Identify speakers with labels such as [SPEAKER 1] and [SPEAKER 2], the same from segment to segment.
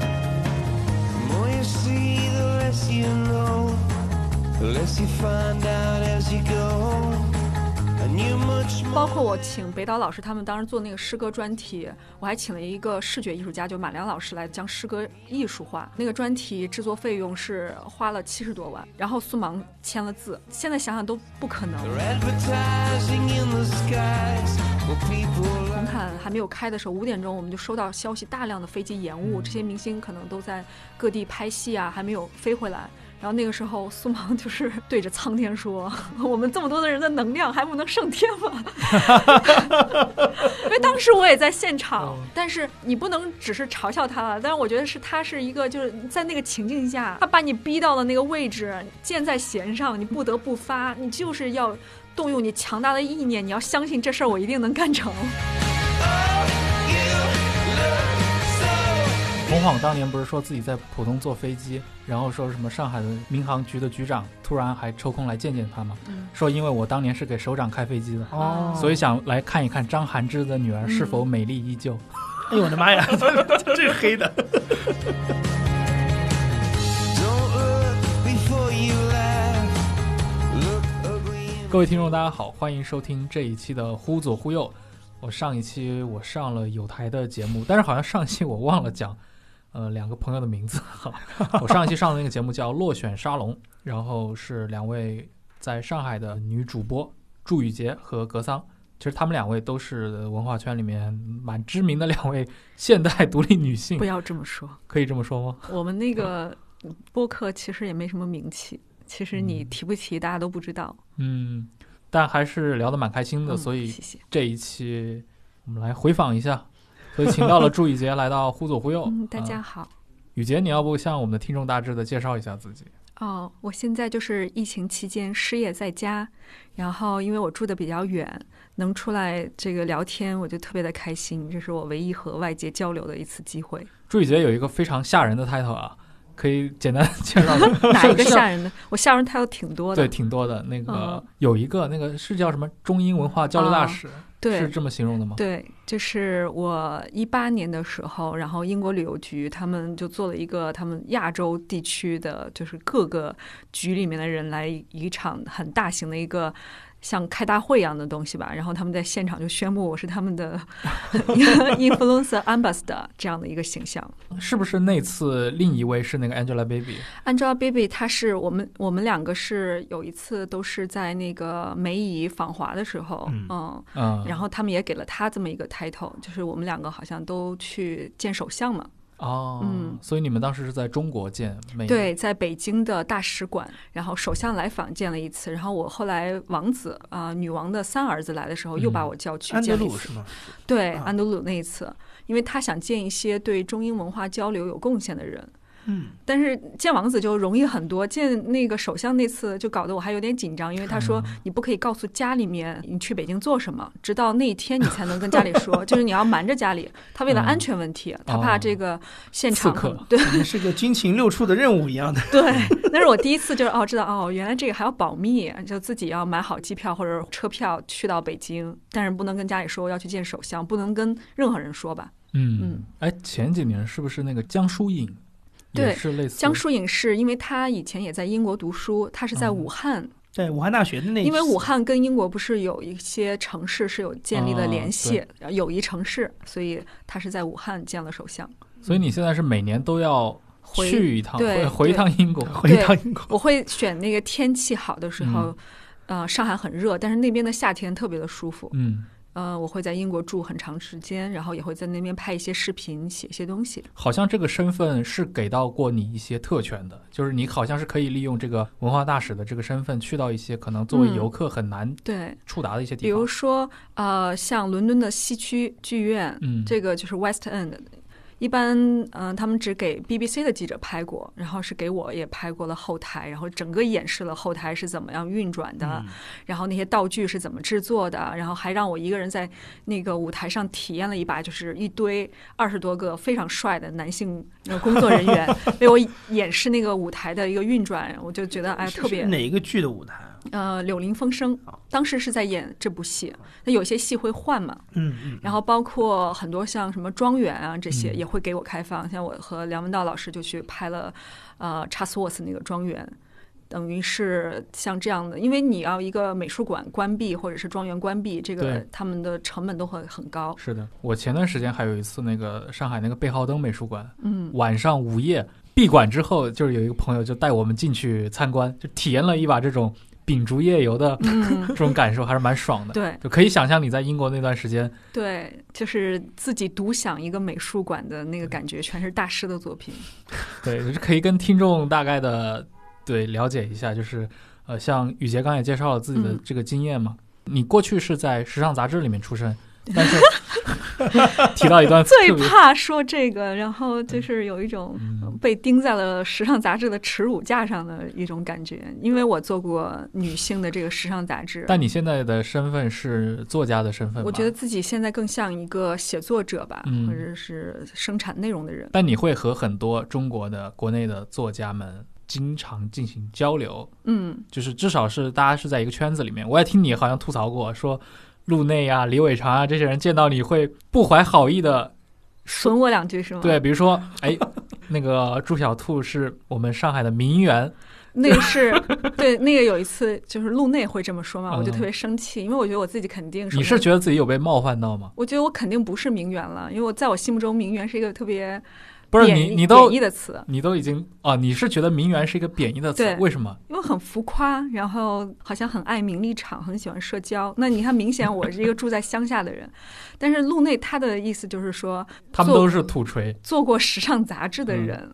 [SPEAKER 1] The more you see, the less you know. The less you find out as you go. I knew much more.
[SPEAKER 2] 包括我请北岛老师他们当时做那个诗歌专题，我还请了一个视觉艺术家，就马良老师来将诗歌艺术化。那个专题制作费用是花了七十多万，然后苏芒签了字，现在想想都不可能。
[SPEAKER 1] They're advertising in the skies. Well, people
[SPEAKER 2] 红
[SPEAKER 1] like
[SPEAKER 2] 毯还没有开的时候，五点钟我们就收到消息，大量的飞机延误，这些明星可能都在各地拍戏啊，还没有飞回来。然后那个时候，苏芒就是对着苍天说：“ 我们这么多的人的能量还不能上天吗？” 因为当时我也在现场，但是你不能只是嘲笑他啊了。但是我觉得是他是一个就是在那个情境下，他把你逼到了那个位置，箭在弦上，你不得不发，你就是要动用你强大的意念，你要相信这事儿我一定能干成。
[SPEAKER 3] 洪晃当年不是说自己在浦东坐飞机，然后说什么上海的民航局的局长突然还抽空来见见他吗？
[SPEAKER 2] 嗯
[SPEAKER 3] 说因为我当年是给首长开飞机的，
[SPEAKER 4] 哦
[SPEAKER 3] 所以想来看一看张涵之的女儿是否美丽依旧。
[SPEAKER 4] 哎呦我的妈呀， 这是黑的。
[SPEAKER 1] don't look before you laugh. Look ugly. in
[SPEAKER 3] 各位听众，大家好，欢迎收听这一期的《忽左忽右》。我上一期我上了有台的节目，但是好像上一期我忘了讲，呃，两个朋友的名字。我上一期上的那个节目叫《落选沙龙》，然后是两位在上海的女主播祝雨洁和格桑。其实她们两位都是文化圈里面蛮知名的两位现代独立女性
[SPEAKER 2] 不，要这么说，
[SPEAKER 3] 可以这么说吗？
[SPEAKER 2] 我们那个播客其实也没什么名气，其实你提不提大家都不知道。
[SPEAKER 3] 嗯，但还是聊得蛮开心的，
[SPEAKER 2] 嗯
[SPEAKER 3] 所以
[SPEAKER 2] 谢谢。
[SPEAKER 3] 这一期我们来回访一 下，所以请到了祝雨杰来到忽左忽右。
[SPEAKER 2] 嗯，大家
[SPEAKER 3] 呃，
[SPEAKER 2] 好。
[SPEAKER 3] 雨杰，你要不向我们的听众大致的介绍一下自己？
[SPEAKER 2] 哦，我现在就是疫情期间失业在家，然后因为我住的比较远，能出来这个聊天，我就特别的开心。这是我唯一和外界交流的一次机会。
[SPEAKER 3] 祝雨杰有一个非常吓人的 title 啊，可以简单介绍一下。
[SPEAKER 2] 哪一个
[SPEAKER 3] 是
[SPEAKER 2] 吓人的？我吓人态度挺多
[SPEAKER 3] 对，
[SPEAKER 2] 的。
[SPEAKER 3] 挺多的。那个
[SPEAKER 2] 嗯
[SPEAKER 3] 有一个，那个是叫什么中英文化交流大使，
[SPEAKER 2] 对
[SPEAKER 3] 是这么形容的吗？
[SPEAKER 2] 对，就是我一八年的时候，然后英国旅游局他们就做了一个他们亚洲地区的，就是各个局里面的人来一场很大型的一个。像开大会一样的东西吧，然后他们在现场就宣布我是他们的 influencer ambassador 这样的一个形象。
[SPEAKER 3] 是不是那次另一位是那个 Angelababy？
[SPEAKER 2] Angelababy，她是我们我们两个是有一次都是在那个梅姨访华的时候，
[SPEAKER 4] 嗯
[SPEAKER 2] 嗯
[SPEAKER 3] 嗯，
[SPEAKER 2] 然后他们也给了他这么一个 title，就是我们两个好像都去见首相嘛。
[SPEAKER 3] 哦，
[SPEAKER 2] 嗯
[SPEAKER 3] 所以你们当时是在中国见
[SPEAKER 4] 哎
[SPEAKER 3] 美女
[SPEAKER 2] 对，在北京的大使馆，然后首相来访见了一次，然后我后来王子啊、呃女王的三儿子来的时候，又把我叫去
[SPEAKER 4] 安德
[SPEAKER 2] 见了一
[SPEAKER 4] 鲁
[SPEAKER 2] 次。
[SPEAKER 4] 是吗？
[SPEAKER 2] 对，
[SPEAKER 4] 啊
[SPEAKER 2] 安德鲁那一次，因为他想见一些对中英文化交流有贡献的人。
[SPEAKER 4] 嗯，
[SPEAKER 2] 但是见王子就容易很多，见那个首相那次就搞得我还有点紧张，因为他
[SPEAKER 3] 嗯
[SPEAKER 2] 说你不可以告诉家里面你去北京做什么，直到那一天你才能跟家里说，就是你要瞒着家里。他为了
[SPEAKER 3] 嗯
[SPEAKER 2] 安全问题，他怕这个现 场
[SPEAKER 3] 刺客
[SPEAKER 2] 对
[SPEAKER 4] 是个军情六处的任务一样的。
[SPEAKER 2] 对，那是我第一次就是哦知道哦原来这个还要保密，就哦自己要买好机票或者车票去到北京，但是不能跟家里说我要去见首相，不能跟任何人说吧。
[SPEAKER 3] 嗯
[SPEAKER 2] 嗯，
[SPEAKER 3] 哎，前几年是不是那个江疏影也
[SPEAKER 2] 对
[SPEAKER 3] 是类似
[SPEAKER 2] 江疏影是因为她以前也在英国读书，她是在
[SPEAKER 3] 嗯
[SPEAKER 2] 武汉
[SPEAKER 4] 对，武汉大学的那一次
[SPEAKER 2] 因为武汉跟英国不是有一些城市是有建立了
[SPEAKER 3] 哦
[SPEAKER 2] 联系，然后友谊城市，所以他是在武汉见了首相。
[SPEAKER 3] 所以你现在是每年都要
[SPEAKER 2] 回
[SPEAKER 3] 去一趟，
[SPEAKER 2] 对
[SPEAKER 3] 回回一趟英国。
[SPEAKER 4] 回到英国，
[SPEAKER 2] 我会选那个天气好的时
[SPEAKER 3] 嗯
[SPEAKER 2] 候，呃，上海很热，但是那边的夏天特别的舒服。
[SPEAKER 3] 嗯，
[SPEAKER 2] 呃，我会在英国住很长时间，然后也会在那边拍一些视频，写一些东西。
[SPEAKER 3] 好像这个身份是给到过你一些特权的，就是你好像是可以利用这个文化大使的这个身份，去到一些可能作为
[SPEAKER 2] 嗯
[SPEAKER 3] 游客很难
[SPEAKER 2] 对，
[SPEAKER 3] 触达的一些
[SPEAKER 2] 比
[SPEAKER 3] 地方。
[SPEAKER 2] 如说呃，像伦敦的西区剧院，
[SPEAKER 3] 嗯，
[SPEAKER 2] 这个就是 West End。一般嗯、呃他们只给 BBC 的记者拍过，然后是给我也拍过了后台，然后整个演示了后台是怎么样运转的，
[SPEAKER 4] 嗯
[SPEAKER 2] 然后那些道具是怎么制作的，然后还让我一个人在那个舞台上体验了一把，就是一堆二十多个非常帅的男性呃工作人 员为我演示那个舞台的一个运转，我就觉得哎
[SPEAKER 4] 是
[SPEAKER 2] 特别
[SPEAKER 4] 是哪一哦个剧的舞台啊？
[SPEAKER 2] 呃《柳林风声》，当时是在演这部戏，那有些戏会换嘛，
[SPEAKER 4] 嗯嗯，
[SPEAKER 2] 然后包括很多像什么庄园啊这
[SPEAKER 3] 嗯
[SPEAKER 2] 些也会给我开放，像我和梁文道老师就去拍了，呃，查斯沃斯那个庄园，等于是像这样的，因为你要一个美术馆关闭或者是庄园关闭，这个
[SPEAKER 3] 对
[SPEAKER 2] 他们的成本都会很高。
[SPEAKER 3] 是的，我前段时间还有一次那个上海那个贝浩登美术馆，
[SPEAKER 2] 嗯，
[SPEAKER 3] 晚上午夜闭馆之后，就是有一个朋友就带我们进去参观，就体验了一把这种秉烛夜游的这种感受，还是蛮爽的。
[SPEAKER 2] 嗯对
[SPEAKER 3] 就可以想象你在英国那段时间，
[SPEAKER 2] 对，就是自己独享一个美术馆的那个感觉，全是大师的作品。
[SPEAKER 3] 对，就是可以跟听众大概的对了解一下，就是呃，像雨杰刚才也介绍了自己的
[SPEAKER 2] 嗯
[SPEAKER 3] 这个经验嘛，你过去是在时尚杂志里面出身，但 是提到一段
[SPEAKER 2] 最
[SPEAKER 3] 特别
[SPEAKER 2] 怕说这个，然后就是有一种
[SPEAKER 3] 嗯
[SPEAKER 2] 被钉在了时尚杂志的耻辱架上的一种感觉，因为我做过女性的这个时尚杂志，
[SPEAKER 3] 但你现在的身份是作家的身份吧，
[SPEAKER 2] 我觉得自己现在更像一个写作者吧，
[SPEAKER 3] 嗯
[SPEAKER 2] 或者是生产内容的人。
[SPEAKER 3] 但你会和很多中国的国内的作家们经常进行交流，
[SPEAKER 2] 嗯，
[SPEAKER 3] 就是至少是大家是在一个圈子里面。我也听你好像吐槽过，说陆内啊、李伟长啊这些人见到你会不怀好意的，
[SPEAKER 2] 损我两句是吗？
[SPEAKER 3] 对，，比如说，哎，那个朱小兔是我们上海的名媛，
[SPEAKER 2] 那个是对那个有一次就是路内会这么说嘛，
[SPEAKER 3] 嗯
[SPEAKER 2] 我就特别生气，因为我觉得我自己肯定
[SPEAKER 3] 你
[SPEAKER 2] 是
[SPEAKER 3] 是觉得自己有被冒犯到吗？
[SPEAKER 2] 我觉得我肯定不是名媛了，因为我在我心目中名媛是一个特别
[SPEAKER 3] 不是
[SPEAKER 2] 贬
[SPEAKER 3] 你，
[SPEAKER 2] 义
[SPEAKER 3] 你都
[SPEAKER 2] 贬义的词，
[SPEAKER 3] 你都已经啊，你是觉得名媛是一个贬义的词
[SPEAKER 2] 对，
[SPEAKER 3] 为什么？
[SPEAKER 2] 因为很浮夸，然后好像很爱名利场，很喜欢社交。那你看，明显我是一个住在乡下的人， 但是路内他的意思就是说，
[SPEAKER 3] 他们
[SPEAKER 2] 做
[SPEAKER 3] 都是土锤，
[SPEAKER 2] 做过时尚杂志的人，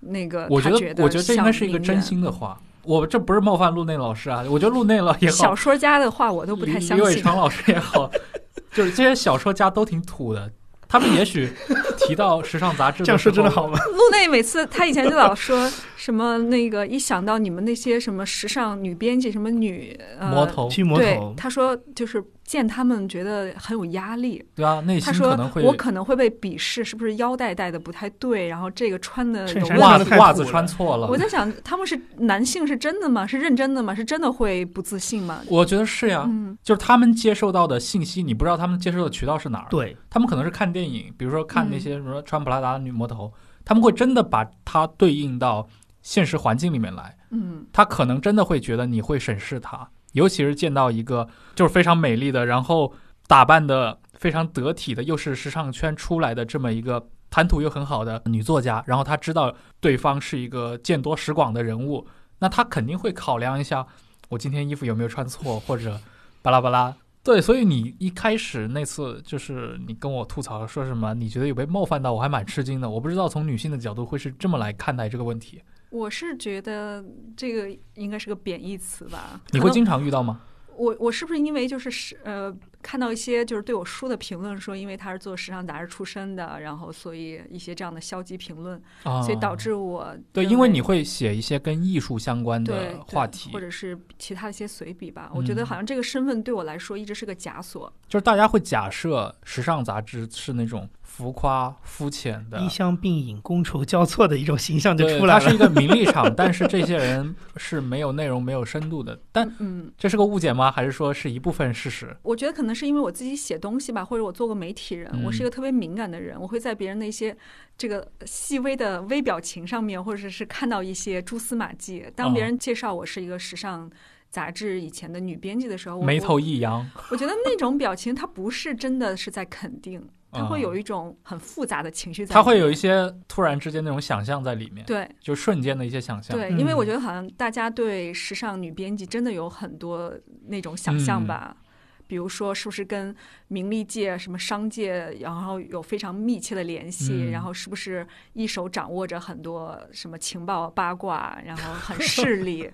[SPEAKER 2] 那个
[SPEAKER 3] 嗯我
[SPEAKER 2] 呃他
[SPEAKER 3] 觉
[SPEAKER 2] 觉
[SPEAKER 3] 得，我觉
[SPEAKER 2] 觉
[SPEAKER 3] 得这应该是一个真。心的话。我这不是冒犯陆内老师啊，我觉得陆内老也好，
[SPEAKER 2] 小说家的话我都不太相
[SPEAKER 3] 李伟
[SPEAKER 2] 信，
[SPEAKER 3] 长老师也好， 就是这些小说家都挺土的。他们也许提到时尚杂志，
[SPEAKER 4] 这样说真的好？吗？
[SPEAKER 2] 路内每次他以前就老说什么那个，一想到你们那些什么时尚女编辑、什么女呃
[SPEAKER 3] 魔头，
[SPEAKER 4] 驱魔
[SPEAKER 2] 对
[SPEAKER 4] 头，
[SPEAKER 2] 他说就是见他们觉得很有压力，
[SPEAKER 3] 对啊，内
[SPEAKER 2] 他
[SPEAKER 3] 心
[SPEAKER 2] 说
[SPEAKER 3] 可能会
[SPEAKER 2] 我可能会被鄙视，是不是腰带带的不太对，然后这个穿的
[SPEAKER 4] 衬
[SPEAKER 2] 有
[SPEAKER 4] 衫
[SPEAKER 3] 袜
[SPEAKER 2] 问
[SPEAKER 4] 得
[SPEAKER 3] 子
[SPEAKER 2] 题。
[SPEAKER 4] 太土
[SPEAKER 3] 袜子
[SPEAKER 4] 了
[SPEAKER 3] 穿错了
[SPEAKER 2] 我。在想，他们是男性是真的吗？是认真的吗？是真的会不自信吗？
[SPEAKER 3] 我觉得是呀、
[SPEAKER 2] 嗯
[SPEAKER 3] 就是他们接受到的信息，你不知道他们接受的渠道是哪儿。
[SPEAKER 4] 对，
[SPEAKER 3] 他们可能是看电影，比如说看那
[SPEAKER 2] 嗯
[SPEAKER 3] 些什么穿普拉达的女魔头，他们会真的把它对应到现实环境里面来。
[SPEAKER 2] 嗯，
[SPEAKER 3] 他可能真的会觉得你会审视他，尤其是见到一个就是非常美丽的，然后打扮的非常得体的，又是时尚圈出来的这么一个谈吐又很好的女作家，然后他知道对方是一个见多识广的人物，那他肯定会考量一下我今天衣服有没有穿错，或者巴拉巴拉。对，所以你一开始那次就是你跟我吐槽说什么，你觉得有被冒犯到，我还蛮吃惊的。我不知道从女性的角度会是这么来看待这个问题，
[SPEAKER 2] 我是觉得这个应该是个贬义词吧。
[SPEAKER 3] 你会
[SPEAKER 2] 可能
[SPEAKER 3] 经常遇到吗？
[SPEAKER 2] 我我是不是因为就是是呃看到一些就是对我书的评论说，因为他是做时尚杂志出身的，然后所以一些这样的消极评论，
[SPEAKER 3] 啊，
[SPEAKER 2] 所以导致我
[SPEAKER 3] 对，
[SPEAKER 2] 认
[SPEAKER 3] 因为你会写一些跟艺术相关
[SPEAKER 2] 嗯对
[SPEAKER 3] 的话
[SPEAKER 2] 对
[SPEAKER 3] 题
[SPEAKER 2] 或，者是其他一些随笔吧。我觉得
[SPEAKER 3] 嗯
[SPEAKER 2] 好像这个身份对我来说一直是个枷锁。
[SPEAKER 3] 就是大家会假设时尚杂志是那种浮夸、肤浅的
[SPEAKER 4] 衣，香鬓影、觥筹交错的一种形象就
[SPEAKER 3] 对，
[SPEAKER 4] 出来
[SPEAKER 3] 它是
[SPEAKER 4] 了
[SPEAKER 3] 一。个名利 场，但是这些人是没有内容、没有深度的。但
[SPEAKER 2] 嗯，
[SPEAKER 3] 这是个误解吗？还是说是一部分事实？
[SPEAKER 2] 我觉得可能是因为我自己写东西吧，或者我做过媒体人，
[SPEAKER 3] 嗯
[SPEAKER 2] 我是一个特别敏感的人，我会在别人的一些这个细微的微表情上面，或者是看到一些蛛丝马迹。当
[SPEAKER 3] 哦
[SPEAKER 2] 别人介绍我是一个时尚杂志以前的女编辑的时候，我
[SPEAKER 3] 眉头
[SPEAKER 2] 我
[SPEAKER 3] 一扬，
[SPEAKER 2] 我觉得那种表情，它不是真的是在肯定，它会
[SPEAKER 3] 嗯
[SPEAKER 2] 有一种很复杂的情绪在里面，
[SPEAKER 3] 他会有一些突然之间那种想象在里面，
[SPEAKER 2] 对。
[SPEAKER 3] 就瞬间的一些想象。
[SPEAKER 2] 对，因为我
[SPEAKER 4] 嗯
[SPEAKER 2] 觉得好像大家对时尚女编辑真的有很多那种想象
[SPEAKER 3] 嗯
[SPEAKER 2] 吧，比如说是不是跟名利界、什么商界，然后有非常密切的联系，
[SPEAKER 3] 嗯
[SPEAKER 2] 然后是不是一手掌握着很多什么 情报八卦，然后很势利，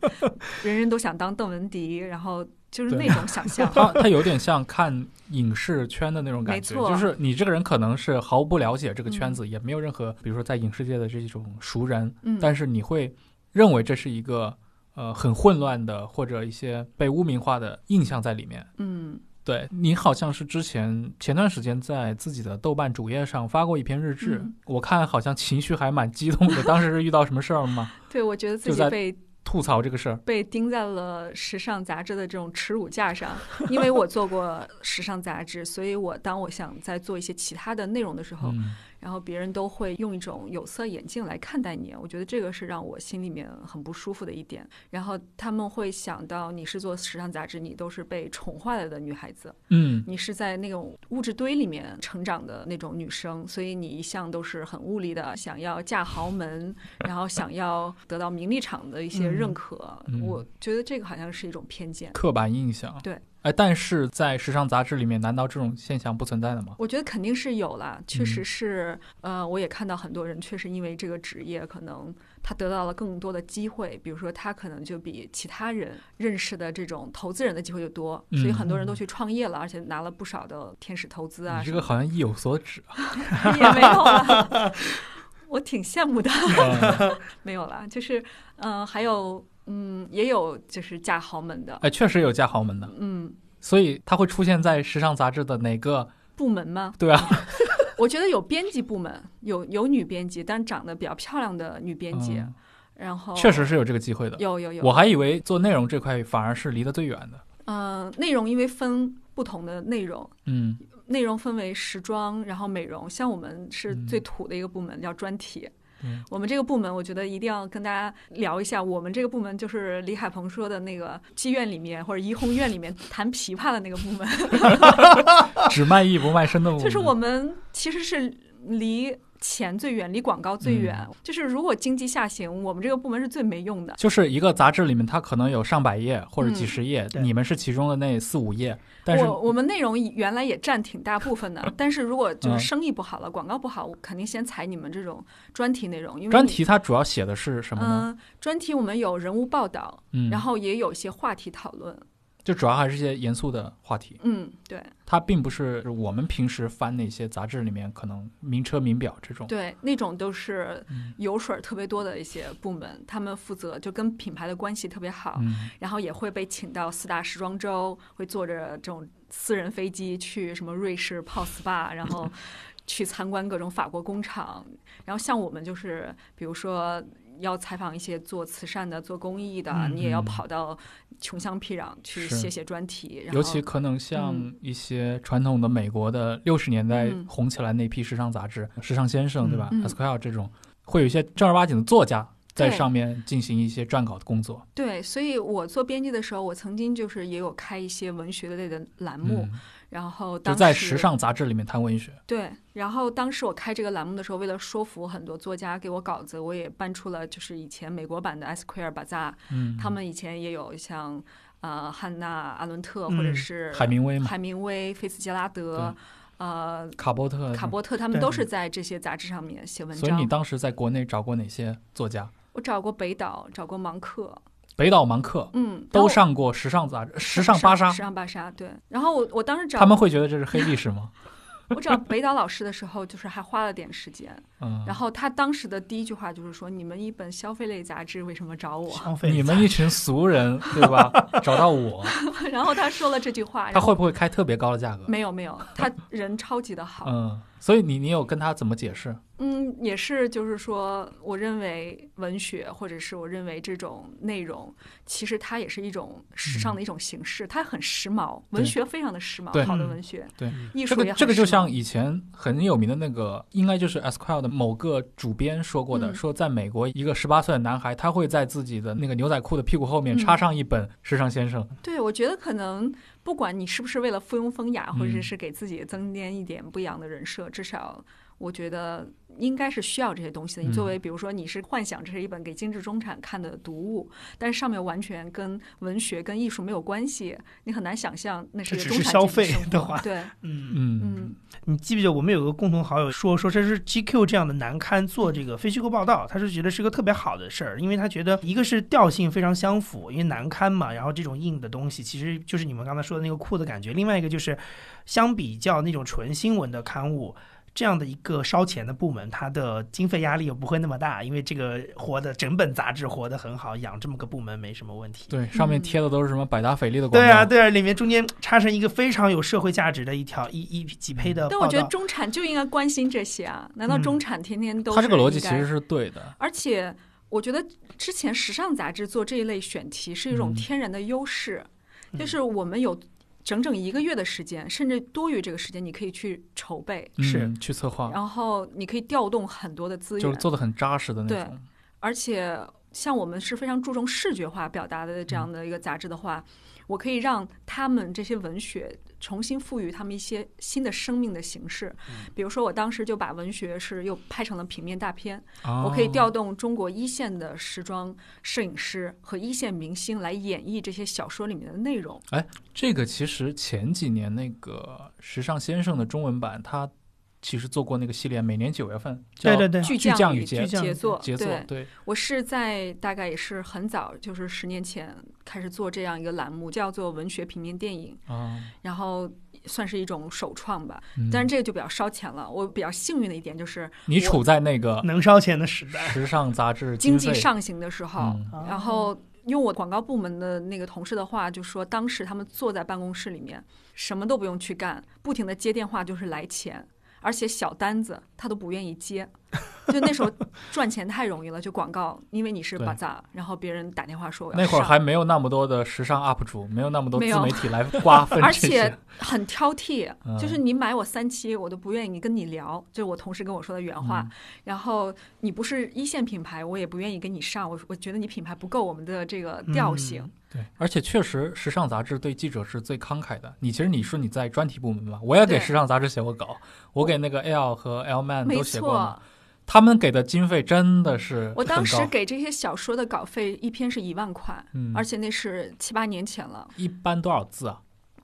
[SPEAKER 2] 人人都想当邓文迪，然后就是
[SPEAKER 3] 对
[SPEAKER 2] 那种想 象。
[SPEAKER 3] 它它有点像看影视圈的那种感觉，
[SPEAKER 2] 没错
[SPEAKER 3] 就是你这个人可能是毫不了解这个圈子，
[SPEAKER 2] 嗯
[SPEAKER 3] 也没有任何，比如说在影视界的这种熟人，
[SPEAKER 2] 嗯，
[SPEAKER 3] 但是你会认为这是一个呃很混乱的或者一些被污名化的印象在里面。
[SPEAKER 2] 嗯
[SPEAKER 3] 对你好像是之前前段时间在自己的豆瓣主页上发过一篇日志，
[SPEAKER 2] 嗯
[SPEAKER 3] 我看好像情绪还蛮激动的。当时是遇到什么事儿了吗？
[SPEAKER 2] 对，我觉得自
[SPEAKER 3] 就
[SPEAKER 2] 己
[SPEAKER 3] 在
[SPEAKER 2] 被
[SPEAKER 3] 吐槽这个事儿，
[SPEAKER 2] 被钉在了时尚杂志的这种耻辱架上，因为我做过时尚杂志，所以我当我想在做一些其他的内容的时候，
[SPEAKER 3] 嗯，
[SPEAKER 2] 然后别人都会用一种有色眼镜来看待你，我觉得这个是让我心里面很不舒服的一点。然后他们会想到你是做时尚杂志，你都是被宠坏了的女孩子，
[SPEAKER 3] 嗯
[SPEAKER 2] 你是在那种物质堆里面成长的那种女生，所以你一向都是很物力的，想要嫁豪门，然后想要得到名利场的一些认可。
[SPEAKER 3] 嗯嗯
[SPEAKER 2] 我觉得这个好像是一种偏见。
[SPEAKER 3] 刻板印象。
[SPEAKER 2] 对，
[SPEAKER 3] 哎，但是在时尚杂志里面，难道这种现象不存在的吗？
[SPEAKER 2] 我觉得肯定是有啦，确
[SPEAKER 3] 嗯
[SPEAKER 2] 实是，呃，我也看到很多人确实因为这个职业，可能他得到了更多的机会，比如说他可能就比其他人认识的这种投资人的机会就多，所以
[SPEAKER 3] 嗯
[SPEAKER 2] 很多人都去创业了，而且拿了不少的天使投资啊
[SPEAKER 3] 你
[SPEAKER 2] 什
[SPEAKER 3] 这
[SPEAKER 2] 么
[SPEAKER 3] 个
[SPEAKER 2] 的，
[SPEAKER 3] 好像意有所指啊。
[SPEAKER 2] 也没有啦，我挺羡慕的，
[SPEAKER 3] 嗯
[SPEAKER 2] 没有啦， 就是，嗯、还有，嗯，也有就是嫁豪门的，
[SPEAKER 3] 哎，确实有嫁豪门的，
[SPEAKER 2] 嗯，
[SPEAKER 3] 所以它会出现在时尚杂志的哪个？
[SPEAKER 2] 部门吗？
[SPEAKER 3] 对啊，
[SPEAKER 2] 我觉得有编辑部门，有有女编辑，但长得比较漂亮的女编辑。
[SPEAKER 3] 嗯
[SPEAKER 2] 然后
[SPEAKER 3] 确实是有这个机会的。
[SPEAKER 2] 哦有有有，
[SPEAKER 3] 我还以为做内容这块反而是离得最远的。
[SPEAKER 2] 嗯、内容因为分不同的内容，
[SPEAKER 3] 嗯，
[SPEAKER 2] 内容分为时装，然后美容，像我们是
[SPEAKER 3] 嗯
[SPEAKER 2] 最土的一个部门，叫专题。
[SPEAKER 3] 嗯
[SPEAKER 2] 我们这个部门，我觉得一定要跟大家聊一下。我们这个部门就是李海鹏说的那个妓院里面或者怡红院里面弹琵琶的那个 部门，
[SPEAKER 3] 只卖艺不卖身的我们，
[SPEAKER 2] 就是我们其实是离钱最远，离广告最远。
[SPEAKER 3] 嗯
[SPEAKER 2] 就是如果经济下行，我们这个部门是最没用的。
[SPEAKER 3] 就是一个杂志里面，它可能有上百页或者几十页，
[SPEAKER 4] 对
[SPEAKER 3] 你们是其中的那四五页，但是
[SPEAKER 2] 嗯我我们内容原来也占挺大部 分的，但是如果
[SPEAKER 3] 啊
[SPEAKER 2] 就是生意不好了，广告不好，我肯定先裁你们这种专题内容，因为你
[SPEAKER 3] 专题它主要写的是什么呢？
[SPEAKER 2] 嗯、专题我们有人物报道，
[SPEAKER 3] 嗯，
[SPEAKER 2] 然后也有一些话题讨论，
[SPEAKER 3] 就主要还是一些严肃的话题，
[SPEAKER 2] 嗯，对
[SPEAKER 3] 它并不是我们平时翻那些杂志里面可能名车名表这种。
[SPEAKER 2] 对，那种都是
[SPEAKER 3] 嗯
[SPEAKER 2] 油水儿特别多的一些部门，他们负责就跟品牌的关系特别好，
[SPEAKER 3] 嗯，
[SPEAKER 2] 然后也会被请到四大时装周，会坐着这种私人飞机去什么瑞士 泡 SPA，然后去参观各种法国工厂。然后像我们就是，比如说要采访一些做慈善的、做公益的，
[SPEAKER 3] 嗯
[SPEAKER 2] 你也要
[SPEAKER 3] 嗯
[SPEAKER 2] 跑到穷乡僻壤去
[SPEAKER 3] 是
[SPEAKER 2] 写写专题。然后
[SPEAKER 3] 尤其可能像
[SPEAKER 2] 嗯
[SPEAKER 3] 一些传统的美国的六十年代
[SPEAKER 2] 嗯
[SPEAKER 3] 红起来那批时尚杂志，时尚先生》对吧
[SPEAKER 2] 嗯
[SPEAKER 3] e s q u i r e 这种，会有一些正儿八经的作家在
[SPEAKER 2] 对
[SPEAKER 3] 上面进行一些撰稿的工作。
[SPEAKER 2] 对，所以我做编辑的时候，我曾经就是也有开一些文学类的栏目，
[SPEAKER 3] 嗯，
[SPEAKER 2] 然后
[SPEAKER 3] 就
[SPEAKER 2] 当
[SPEAKER 3] 在
[SPEAKER 2] 时
[SPEAKER 3] 时尚杂志里面谈文学。
[SPEAKER 2] 对，然后当时我开这个栏目的时候，为了说服很多作家给我稿子，我也搬出了就是以前美国版的 Esquire Bazaar，、
[SPEAKER 3] 嗯，
[SPEAKER 2] 他们以前也有像呃汉娜·阿伦特或者
[SPEAKER 4] 嗯
[SPEAKER 2] 是
[SPEAKER 3] 海明威嘛
[SPEAKER 2] 海明威、菲茨杰拉德、呃
[SPEAKER 3] 卡波特，
[SPEAKER 2] 卡波特，他们
[SPEAKER 4] 对
[SPEAKER 2] 都是在这些杂志上面写文
[SPEAKER 3] 所以你
[SPEAKER 2] 章。
[SPEAKER 3] 当时在国内找过哪些作家？
[SPEAKER 2] 我找过北岛，找过芒克，
[SPEAKER 3] 北岛芒克
[SPEAKER 2] 嗯，然
[SPEAKER 3] 都
[SPEAKER 2] 后
[SPEAKER 3] 上过时尚杂志、时尚芭莎
[SPEAKER 2] 时，尚芭莎对。然后我我当时找
[SPEAKER 3] 他们会觉得这是黑历史吗？
[SPEAKER 2] 我找北岛老师的时候，就是还花了点时间。
[SPEAKER 3] 嗯，
[SPEAKER 2] 然后他当时的第一句话就是说：“你们一本消费类杂志为什么找我？”
[SPEAKER 4] 消费
[SPEAKER 3] 你们一群俗 人，对吧？找到我，
[SPEAKER 2] 然后他说了这句话，
[SPEAKER 3] 他
[SPEAKER 2] 然后
[SPEAKER 3] 会不会开特别高的价格？
[SPEAKER 2] 哎没有没有，他人超级的好，
[SPEAKER 3] 嗯，所以你你有跟他怎么解释？
[SPEAKER 2] 嗯，也是就是说，我认为文学或者是我认为这种内容，其实它也是一种时尚的一种形式，它很时髦，文学非常的时
[SPEAKER 3] 嗯对
[SPEAKER 2] 髦，好的文学，
[SPEAKER 3] 对，
[SPEAKER 2] 艺
[SPEAKER 3] 这
[SPEAKER 2] 术也
[SPEAKER 3] 个
[SPEAKER 2] 很
[SPEAKER 3] 这个就
[SPEAKER 2] 时髦
[SPEAKER 3] 像以前很有名的那个，应该就是 Esquire 的某个主编说过的，
[SPEAKER 2] 嗯
[SPEAKER 3] 说在美国一个十八岁的男孩，他会在自己的那个牛仔裤的屁股后面
[SPEAKER 2] 嗯
[SPEAKER 3] 插上一本《时尚先生》
[SPEAKER 4] 嗯
[SPEAKER 2] 对，我觉得可能不管你是不是为了附庸风雅，或者
[SPEAKER 3] 嗯
[SPEAKER 2] 是给自己增添一点不一样的人设，至少我觉得应该是需要这些东西的。
[SPEAKER 3] 嗯
[SPEAKER 2] 你作为，比如说你是幻想这是一本给精致中产看的读物，但是上面完全跟文学跟艺术没有关系，你很难想象那是一个
[SPEAKER 4] 这只
[SPEAKER 2] 中
[SPEAKER 4] 是
[SPEAKER 2] 产
[SPEAKER 4] 消
[SPEAKER 2] 阶级
[SPEAKER 4] 费
[SPEAKER 2] 生
[SPEAKER 4] 的
[SPEAKER 2] 活
[SPEAKER 4] 话
[SPEAKER 2] 对，
[SPEAKER 4] 嗯，
[SPEAKER 3] 嗯
[SPEAKER 2] 嗯
[SPEAKER 4] 你记不记得我们有个共同好友说，说这是 GQ 这样的难刊做这个非虚构报道，他是觉得是个特别好的事儿，因为他觉得一个是调性非常相符，因为难刊嘛，然后这种硬的东西其实就是你们刚才说的那个酷的感觉；另外一个就是相比较那种纯新闻的刊物。这样的一个烧钱的部门，它的经费压力也不会那么大，因为这个活的整本杂志活得很好，养这么个部门没什么问题。
[SPEAKER 3] 对，上
[SPEAKER 2] 嗯
[SPEAKER 3] 面贴的都是什么百达翡丽的广告。
[SPEAKER 4] 对啊，对啊，里面中间插上一个非常有社会价值的一条一一几配的
[SPEAKER 2] 但
[SPEAKER 4] 报
[SPEAKER 2] 我觉得
[SPEAKER 4] 道，
[SPEAKER 2] 中产就应该关心这些啊！难道
[SPEAKER 4] 嗯
[SPEAKER 2] 中产天天都、
[SPEAKER 3] 他这个逻辑其实，是对的。
[SPEAKER 2] 而且我觉得之前时尚杂志做这一类选题是一
[SPEAKER 3] 嗯
[SPEAKER 2] 种天然的优势，
[SPEAKER 4] 嗯
[SPEAKER 2] 就是我们有整整一个月的时间，甚至多于这个时间，你可以去筹备，
[SPEAKER 4] 是
[SPEAKER 3] 嗯去策划，
[SPEAKER 2] 然后你可以调动很多的资
[SPEAKER 3] 就是
[SPEAKER 2] 源，
[SPEAKER 3] 做的很扎实的那种。
[SPEAKER 2] 而且像我们是非常注重视觉化表达的
[SPEAKER 3] 嗯
[SPEAKER 2] 这样的一个杂志的话，我可以让他们这些文学重新赋予他们一些新的生命的形式。
[SPEAKER 3] 嗯
[SPEAKER 2] 比如说，我当时就把文学是又拍成了平面大片，
[SPEAKER 3] 哦
[SPEAKER 2] 我可以调动中国一线的时装摄影师和一线明星来演绎这些小说里面的内容。
[SPEAKER 3] 这个其实前几年那个《时尚先生》的中文版，他其实做过那个系列，每年九月份叫
[SPEAKER 4] 对对对，
[SPEAKER 2] 巨
[SPEAKER 3] 啊巨匠与
[SPEAKER 2] 与
[SPEAKER 3] 杰
[SPEAKER 4] 作
[SPEAKER 2] 杰作，
[SPEAKER 3] 杰作
[SPEAKER 2] 对，
[SPEAKER 3] 对，
[SPEAKER 2] 我是在大概也是很早，就是十年前开始做这样一个栏目，叫做文学平面电影。
[SPEAKER 3] 啊，
[SPEAKER 2] 然后算是一种首创吧。
[SPEAKER 3] 嗯
[SPEAKER 2] 但是这个就比较烧钱了。我比较幸运的一点就是
[SPEAKER 3] 你处在那个
[SPEAKER 4] 能烧钱的时代。
[SPEAKER 3] 时尚杂志
[SPEAKER 2] 经
[SPEAKER 3] 经
[SPEAKER 2] 济
[SPEAKER 3] 费
[SPEAKER 2] 上行的时候，
[SPEAKER 3] 嗯
[SPEAKER 2] 然后用我广告部门的那个同事的话，就说当时他们坐在办公室里面，什么都不用去干，不停的接电话就是来钱。而且小单子他都不愿 意接，就那时候赚钱太容易了，就广告，因为你是
[SPEAKER 3] 对
[SPEAKER 2] bazaar，然后别人打电话说我要
[SPEAKER 3] 那会儿
[SPEAKER 2] 上
[SPEAKER 3] 还没有那么多的时尚 UP 主，没有那么多
[SPEAKER 2] 没
[SPEAKER 3] 自
[SPEAKER 2] 有
[SPEAKER 3] 媒体来瓜分
[SPEAKER 2] 而
[SPEAKER 3] 这些
[SPEAKER 2] 且很挑剔
[SPEAKER 3] 嗯，
[SPEAKER 2] 就是你买我三期，我都不愿意跟你聊，这是我同事跟我说的原话。
[SPEAKER 3] 嗯
[SPEAKER 2] 然后你不是一线品牌，我也不愿意跟你上，我我觉得你品牌不够我们的这个调性。
[SPEAKER 3] 对，而且确实，时尚杂志对记者是最慷慨的。你其实你说你在专题部门嘛，我也给
[SPEAKER 2] 对
[SPEAKER 3] 时尚杂志写过稿，我给那个 L 和 L Man
[SPEAKER 2] 没
[SPEAKER 3] 都写过嘛
[SPEAKER 2] 错，，
[SPEAKER 3] 他们给的经费真的是
[SPEAKER 2] 我当时
[SPEAKER 3] 很高
[SPEAKER 2] 给这些小说的稿费一篇是一万块，
[SPEAKER 3] 嗯
[SPEAKER 2] 而且那是七八年前了。
[SPEAKER 3] 一般多少字啊？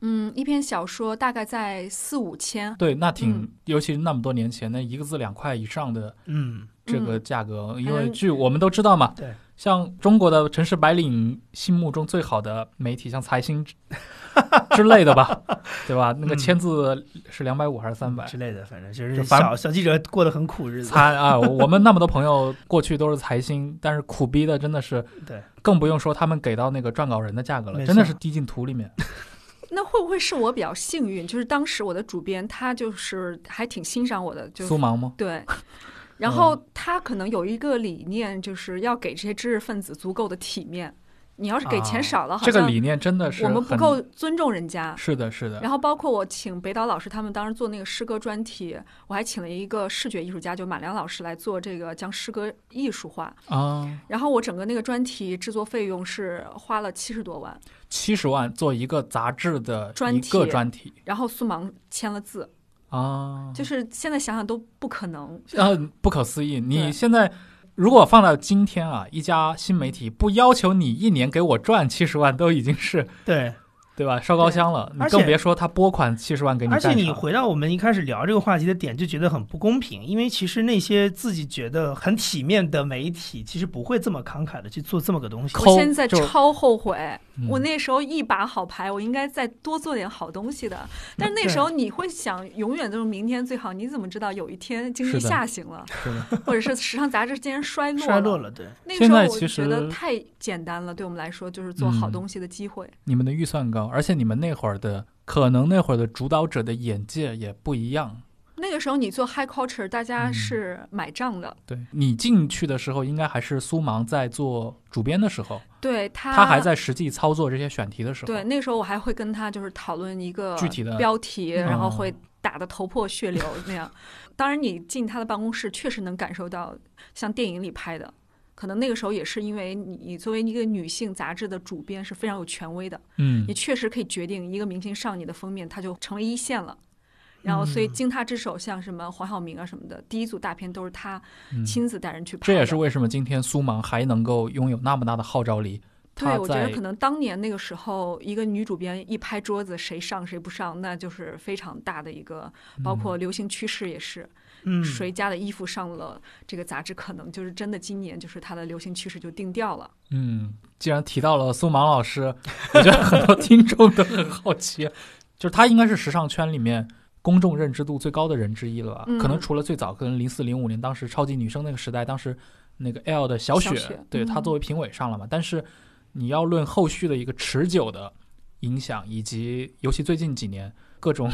[SPEAKER 2] 嗯，一篇小说大概在四五千。
[SPEAKER 3] 对，那挺，
[SPEAKER 2] 嗯
[SPEAKER 3] 尤其是那么多年前，那一个字两块以上的
[SPEAKER 4] 嗯，
[SPEAKER 3] 这个价格，因
[SPEAKER 2] 反
[SPEAKER 3] 为
[SPEAKER 2] 正
[SPEAKER 3] 据我们都知道嘛，
[SPEAKER 4] 对，
[SPEAKER 3] 像中国的城市白领心目中最好的媒体，像财新之之类的 吧，对吧？那个
[SPEAKER 4] 嗯
[SPEAKER 3] 签字是两百五还是三百？
[SPEAKER 4] 之类的，反正就是
[SPEAKER 3] 就反
[SPEAKER 4] 小小记者过得很苦日子。
[SPEAKER 3] 餐啊，我们那么多朋友过去都是财新，但是苦逼的真的是，
[SPEAKER 4] 对，
[SPEAKER 3] 更不用说他们给到那个撰稿人的价格
[SPEAKER 4] 没
[SPEAKER 3] 了，
[SPEAKER 4] 错
[SPEAKER 3] 真的是低进土里面。
[SPEAKER 2] 那会不会是我比较幸运？就是当时我的主编他就是还挺欣赏我的，就是
[SPEAKER 3] 苏芒吗？
[SPEAKER 2] 对，然后
[SPEAKER 3] 嗯
[SPEAKER 2] 他可能有一个理念，就是要给这些知识分子足够的体面。你要是给
[SPEAKER 3] 啊
[SPEAKER 2] 钱少哦了，好
[SPEAKER 3] 这个
[SPEAKER 2] 像
[SPEAKER 3] 理念真的是
[SPEAKER 2] 我们不
[SPEAKER 3] 很
[SPEAKER 2] 够尊重人家。
[SPEAKER 3] 是的，是的，
[SPEAKER 2] 然后包括我请北岛老师他们当时做那个诗歌专题，我还请了一个视觉艺术家，就马良老师来做这个将诗歌艺术化。
[SPEAKER 3] 啊，
[SPEAKER 2] 然后我整个那个专题制作费用是花了七十多万，
[SPEAKER 3] 七十万做一个杂志的
[SPEAKER 2] 专
[SPEAKER 3] 一
[SPEAKER 2] 题
[SPEAKER 3] 个专题
[SPEAKER 2] 然后苏芒签了字，
[SPEAKER 3] 啊，
[SPEAKER 2] 就是现在想想都不可能。
[SPEAKER 3] 呃，不可思议！你
[SPEAKER 2] 对
[SPEAKER 3] 现在如果放到今天啊，一家新媒体不要求你一年给我赚七十万，都已经是
[SPEAKER 4] 对，
[SPEAKER 3] 对吧烧高香了，你
[SPEAKER 4] 而且
[SPEAKER 3] 更别说他拨款七十万给你
[SPEAKER 4] 而
[SPEAKER 3] 干啥。
[SPEAKER 4] 且
[SPEAKER 2] 嗯
[SPEAKER 4] 你回到我们一开始聊这个话题的点，就觉得很不公平，因为其实那些自己觉得很体面的媒体，其实不会这么慷慨的去做这么个东西。
[SPEAKER 3] 抠
[SPEAKER 2] 我现在
[SPEAKER 3] 就是
[SPEAKER 2] 超后悔，
[SPEAKER 3] 嗯
[SPEAKER 2] 我那时候一把好牌，我应该再多做点好东西
[SPEAKER 3] 嗯
[SPEAKER 2] 的。但是那时候你会想，永远都是明天最好。你怎么知道有一天经济
[SPEAKER 3] 是的
[SPEAKER 2] 下行了，
[SPEAKER 3] 是的
[SPEAKER 2] 或者是时尚杂志竟然 衰落
[SPEAKER 4] 衰落了，对，
[SPEAKER 2] 那个时候
[SPEAKER 3] 现在
[SPEAKER 2] 我
[SPEAKER 3] 其
[SPEAKER 2] 就
[SPEAKER 3] 实嗯
[SPEAKER 2] 觉得太简单了，对我们来说就是做好东西的机会。
[SPEAKER 3] 你们的预算高，而且你们那会儿的可能那会儿的主导者的眼界也不一样。
[SPEAKER 2] 那个时候你做 high culture，大家
[SPEAKER 3] 嗯
[SPEAKER 2] 是买账的，
[SPEAKER 3] 对你进去的时候，应该还是苏芒在做主编的时候，
[SPEAKER 2] 对他
[SPEAKER 3] 他还在实际操作这些选题的时候。
[SPEAKER 2] 对，那时候我还会跟他就是讨论一个
[SPEAKER 3] 具体的
[SPEAKER 2] 标题，
[SPEAKER 3] 嗯
[SPEAKER 2] 然后会打得头破血流那样。当然，你进他的办公室，确实能感受到像电影里拍的。可能那个时候也是因为你，你作为一个女性杂志的主编是非常有权威的，
[SPEAKER 3] 嗯
[SPEAKER 2] 你，确实可以决定一个明星上你的封面，他就成为一线了。然后所以
[SPEAKER 4] 嗯
[SPEAKER 2] 经他之手，像什么黄晓明啊什么的，第一组大片都是他
[SPEAKER 3] 嗯
[SPEAKER 2] 亲自带人去拍的。
[SPEAKER 3] 这也是为什么今天苏芒还能够拥有那么大的号召力。
[SPEAKER 2] 对，
[SPEAKER 3] 他
[SPEAKER 2] 我觉
[SPEAKER 3] 在
[SPEAKER 2] 得可能当年那个时候，一个女主编一拍桌子，谁上谁不上，那就是非常大的一个，包
[SPEAKER 3] 嗯
[SPEAKER 2] 括流行趋势也是，
[SPEAKER 4] 嗯，
[SPEAKER 2] 谁家的衣服上了这个杂志，可能就是真的今年就是它的流行趋势就定调了。
[SPEAKER 3] 嗯，既然提到了苏芒老师， 我觉得很多听众都很好奇，就是他应该是时尚圈里面公众认知度最高的人之一了吧？
[SPEAKER 2] 嗯
[SPEAKER 3] 可能除了最早跟零四零五年当时超级女生那个时代，当时那个 L 的小雪，
[SPEAKER 2] 小雪
[SPEAKER 3] 对
[SPEAKER 2] 嗯
[SPEAKER 3] 她作为评委上了嘛，但是你要论后续的一个持久的影响，以及尤其最近几年各种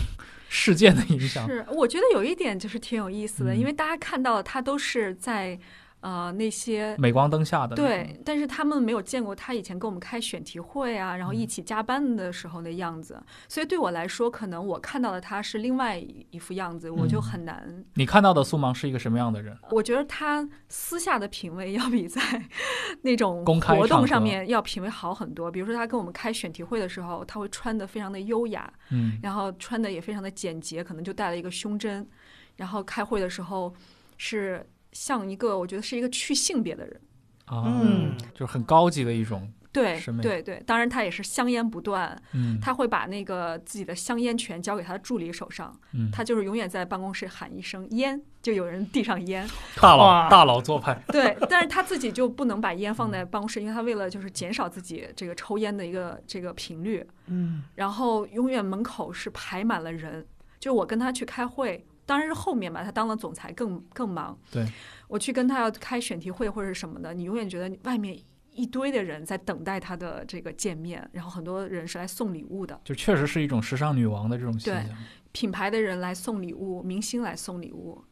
[SPEAKER 3] 事件的影响，
[SPEAKER 2] 是，我觉得有一点就是挺有意思的，
[SPEAKER 3] 嗯
[SPEAKER 2] 因为大家看到的它都是在呃那些
[SPEAKER 3] 镁光灯下的那种
[SPEAKER 2] 对，但是他们没有见过他以前跟我们开选题会啊，然后
[SPEAKER 3] 嗯
[SPEAKER 2] 一起加班的时候的样子，所以对我来说，可能我看到的他是另外一副样子，我就
[SPEAKER 3] 嗯
[SPEAKER 2] 很难。
[SPEAKER 3] 你看到的苏芒是一个什么样的人？
[SPEAKER 2] 我觉得他私下的品味要比在 那种
[SPEAKER 3] 公开
[SPEAKER 2] 活
[SPEAKER 3] 场合
[SPEAKER 2] 动上面要品味好很多。比如说，他跟我们开选题会的时候，他会穿的非常的优雅，
[SPEAKER 3] 嗯，
[SPEAKER 2] 然后穿的也非常的简洁，可能就带了一个胸针。然后开会的时候是像一个，我觉得是一个去性别的人。
[SPEAKER 3] 啊，
[SPEAKER 4] 嗯
[SPEAKER 3] 就是很高级的一种，
[SPEAKER 2] 对
[SPEAKER 3] 审美
[SPEAKER 2] 对对，当然他也是香烟不断，
[SPEAKER 3] 嗯，
[SPEAKER 2] 他会把那个自己的香烟权交给他的助理手上，
[SPEAKER 3] 嗯
[SPEAKER 2] 他就是永远在办公室喊一声烟，就有人递上烟。
[SPEAKER 3] 大佬
[SPEAKER 4] 哇
[SPEAKER 3] 大佬做派，
[SPEAKER 2] 对，但是他自己就不能把烟放在办公室，因为他为了就是减少自己这个抽烟的一个这个频率，
[SPEAKER 4] 嗯
[SPEAKER 2] 然后永远门口是排满了人。就我跟他去开会，当然是后面嘛，他当了总裁更更忙。
[SPEAKER 3] 对，
[SPEAKER 2] 我去跟他要开选题会或者什么的，你永远觉得外面一堆的人在等待他的这个见面，然后很多人是来送礼物的，
[SPEAKER 3] 就确实是一种时尚女王的这种形象。
[SPEAKER 2] 品牌的人来送礼物，明星来送礼物，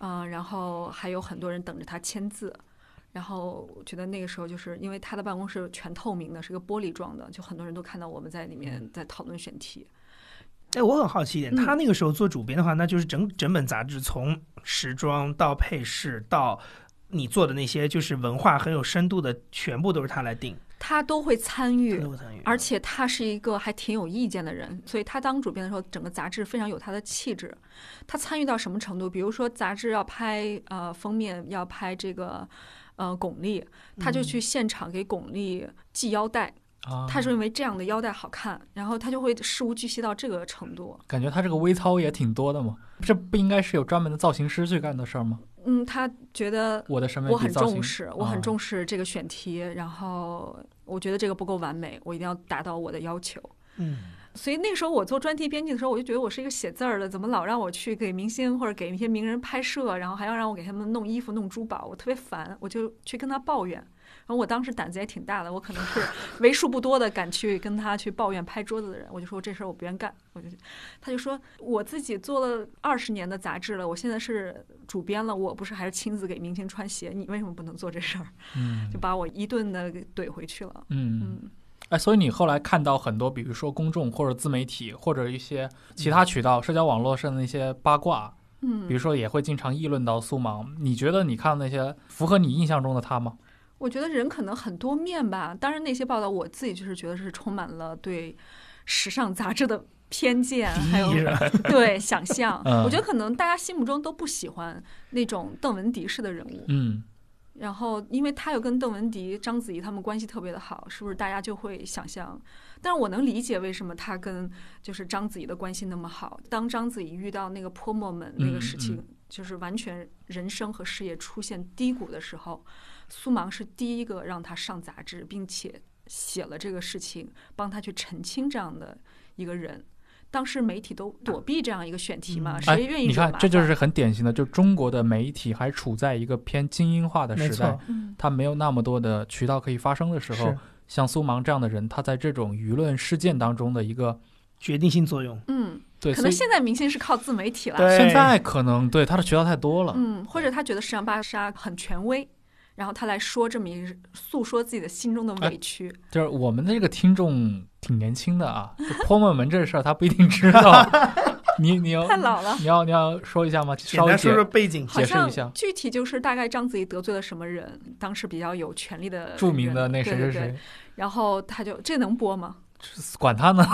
[SPEAKER 2] 嗯、然后还有很多人等着他签字。然后我觉得那个时候，就是因为他的办公室全透明的，是个玻璃状的，就很多人都看到我们在里面在讨论选题。
[SPEAKER 4] 哎，我很好奇一点，
[SPEAKER 2] 嗯
[SPEAKER 4] 他那个时候做主编的话，那就是整整本杂志从时装到配饰到你做的那些就是文化很有深度的，全部都是他来定，
[SPEAKER 2] 他都会参与
[SPEAKER 4] 他，都不参与。
[SPEAKER 2] 而且他是一个还挺有意见的人，所以他当主编的时候，整个杂志非常有他的气质。他参与到什么程度？比如说杂志要拍呃封面，要拍这个呃巩俐，他就去现场给巩俐系腰带，
[SPEAKER 3] 嗯啊，
[SPEAKER 2] 他是认为这样的腰带好看，然后他就会事无巨细到这个程度。
[SPEAKER 3] 感觉他这个微操也挺多的嘛，这不应该是有专门的造型师去干的事儿吗？
[SPEAKER 2] 嗯，他觉得
[SPEAKER 3] 我的审美
[SPEAKER 2] 我
[SPEAKER 3] 比
[SPEAKER 2] 很
[SPEAKER 3] 造型
[SPEAKER 2] 重视，我很
[SPEAKER 3] 啊
[SPEAKER 2] 重视这个选题，然后我觉得这个不够完美，我一定要达到我的要求。
[SPEAKER 4] 嗯，
[SPEAKER 2] 所以那时候我做专题编辑的时候，我就觉得我是一个写字儿的，怎么老让我去给明星或者给一些名人拍摄，然后还要让我给他们弄衣服、弄珠宝，我特别烦，我就去跟他抱怨。然后我当时胆子也挺大的，我可能是为数不多的敢去跟他去抱怨拍桌子的人。我就说这事儿我不愿干，我就他就说我自己做了二十年的杂志了，我现在是主编了，我不是还是亲自给明星穿鞋，你为什么不能做这事儿？
[SPEAKER 3] 嗯
[SPEAKER 2] 就把我一顿的给怼回去了。
[SPEAKER 3] 嗯，
[SPEAKER 2] 嗯，
[SPEAKER 3] 哎，所以你后来看到很多，比如说公众或者自媒体或者一些其他渠道、社交网络上的那些八卦，
[SPEAKER 2] 嗯
[SPEAKER 3] 比如说也会经常议论到苏芒，你觉得你看到那些符合你印象中的他吗？
[SPEAKER 2] 我觉得人可能很多面吧，当然那些报道我自己就是觉得是充满了对时尚杂志的偏见，还有
[SPEAKER 4] 依然
[SPEAKER 2] 对想象。
[SPEAKER 3] 嗯
[SPEAKER 2] 我觉得可能大家心目中都不喜欢那种邓文迪式的人物，
[SPEAKER 3] 嗯，
[SPEAKER 2] 然后因为他又跟邓文迪、章子怡他们关系特别的好，是不是大家就会想象？但是我能理解为什么他跟就是章子怡的关系那么好。当章子怡遇到那个泼墨门那个事情，
[SPEAKER 3] 嗯
[SPEAKER 2] 就是完全人生和事业出现低谷的时候，苏芒是第一个让他上杂志，并且写了这个事情，帮他去澄清这样的一个人。当时媒体都躲避这样一个选题嘛，
[SPEAKER 4] 嗯
[SPEAKER 3] 哎，
[SPEAKER 2] 谁愿意
[SPEAKER 3] 你
[SPEAKER 2] 惹麻
[SPEAKER 3] 看
[SPEAKER 2] 烦？
[SPEAKER 3] 这就是很典型的，就中国的媒体还处在一个偏精英化的
[SPEAKER 4] 没
[SPEAKER 3] 呃时
[SPEAKER 4] 错
[SPEAKER 3] 代，
[SPEAKER 2] 嗯
[SPEAKER 3] 它没有那么多的渠道可以发声的时候
[SPEAKER 4] 是，
[SPEAKER 3] 像苏芒这样的人，他在这种舆论事件当中的一个
[SPEAKER 4] 决定性作用。
[SPEAKER 2] 嗯，
[SPEAKER 3] 对，
[SPEAKER 2] 可
[SPEAKER 3] 所
[SPEAKER 2] 能
[SPEAKER 3] 以
[SPEAKER 2] 现在明星是靠自媒体了，
[SPEAKER 4] 对
[SPEAKER 3] 现在可能对他的渠道太多了，
[SPEAKER 2] 嗯，或者他觉得时尚芭莎很权威，然后他来说这么一诉说自己的心中的委屈。
[SPEAKER 3] 就是我们的这个听众挺年轻的 啊，就泼墨门这事儿他不一定知道， 你你要
[SPEAKER 2] 太老了
[SPEAKER 3] 你要你要说一下吗？
[SPEAKER 4] 简
[SPEAKER 3] 稍微
[SPEAKER 4] 单
[SPEAKER 3] 解
[SPEAKER 4] 说说背景，
[SPEAKER 2] 好
[SPEAKER 3] 哎解释一下
[SPEAKER 2] 像具体就是大概章子怡得罪了什么人，当时比较有权力的
[SPEAKER 3] 著名的
[SPEAKER 2] 人
[SPEAKER 3] 那谁谁，
[SPEAKER 2] 对对对
[SPEAKER 3] 谁，
[SPEAKER 2] 然后他就这能播吗？
[SPEAKER 3] 管他呢，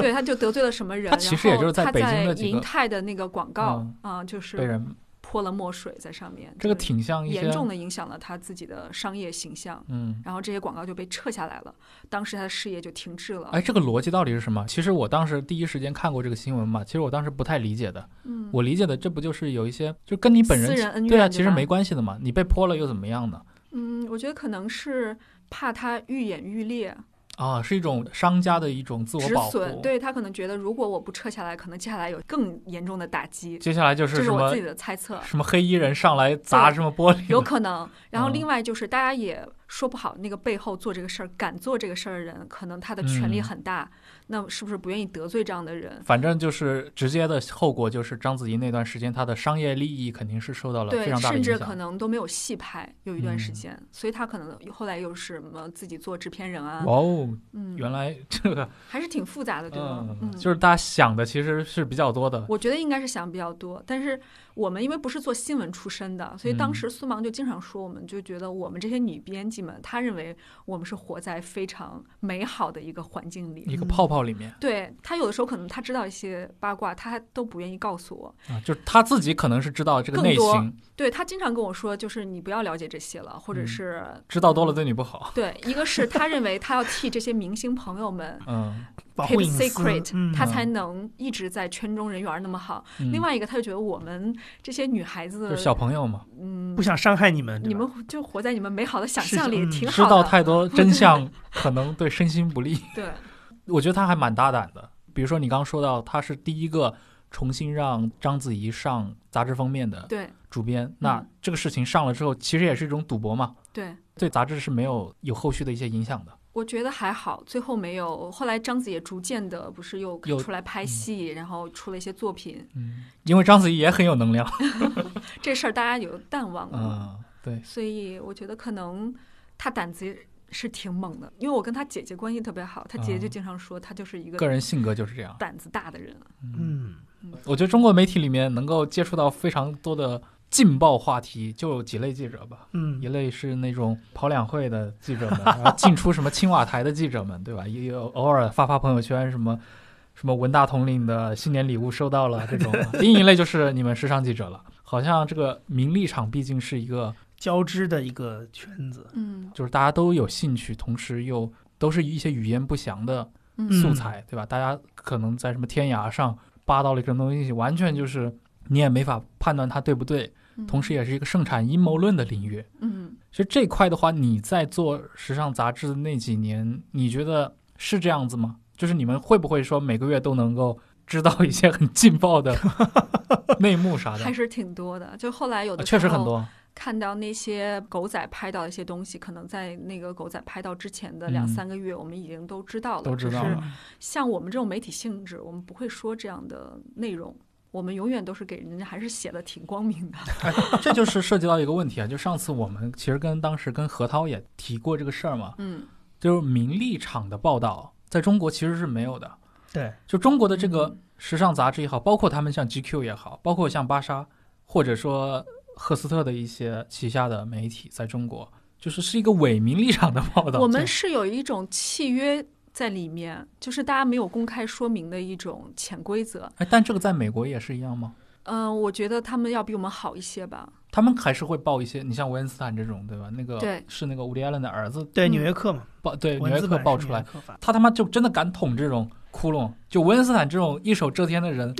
[SPEAKER 2] 对，他就得罪了什么 人？
[SPEAKER 3] 他其实也就是在
[SPEAKER 2] 然后
[SPEAKER 3] 北京
[SPEAKER 2] 他
[SPEAKER 3] 的
[SPEAKER 2] 在
[SPEAKER 3] 几个
[SPEAKER 2] 银泰的那个广告
[SPEAKER 3] 嗯
[SPEAKER 2] 啊，就
[SPEAKER 3] 被
[SPEAKER 2] 是
[SPEAKER 3] 人
[SPEAKER 2] 泼了墨水在上面，
[SPEAKER 3] 这个
[SPEAKER 2] 就是
[SPEAKER 3] 挺像一些啊
[SPEAKER 2] 严重的影响了他自己的商业形象。
[SPEAKER 3] 嗯，
[SPEAKER 2] 然后这些广告就被撤下来了，当时他的事业就停滞了。
[SPEAKER 3] 哎，这个逻辑到底是什么？其实我当时第一时间看过这个新闻嘛，其实我当时不太理解的。
[SPEAKER 2] 嗯，
[SPEAKER 3] 我理解的这不就是有一些就跟你本人
[SPEAKER 2] 私人恩怨
[SPEAKER 3] 对啊，
[SPEAKER 2] 对吧
[SPEAKER 3] 其实没关系的嘛，你被泼了又怎么样呢？
[SPEAKER 2] 嗯，我觉得可能是怕他愈演愈烈，
[SPEAKER 3] 啊，是一种商家的一种自我
[SPEAKER 2] 止
[SPEAKER 3] 保护。
[SPEAKER 2] 损。，对他可能觉得，如果我不撤下来，可能接下来有更严重的打击。
[SPEAKER 3] 接下来就
[SPEAKER 2] 这
[SPEAKER 3] 什
[SPEAKER 2] 是我
[SPEAKER 3] 么
[SPEAKER 2] 自己的猜测，
[SPEAKER 3] 什么黑衣人上来砸
[SPEAKER 2] 对
[SPEAKER 3] 什么玻璃，
[SPEAKER 2] 有可能。然后
[SPEAKER 3] 嗯
[SPEAKER 2] 另外就是大家也说不好，那个背后做这个事儿、敢做这个事儿的人，可能他的权力
[SPEAKER 3] 嗯
[SPEAKER 2] 很大，那是不是不愿意得罪这样的人？
[SPEAKER 3] 反正就是直接的后果就是章子怡那段时间她的商业利益肯定是受到了非
[SPEAKER 2] 对，
[SPEAKER 3] 常大的
[SPEAKER 2] 甚
[SPEAKER 3] 影
[SPEAKER 2] 至
[SPEAKER 3] 响。
[SPEAKER 2] 可能都没有戏拍，有一段
[SPEAKER 3] 嗯
[SPEAKER 2] 时间，所以他可能后来又是什么自己做制片人啊，
[SPEAKER 3] 哇哦，
[SPEAKER 2] 嗯，
[SPEAKER 3] 原来这个
[SPEAKER 2] 还是挺复杂的，对吗？
[SPEAKER 3] 嗯，
[SPEAKER 2] 嗯，
[SPEAKER 3] 就是大家想的其实是比较多的。
[SPEAKER 2] 我觉得应该是想比较多，但是我们因为不是做新闻出身的，所以
[SPEAKER 3] 嗯
[SPEAKER 2] 当时苏芒就经常说，我们就觉得我们这些女编辑们，她认为我们是活在非常美好的一个环境里。
[SPEAKER 3] 一个泡泡里面
[SPEAKER 2] 对她有的时候可能她知道一些八卦，她还都不愿意告诉我。
[SPEAKER 3] 啊，就是他自己可能是知道这个
[SPEAKER 2] 更
[SPEAKER 3] 内
[SPEAKER 2] 多
[SPEAKER 3] 心，
[SPEAKER 2] 对她经常跟我说，就是你不要了解这些了，或者
[SPEAKER 3] 嗯
[SPEAKER 2] 是、
[SPEAKER 3] 知道多
[SPEAKER 2] 嗯
[SPEAKER 3] 了对你不好。
[SPEAKER 2] 对，一个是她认为她要替这些明星朋 友们
[SPEAKER 3] 嗯，
[SPEAKER 4] 保护
[SPEAKER 2] keep
[SPEAKER 4] 隐私，
[SPEAKER 2] secret，、
[SPEAKER 4] 嗯，
[SPEAKER 2] 她才能一直在圈中人缘儿那么好。
[SPEAKER 3] 嗯
[SPEAKER 2] 另外一个，她就觉得我们这些女孩子
[SPEAKER 3] 就是小朋友嘛，
[SPEAKER 4] 不想伤害你们，对
[SPEAKER 2] 你
[SPEAKER 4] 吧
[SPEAKER 2] 们就活在你们美好的想
[SPEAKER 4] 是
[SPEAKER 2] 象里，
[SPEAKER 4] 嗯
[SPEAKER 2] 挺
[SPEAKER 3] 知
[SPEAKER 2] 好的。
[SPEAKER 3] 道太多真相可能对身心不利。
[SPEAKER 2] 对，
[SPEAKER 3] 我觉得他还蛮大胆的。比如说你刚刚说到，他是第一个重新让章子怡上杂志封面的
[SPEAKER 2] 对，
[SPEAKER 3] 主编，那
[SPEAKER 2] 嗯
[SPEAKER 3] 这个事情上了之后，其实也是一种赌博嘛，
[SPEAKER 2] 对，
[SPEAKER 3] 对杂志是没有有后续的一些影响的。
[SPEAKER 2] 我觉得还好，最后没有。后来章子也逐渐的，不是又
[SPEAKER 3] 有
[SPEAKER 2] 出来拍戏，然后出了一些作品，
[SPEAKER 3] 嗯， 因为章子怡也很有能量。
[SPEAKER 2] 这事儿大家有淡忘了。
[SPEAKER 3] 嗯，对，
[SPEAKER 2] 所以我觉得可能他胆子是挺猛的，因为我跟他姐姐关系特别好，他姐姐就
[SPEAKER 3] 嗯
[SPEAKER 2] 经常说他就是一
[SPEAKER 3] 个
[SPEAKER 2] 个
[SPEAKER 3] 人性格就是这样。
[SPEAKER 2] 胆子大的人。
[SPEAKER 4] 嗯，
[SPEAKER 3] 我觉得中国媒体里面能够接触到非常多的劲爆话题，就有几类记者吧。
[SPEAKER 4] 嗯
[SPEAKER 3] 一，类是那种跑两会的记者们，然后进出什么青瓦台的记者们，对吧？也有偶尔发发朋友圈，什么什么文大统领的新年礼物收到了这种。啊另一类就是你们时尚记者了，好像这个名利场毕竟是一个，
[SPEAKER 4] 交织的一个圈子，
[SPEAKER 2] 嗯
[SPEAKER 3] 就是大家都有兴趣，同时又都是一些语言不详的
[SPEAKER 2] 嗯
[SPEAKER 3] 素材，对吧？大家可能在什么天涯上扒到了一个东西，完全就是你也没法判断它对不对，
[SPEAKER 2] 嗯
[SPEAKER 3] 同时也是一个盛产阴谋论的领域。
[SPEAKER 2] 嗯。
[SPEAKER 3] 其实这块的话，你在做时尚杂志的那几年，你觉得是这样子吗？就是你们会不会说每个月都能够知道一些很劲爆 的内幕啥的？
[SPEAKER 2] 嗯还是哦挺多的，就后来有
[SPEAKER 3] 呃
[SPEAKER 2] 的
[SPEAKER 3] 确实
[SPEAKER 2] 时候
[SPEAKER 3] 很多，
[SPEAKER 2] 看到那些狗仔拍到一些东西，可能在那个狗仔拍到之前的两
[SPEAKER 3] 嗯
[SPEAKER 2] 三个月，我们已经都知道了。
[SPEAKER 3] 都知道
[SPEAKER 2] 只
[SPEAKER 3] 了
[SPEAKER 2] 是像我们这种媒体性质，我们不会说这样的内容，我们永远都是给人家还是写的挺光明的。
[SPEAKER 3] 这就是涉及到一个问题啊。就上次我们其实跟当时跟何涛也提过这个事儿嘛，
[SPEAKER 2] 嗯，
[SPEAKER 3] 就是名利场的报道在中国其实是没有的。
[SPEAKER 4] 对，
[SPEAKER 3] 就中国的这个
[SPEAKER 2] 嗯
[SPEAKER 3] 时尚杂志也好，包括他们像 GQ 也好，包括像芭莎，或者说赫斯特的一些旗下的媒体，在中国就是是一个伪名利场的报道。
[SPEAKER 2] 我们是有一种契约在里面，就是大家没有公开说明的一种潜规则。
[SPEAKER 3] 哎，但这个在美国也是一样吗？
[SPEAKER 2] 嗯、我觉得他们要比我们好一些吧。
[SPEAKER 3] 他们还是会报一些，你像维恩斯坦这种，对吧？那个
[SPEAKER 2] 对
[SPEAKER 3] 是那个伍迪·艾伦的儿子
[SPEAKER 4] 对，
[SPEAKER 2] 嗯
[SPEAKER 4] 纽约客嘛，
[SPEAKER 3] 报，对《纽
[SPEAKER 4] 文
[SPEAKER 3] 约
[SPEAKER 4] 字
[SPEAKER 3] 客
[SPEAKER 4] 版》
[SPEAKER 3] 爆
[SPEAKER 4] 是
[SPEAKER 3] 出
[SPEAKER 4] 纽
[SPEAKER 3] 来
[SPEAKER 4] 约，客发的
[SPEAKER 3] 他他妈就真的敢捅这种窟窿。就维恩斯坦这种一手遮天的人，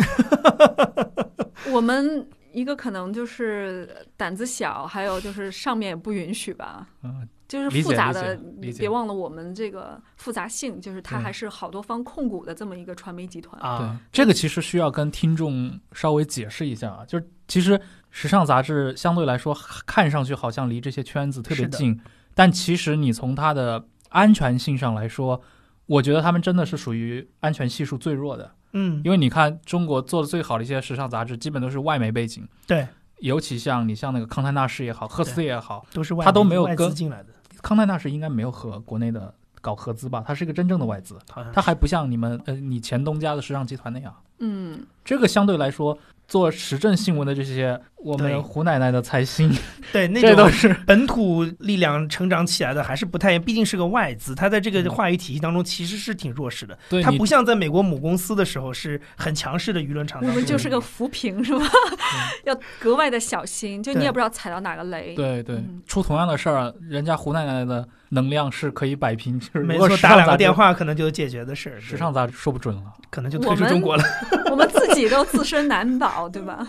[SPEAKER 2] 我们一个可能就是胆子小，还有就是上面也不允许吧。
[SPEAKER 3] 嗯，
[SPEAKER 2] 就是
[SPEAKER 3] 理
[SPEAKER 2] 复
[SPEAKER 3] 解
[SPEAKER 2] 杂
[SPEAKER 3] 理
[SPEAKER 2] 的
[SPEAKER 3] 解，理
[SPEAKER 2] 你
[SPEAKER 3] 解
[SPEAKER 2] 别忘了我们这个复杂性，就是它
[SPEAKER 3] 对
[SPEAKER 2] 还是好多方控股的这么一个传媒集团。
[SPEAKER 3] 对
[SPEAKER 4] 啊，，
[SPEAKER 3] 这个其实需要跟听众稍微解释一下啊，就是其实时尚杂志相对来说看上去好像离这些圈子特别
[SPEAKER 4] 是的
[SPEAKER 3] 近，但其实你从它的安全性上来说，我觉得他们真的是属于安全系数最弱的，
[SPEAKER 4] 嗯，
[SPEAKER 3] 因为你看中国做的最好的一些时尚杂志，基本都是外媒背景，
[SPEAKER 4] 对，
[SPEAKER 3] 尤其像你像那个康泰纳仕也好，赫斯特也好，
[SPEAKER 4] 都是外
[SPEAKER 3] 他都
[SPEAKER 4] 媒
[SPEAKER 3] 没有
[SPEAKER 4] 外
[SPEAKER 3] 跟
[SPEAKER 4] 资进来的，
[SPEAKER 3] 康泰纳仕应该没有和国内的搞合资吧，它是一个真正的外资，
[SPEAKER 4] 好像
[SPEAKER 3] 它还不像你们呃你前东家的时尚集团那样。
[SPEAKER 2] 嗯，
[SPEAKER 3] 这个相对来说，做时政新闻的这些我
[SPEAKER 4] 对
[SPEAKER 3] 们胡奶奶的财新，
[SPEAKER 4] 对， 那
[SPEAKER 3] 这
[SPEAKER 4] 种
[SPEAKER 3] 都是
[SPEAKER 4] 本土力量成长起来的还是不太，毕竟是个外资，它在这个话语体系当中其实是挺弱势的。
[SPEAKER 3] 嗯对
[SPEAKER 4] 它
[SPEAKER 3] 你
[SPEAKER 4] 不像在美国母公司的时候是很强势的舆论场
[SPEAKER 3] 啊
[SPEAKER 2] 我
[SPEAKER 4] 当中。
[SPEAKER 2] 们就是个浮萍，是吧？ 要格外的小心，就你也不知道踩到哪个雷。
[SPEAKER 3] 对对
[SPEAKER 2] 嗯，
[SPEAKER 3] 出同样的事儿，啊人家胡奶奶的能量是可以摆平， 就是
[SPEAKER 4] 没
[SPEAKER 3] 如果
[SPEAKER 4] 错，
[SPEAKER 3] 时尚
[SPEAKER 4] 打两
[SPEAKER 3] 杂
[SPEAKER 4] 个
[SPEAKER 3] 志
[SPEAKER 4] 电，话可能就解决的事儿，
[SPEAKER 3] 时尚杂志说不准了。
[SPEAKER 4] 可能就退出中国了。
[SPEAKER 2] 我们自己都自身难保，对吧？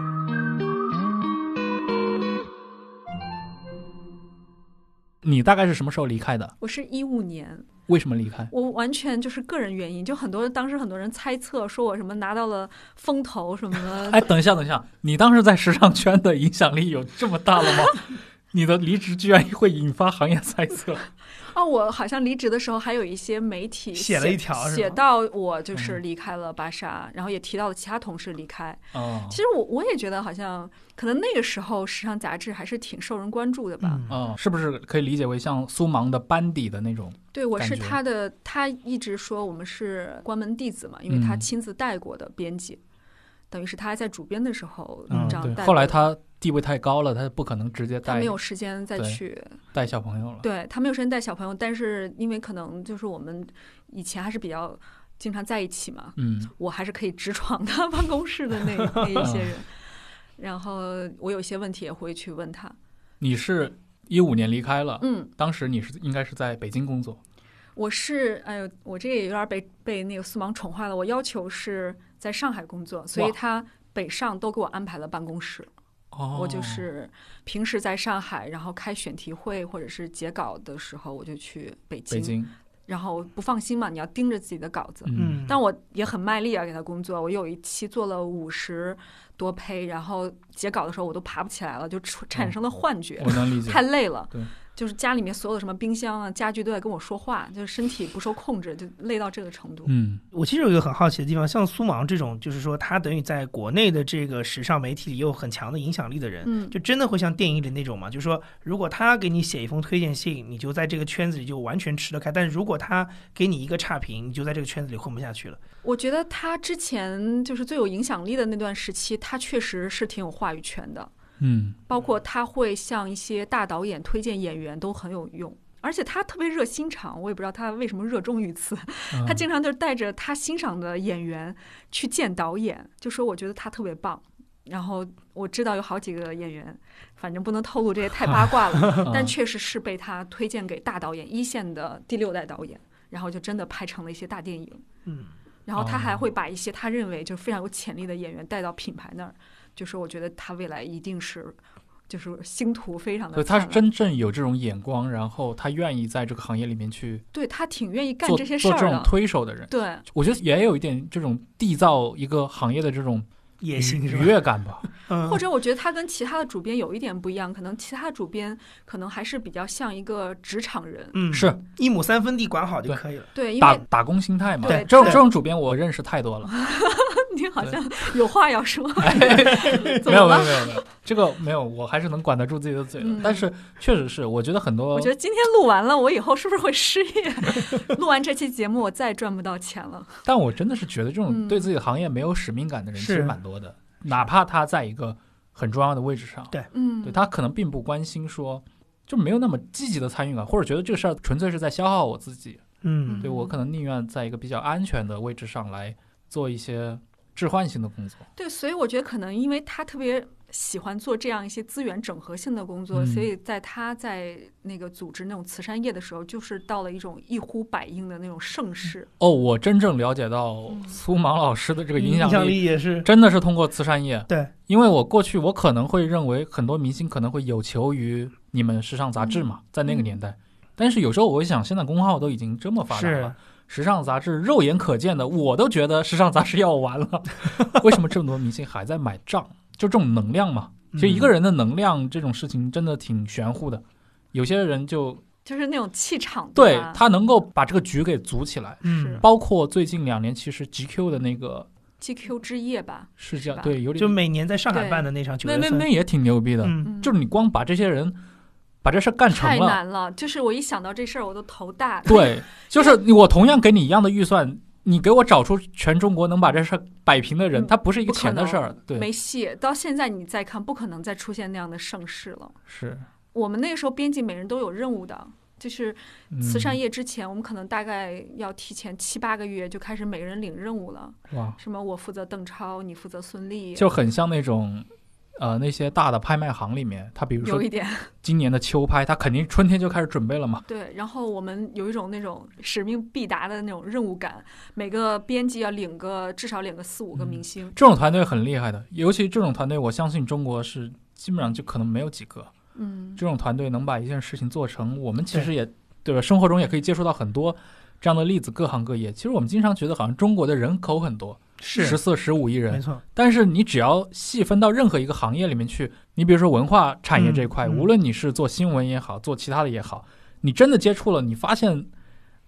[SPEAKER 3] 你大概是什么时候离开的？
[SPEAKER 2] 我是一五年，
[SPEAKER 3] 为什么离开？
[SPEAKER 2] 我完全就是个人原因，就很多当时很多人猜测说我什么拿到了风投什么的，
[SPEAKER 3] 哎，等一下，等一下，你当时在时尚圈的影响力有这么大了 吗？你的离职居然会引发行业猜测，
[SPEAKER 2] 哦，我好像离职的时候还有一些媒体
[SPEAKER 4] 写了一条是吗
[SPEAKER 2] 写到我
[SPEAKER 3] 嗯
[SPEAKER 2] 就是离开了巴莎，然后也提到了其他同事离开。
[SPEAKER 3] 哦
[SPEAKER 2] 其实我我也觉得好像可能那个时候时尚杂志还是挺受人关注的吧。
[SPEAKER 4] 嗯
[SPEAKER 3] 哦，是不是可以理解为像苏芒的班底的那种？
[SPEAKER 2] 对，我是
[SPEAKER 3] 感觉
[SPEAKER 2] 他的，他一直说我们是关门弟子嘛，因为他
[SPEAKER 3] 嗯
[SPEAKER 2] 亲自带过的编辑，等于是他还在主编的时候
[SPEAKER 4] 嗯
[SPEAKER 2] 这样带过的、
[SPEAKER 3] 对，后来他地位太高了，他不可能直接
[SPEAKER 2] 他
[SPEAKER 3] 带
[SPEAKER 2] 没有时间再
[SPEAKER 3] 对
[SPEAKER 2] 去
[SPEAKER 3] 带小朋友了。
[SPEAKER 2] 对他没有时间带小朋友，但是因为可能就是我们以前还是比较经常在一起嘛，
[SPEAKER 3] 嗯，
[SPEAKER 2] 我还是可以直闯他办公室的那那一 些人。然后我有一些问题也会去问他。
[SPEAKER 3] 你是一五年离开了，
[SPEAKER 2] 嗯，
[SPEAKER 3] 当时你是应该是在北京工作，
[SPEAKER 2] 我是哎呦，我这个也有点被被那个苏芒宠坏了。我要求是在上海工作，所以
[SPEAKER 3] 哇
[SPEAKER 2] 他北上都给我安排了办公室。
[SPEAKER 3] 哦
[SPEAKER 2] 我就是平时在上海，然后开选题会或者是截稿的时候，我就去北京。
[SPEAKER 3] 北京，
[SPEAKER 2] 然后不放心嘛，你要盯着自己的稿子。
[SPEAKER 3] 嗯，
[SPEAKER 4] 嗯，
[SPEAKER 2] 但我也很卖力啊，给他工作。我有一期做了五十多胚，然后截稿的时候我都爬不起来了，就出产生了幻觉，
[SPEAKER 3] 我能理解
[SPEAKER 2] 嗯太。累了
[SPEAKER 3] 对。
[SPEAKER 2] 就是家里面所有的什么冰箱啊、家具都在跟我说话，就是身体不受控制，就累到这个程度。
[SPEAKER 3] 嗯，
[SPEAKER 4] 我其实有一个很好奇的地方，像苏芒这种，就是说他等于在国内的这个时尚媒体里有很强的影响力的人，
[SPEAKER 2] 嗯
[SPEAKER 4] 就真的会像电影里那种嘛？就是说，如果他给你写一封推荐信，你就在这个圈子里就完全吃得开；但如果他给你一个差评，你就在这个圈子里混不下去了。
[SPEAKER 2] 我觉得他之前就是最有影响力的那段时期，他确实是挺有话语权的，
[SPEAKER 3] 嗯，
[SPEAKER 2] 包括他会向一些大导演推荐演员都很有用。而且他特别热心肠，我也不知道他为什么热衷于此。
[SPEAKER 3] 嗯，
[SPEAKER 2] 他经常就是带着他欣赏的演员去见导演，就说我觉得他特别棒。然后我知道有好几个演员，反正不能透露这些太八卦 了但确实是被他推荐给大导演一线的第六代导演，然后就真的拍成了一些大电影。
[SPEAKER 4] 嗯，
[SPEAKER 2] 然后他还
[SPEAKER 3] 哦
[SPEAKER 2] 会把一些他认为就非常有潜力的演员带到品牌那儿，就是我觉得他未来一定是就是星途非常
[SPEAKER 3] 所
[SPEAKER 2] 的
[SPEAKER 3] 以他是
[SPEAKER 2] 灿烂
[SPEAKER 3] 真正有这种眼光，然后他愿意在这个行业里面去
[SPEAKER 2] 对他挺愿意干
[SPEAKER 3] 做
[SPEAKER 2] 这些事
[SPEAKER 3] 做
[SPEAKER 2] 儿啊
[SPEAKER 3] 这种
[SPEAKER 2] 的，
[SPEAKER 3] 推手的人。
[SPEAKER 2] 对。
[SPEAKER 3] 我觉得也有一点这种缔造一个行业的这种愉
[SPEAKER 4] 野心是
[SPEAKER 3] 愉
[SPEAKER 4] 吧？
[SPEAKER 3] 悦感吧。
[SPEAKER 4] 嗯，
[SPEAKER 2] 或者我觉得他跟其他的主编有一点不一样，可能其他主编可能还是比较像一个职场人，
[SPEAKER 4] 嗯，
[SPEAKER 3] 是
[SPEAKER 4] 一亩三分地管好就
[SPEAKER 3] 对
[SPEAKER 4] 可以了。
[SPEAKER 2] 对，因
[SPEAKER 3] 打
[SPEAKER 2] 为
[SPEAKER 3] 打工心态嘛。
[SPEAKER 2] 对
[SPEAKER 3] 这种
[SPEAKER 2] 对
[SPEAKER 3] 这种主编我认识太多了，
[SPEAKER 2] 你好像有话要说，
[SPEAKER 3] 哦
[SPEAKER 2] 怎
[SPEAKER 3] 没有
[SPEAKER 2] 么
[SPEAKER 3] 没有
[SPEAKER 2] 了？
[SPEAKER 3] 没有没有，这个没有，我还是能管得住自己的嘴的。
[SPEAKER 2] 嗯
[SPEAKER 3] 但是确实是，我觉得很多，
[SPEAKER 2] 我觉得今天录完了，我以后是不是会失业？ 录完这期节目，我再也赚不到钱了。
[SPEAKER 3] 但我真的是觉得这种
[SPEAKER 2] 嗯
[SPEAKER 3] 对自己的行业没有使命感的人其实
[SPEAKER 4] 是
[SPEAKER 3] 蛮多的，哪怕他在一个很重要的位置上，
[SPEAKER 4] 对
[SPEAKER 2] 嗯，
[SPEAKER 3] 对他可能并不关心说。就没有那么积极的参与感，或者觉得这个事儿纯粹是在消耗我自己。
[SPEAKER 4] 嗯
[SPEAKER 3] 对我可能宁愿在一个比较安全的位置上来做一些置换性的工作。
[SPEAKER 2] 对，所以我觉得可能因为他特别喜欢做这样一些资源整合性的工作，
[SPEAKER 3] 嗯
[SPEAKER 2] 所以在他在那个组织那种慈善业的时候，就是到了一种一呼百应的那种盛世。
[SPEAKER 3] 哦，我真正了解到
[SPEAKER 2] 嗯
[SPEAKER 3] 苏芒老师的这个影响
[SPEAKER 4] 嗯影响
[SPEAKER 3] 力，
[SPEAKER 4] 力也是
[SPEAKER 3] 真的是通过慈善业。
[SPEAKER 4] 对，
[SPEAKER 3] 因为我过去我可能会认为很多明星可能会有求于你们时尚杂志嘛，在那个年代。但是有时候我会想，现在公号都已经这么发达
[SPEAKER 4] 是
[SPEAKER 3] 了，时尚杂志肉眼可见的，我都觉得时尚杂志要完了。为什么这么多明星还在买账？就这种能量嘛，
[SPEAKER 4] 嗯
[SPEAKER 3] 其实一个人的能量这种事情真的挺玄乎的。有些人就
[SPEAKER 2] 就是那种气场，
[SPEAKER 3] 对
[SPEAKER 2] 吧？
[SPEAKER 3] 他能够把这个局给组起来，
[SPEAKER 4] 嗯
[SPEAKER 3] 包括最近两年，其实 GQ 的那个
[SPEAKER 2] GQ 之夜吧，
[SPEAKER 3] 是这样，
[SPEAKER 2] 吧
[SPEAKER 3] 对，有
[SPEAKER 4] 就
[SPEAKER 3] 点，
[SPEAKER 4] 每年在上海
[SPEAKER 2] 对
[SPEAKER 4] 办的那场九
[SPEAKER 3] 那
[SPEAKER 4] 月
[SPEAKER 3] 那
[SPEAKER 4] 份，
[SPEAKER 3] 那也挺牛逼的。
[SPEAKER 4] 嗯，
[SPEAKER 2] 嗯
[SPEAKER 3] 就是你光把这些人把这事儿干成
[SPEAKER 2] 太
[SPEAKER 3] 了，
[SPEAKER 2] 难了。就是我一想到这事儿，我都头大。，
[SPEAKER 3] 对，就是 你我同样给你一样的预算，你给我找出全中国能把这事儿摆平的人，
[SPEAKER 2] 嗯
[SPEAKER 3] 他不是一
[SPEAKER 2] 不
[SPEAKER 3] 个
[SPEAKER 2] 可
[SPEAKER 3] 钱的
[SPEAKER 2] 能
[SPEAKER 3] 事儿，对，
[SPEAKER 2] 没戏。到现在你再看，不可能再出现那样的盛世了。
[SPEAKER 3] 是
[SPEAKER 2] 我们那个时候编辑每人都有任务的，就是
[SPEAKER 3] 嗯
[SPEAKER 2] 慈善
[SPEAKER 3] 业
[SPEAKER 2] 业之前，我们可能大概要提前七八个月就开始每个人领任务了。
[SPEAKER 3] 哇，
[SPEAKER 2] 什么我负责邓超，你负责孙俪，
[SPEAKER 3] 就很像那种。呃，那些大的拍卖行里面，他比如
[SPEAKER 2] 有
[SPEAKER 3] 说
[SPEAKER 2] 一点
[SPEAKER 3] 今年的秋拍，他肯定春天就开始准备了嘛。
[SPEAKER 2] 对。然后我们有一种那种使命必达的那种任务感，每个编辑要领个至少领个四五
[SPEAKER 3] 嗯
[SPEAKER 2] 个明星，
[SPEAKER 3] 这种团队很厉害的，尤其这种团队，我相信中国是基本上就可能没有几个。
[SPEAKER 2] 嗯，
[SPEAKER 3] 这种团队能把一件事情做成，我们其实也对吧？生活中也可以接触到很多这样的例子，各行各业。其实我们经常觉得好像中国的人口很多，十
[SPEAKER 4] 是
[SPEAKER 3] 四十五亿
[SPEAKER 4] 没
[SPEAKER 3] 人，
[SPEAKER 4] 错，
[SPEAKER 3] 但是你只要细分到任何一个行业里面去，你比如说文化产业这一块，
[SPEAKER 4] 嗯嗯
[SPEAKER 3] 无论你是做新闻也好，做其他的也好，你真的接触了，你发现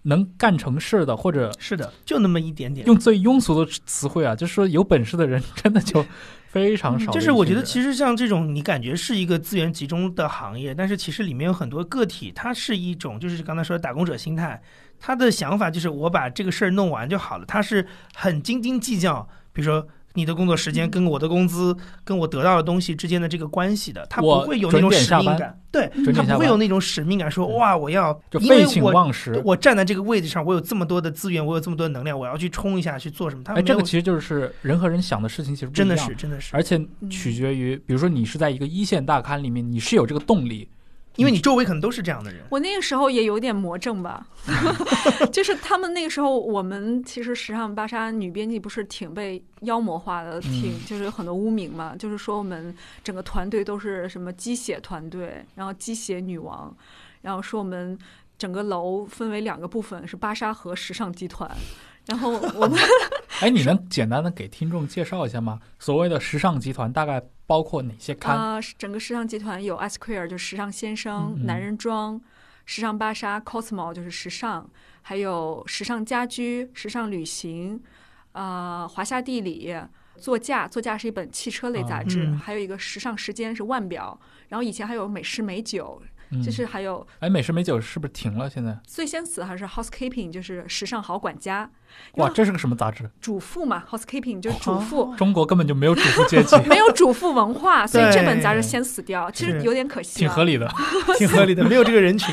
[SPEAKER 3] 能干成事的，或者
[SPEAKER 4] 是的，就那么一点点。
[SPEAKER 3] 用最庸俗的词汇啊，就是说有本事的人真的就非常少的一群人。
[SPEAKER 4] 嗯就是我觉得，其实像这种你感觉是一个资源集中的行业，但是其实里面有很多个体，它是一种就是刚才说的打工者心态，他的想法就是我把这个事儿弄完就好了，他是很斤斤计较，比如说。你的工作时间跟我的工资、跟我得到的东西之间的这个关系的，他不
[SPEAKER 3] 我
[SPEAKER 4] 会有那种
[SPEAKER 3] 准点
[SPEAKER 4] 使
[SPEAKER 3] 下
[SPEAKER 4] 命
[SPEAKER 3] 班
[SPEAKER 4] 感，对
[SPEAKER 3] 准
[SPEAKER 4] 他
[SPEAKER 3] 点下
[SPEAKER 4] 不会
[SPEAKER 3] 班
[SPEAKER 4] 有那种使命感，说
[SPEAKER 3] 嗯
[SPEAKER 4] 哇，我要
[SPEAKER 3] 就
[SPEAKER 4] 因为
[SPEAKER 3] 废寝
[SPEAKER 4] 我
[SPEAKER 3] 忘食。
[SPEAKER 4] 我站在这个位置上，我有这么多的资源，我有这么多的能量，我要去冲一下，去做什么？他
[SPEAKER 3] 哎，
[SPEAKER 4] 没
[SPEAKER 3] 这
[SPEAKER 4] 有
[SPEAKER 3] 个，其实就是人和人想的事情其实不
[SPEAKER 4] 真
[SPEAKER 3] 一
[SPEAKER 4] 的
[SPEAKER 3] 样
[SPEAKER 4] 是，，真的是，
[SPEAKER 3] 而且
[SPEAKER 2] 嗯
[SPEAKER 3] 取决于，比如说你是在一个一线大刊里面，你是有这个动力，
[SPEAKER 4] 因为你周围可能都是这样的人，
[SPEAKER 2] 我那个时候也有点魔怔吧， 就是他们那个时候，我们其实时尚芭莎女编辑不是挺被妖魔化的，挺就是有很多污名嘛，就是说我们整个团队都是什么鸡血团队，然后鸡血女王，然后说我们整个楼分为两个部分，是芭莎和时尚集团。然后我们
[SPEAKER 3] 哎，你能简单的给听众介绍一下吗？所谓的时尚集团大概包括哪些刊？
[SPEAKER 2] 呃，整个时尚集团有 S Queer 就是时尚先生、
[SPEAKER 3] 嗯嗯
[SPEAKER 2] 男人装，时尚芭莎 Cosmo 就是时尚，还有时尚家居、时尚旅行，呃，华夏地理。座驾，座驾是一本汽车
[SPEAKER 3] 哦
[SPEAKER 2] 类杂志，
[SPEAKER 4] 嗯
[SPEAKER 2] 还有一个时尚时间是腕表，然后以前还有美式美酒，
[SPEAKER 3] 嗯
[SPEAKER 2] 就是还有
[SPEAKER 3] 哎，美食美酒是不是停了？现在
[SPEAKER 2] 最先死还是 housekeeping，就是时尚好管家，
[SPEAKER 3] 哇，这是个什么杂志？
[SPEAKER 2] 主妇嘛，housekeeping 就是主妇，，
[SPEAKER 3] 中国根本就没有主妇阶级
[SPEAKER 2] 没有主妇文化，所以这本
[SPEAKER 4] 对
[SPEAKER 2] 杂志先死掉，其实
[SPEAKER 4] 是
[SPEAKER 2] 有点可惜、
[SPEAKER 3] 挺
[SPEAKER 2] 了。
[SPEAKER 3] 合理的。
[SPEAKER 4] 挺合理的， 没有这个人 群。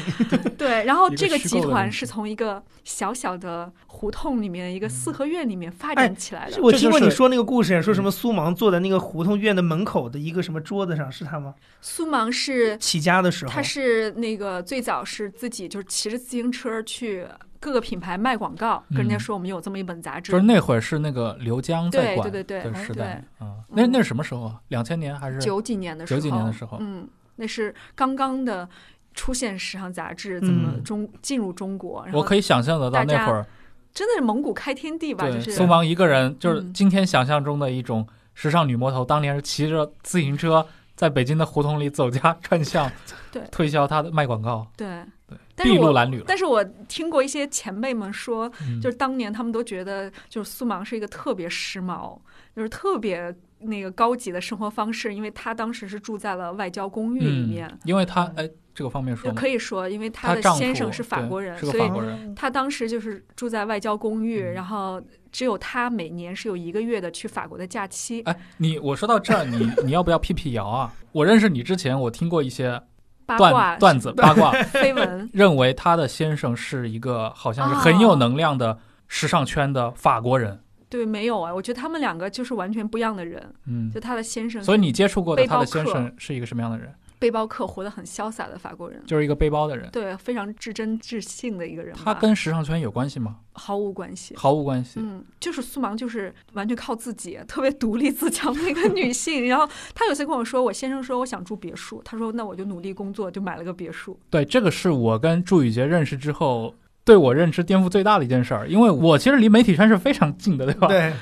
[SPEAKER 2] 对，然后
[SPEAKER 3] 一个
[SPEAKER 2] 这个
[SPEAKER 3] 虚
[SPEAKER 2] 集
[SPEAKER 3] 构的
[SPEAKER 2] 团
[SPEAKER 3] 人
[SPEAKER 2] 是从一个小小的胡同里面，一个四合院里面发
[SPEAKER 4] 哎
[SPEAKER 2] 展起来的。
[SPEAKER 4] 我
[SPEAKER 3] 这
[SPEAKER 4] 听
[SPEAKER 3] 就
[SPEAKER 4] 过你
[SPEAKER 3] 嗯是
[SPEAKER 4] 说那个故事，说
[SPEAKER 2] 嗯
[SPEAKER 4] 什么苏芒坐在那个胡同院的门口的一个什么桌子上，是他吗？
[SPEAKER 2] 苏芒是，
[SPEAKER 4] 起家的时候
[SPEAKER 2] 嗯他，是那个最早是自己就是骑着自行车去各个品牌卖广告，跟人家
[SPEAKER 3] 嗯
[SPEAKER 2] 说我们有这么一本杂志
[SPEAKER 3] 就是。那会儿是那个刘江在
[SPEAKER 2] 对
[SPEAKER 3] 管
[SPEAKER 2] 对对对
[SPEAKER 3] 的时代啊，
[SPEAKER 2] 对
[SPEAKER 3] 那那是什么时候啊？两千年还是？
[SPEAKER 2] 九几年的时候，
[SPEAKER 3] 九几年的时候
[SPEAKER 2] 嗯，那是刚刚的出现时尚杂志怎么
[SPEAKER 3] 嗯
[SPEAKER 2] 中、进入中国，然
[SPEAKER 3] 我
[SPEAKER 2] 后
[SPEAKER 3] 可以想象得到
[SPEAKER 2] 大家
[SPEAKER 3] 那会儿，
[SPEAKER 2] 真的是蒙古开天地吧，
[SPEAKER 3] 对
[SPEAKER 2] 就，是
[SPEAKER 3] 苏芒一个人，就是
[SPEAKER 2] 嗯
[SPEAKER 3] 今天想象中的一种时尚女魔头，当年是骑着自行车在北京的胡同里走家串巷，
[SPEAKER 2] 对
[SPEAKER 3] 推销她的卖广告。
[SPEAKER 2] 对
[SPEAKER 3] 对
[SPEAKER 2] 但是
[SPEAKER 3] 筚路
[SPEAKER 2] 我
[SPEAKER 3] 蓝缕了。
[SPEAKER 2] 但是我听过一些前辈们说，
[SPEAKER 3] 嗯
[SPEAKER 2] 就是当年他们都觉得，就是苏芒是一个特别时髦，就是特别那个高级的生活方式，因为他当时是住在了外交公寓里面。
[SPEAKER 3] 嗯、因为她哎，这个方面
[SPEAKER 2] 就
[SPEAKER 3] 说吗
[SPEAKER 2] 可以说，因为
[SPEAKER 3] 她
[SPEAKER 2] 他的
[SPEAKER 3] 丈
[SPEAKER 2] 先
[SPEAKER 3] 夫
[SPEAKER 2] 生是法
[SPEAKER 3] 对
[SPEAKER 2] 国人，
[SPEAKER 3] 是个
[SPEAKER 2] 所
[SPEAKER 3] 法
[SPEAKER 2] 以
[SPEAKER 3] 国人，
[SPEAKER 2] 他当时就是住在外交公寓，
[SPEAKER 3] 嗯
[SPEAKER 2] 然后只有他每年是有一个月的去法国的假期，
[SPEAKER 3] 哎，你我说到这儿， 你你要不要辟辟谣啊？我认识你之前，我听过一些
[SPEAKER 2] 八卦
[SPEAKER 3] 段、段子八 卦，。
[SPEAKER 2] 绯闻
[SPEAKER 3] 认为她的先生是一个好像是很
[SPEAKER 2] 哦
[SPEAKER 3] 有能量的时尚圈的法国人，
[SPEAKER 2] 对，没有啊，我觉得他们两个就是完全不一样的人。
[SPEAKER 3] 嗯
[SPEAKER 2] 就，他的先生，
[SPEAKER 3] 所以你接触过的
[SPEAKER 2] 背包
[SPEAKER 3] 她的先
[SPEAKER 2] 客
[SPEAKER 3] 生是一个什么样的人？
[SPEAKER 2] 背包客活得很潇洒的法国人，
[SPEAKER 3] 就是一个背包的人。
[SPEAKER 2] 对，非常至真至性的一个人吧。
[SPEAKER 3] 他跟时尚圈有关系吗？
[SPEAKER 2] 毫无关系。
[SPEAKER 3] 毫无关系。
[SPEAKER 2] 嗯，就是苏芒，就是完全靠自己，特别独立自强的一个 女性。然后她有次跟我说，我先生说我想住别墅，她说那我就努力工作，就买了个别墅。
[SPEAKER 3] 对，这个是我跟祝宇杰认识之后，对我认知颠覆最大的一件事儿，因为我其实离媒体圈是非常近的，对吧？。
[SPEAKER 4] 对，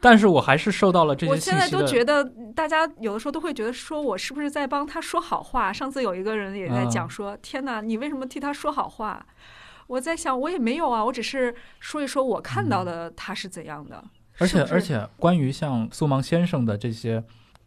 [SPEAKER 3] 但是我还是受到了这些
[SPEAKER 2] 我
[SPEAKER 3] 信息
[SPEAKER 2] 现
[SPEAKER 3] 的。
[SPEAKER 2] 在都觉得，大家有的时候都会觉得，说我是不是在帮他说好话？上次有一个人也在
[SPEAKER 3] 啊
[SPEAKER 2] 讲说，天哪，你为什么替他说好话？我在想，我也没有啊，我只是说一说我看到的他是怎样的。
[SPEAKER 3] 嗯而且
[SPEAKER 2] 是不是
[SPEAKER 3] 而且，关于像苏芒先生的这些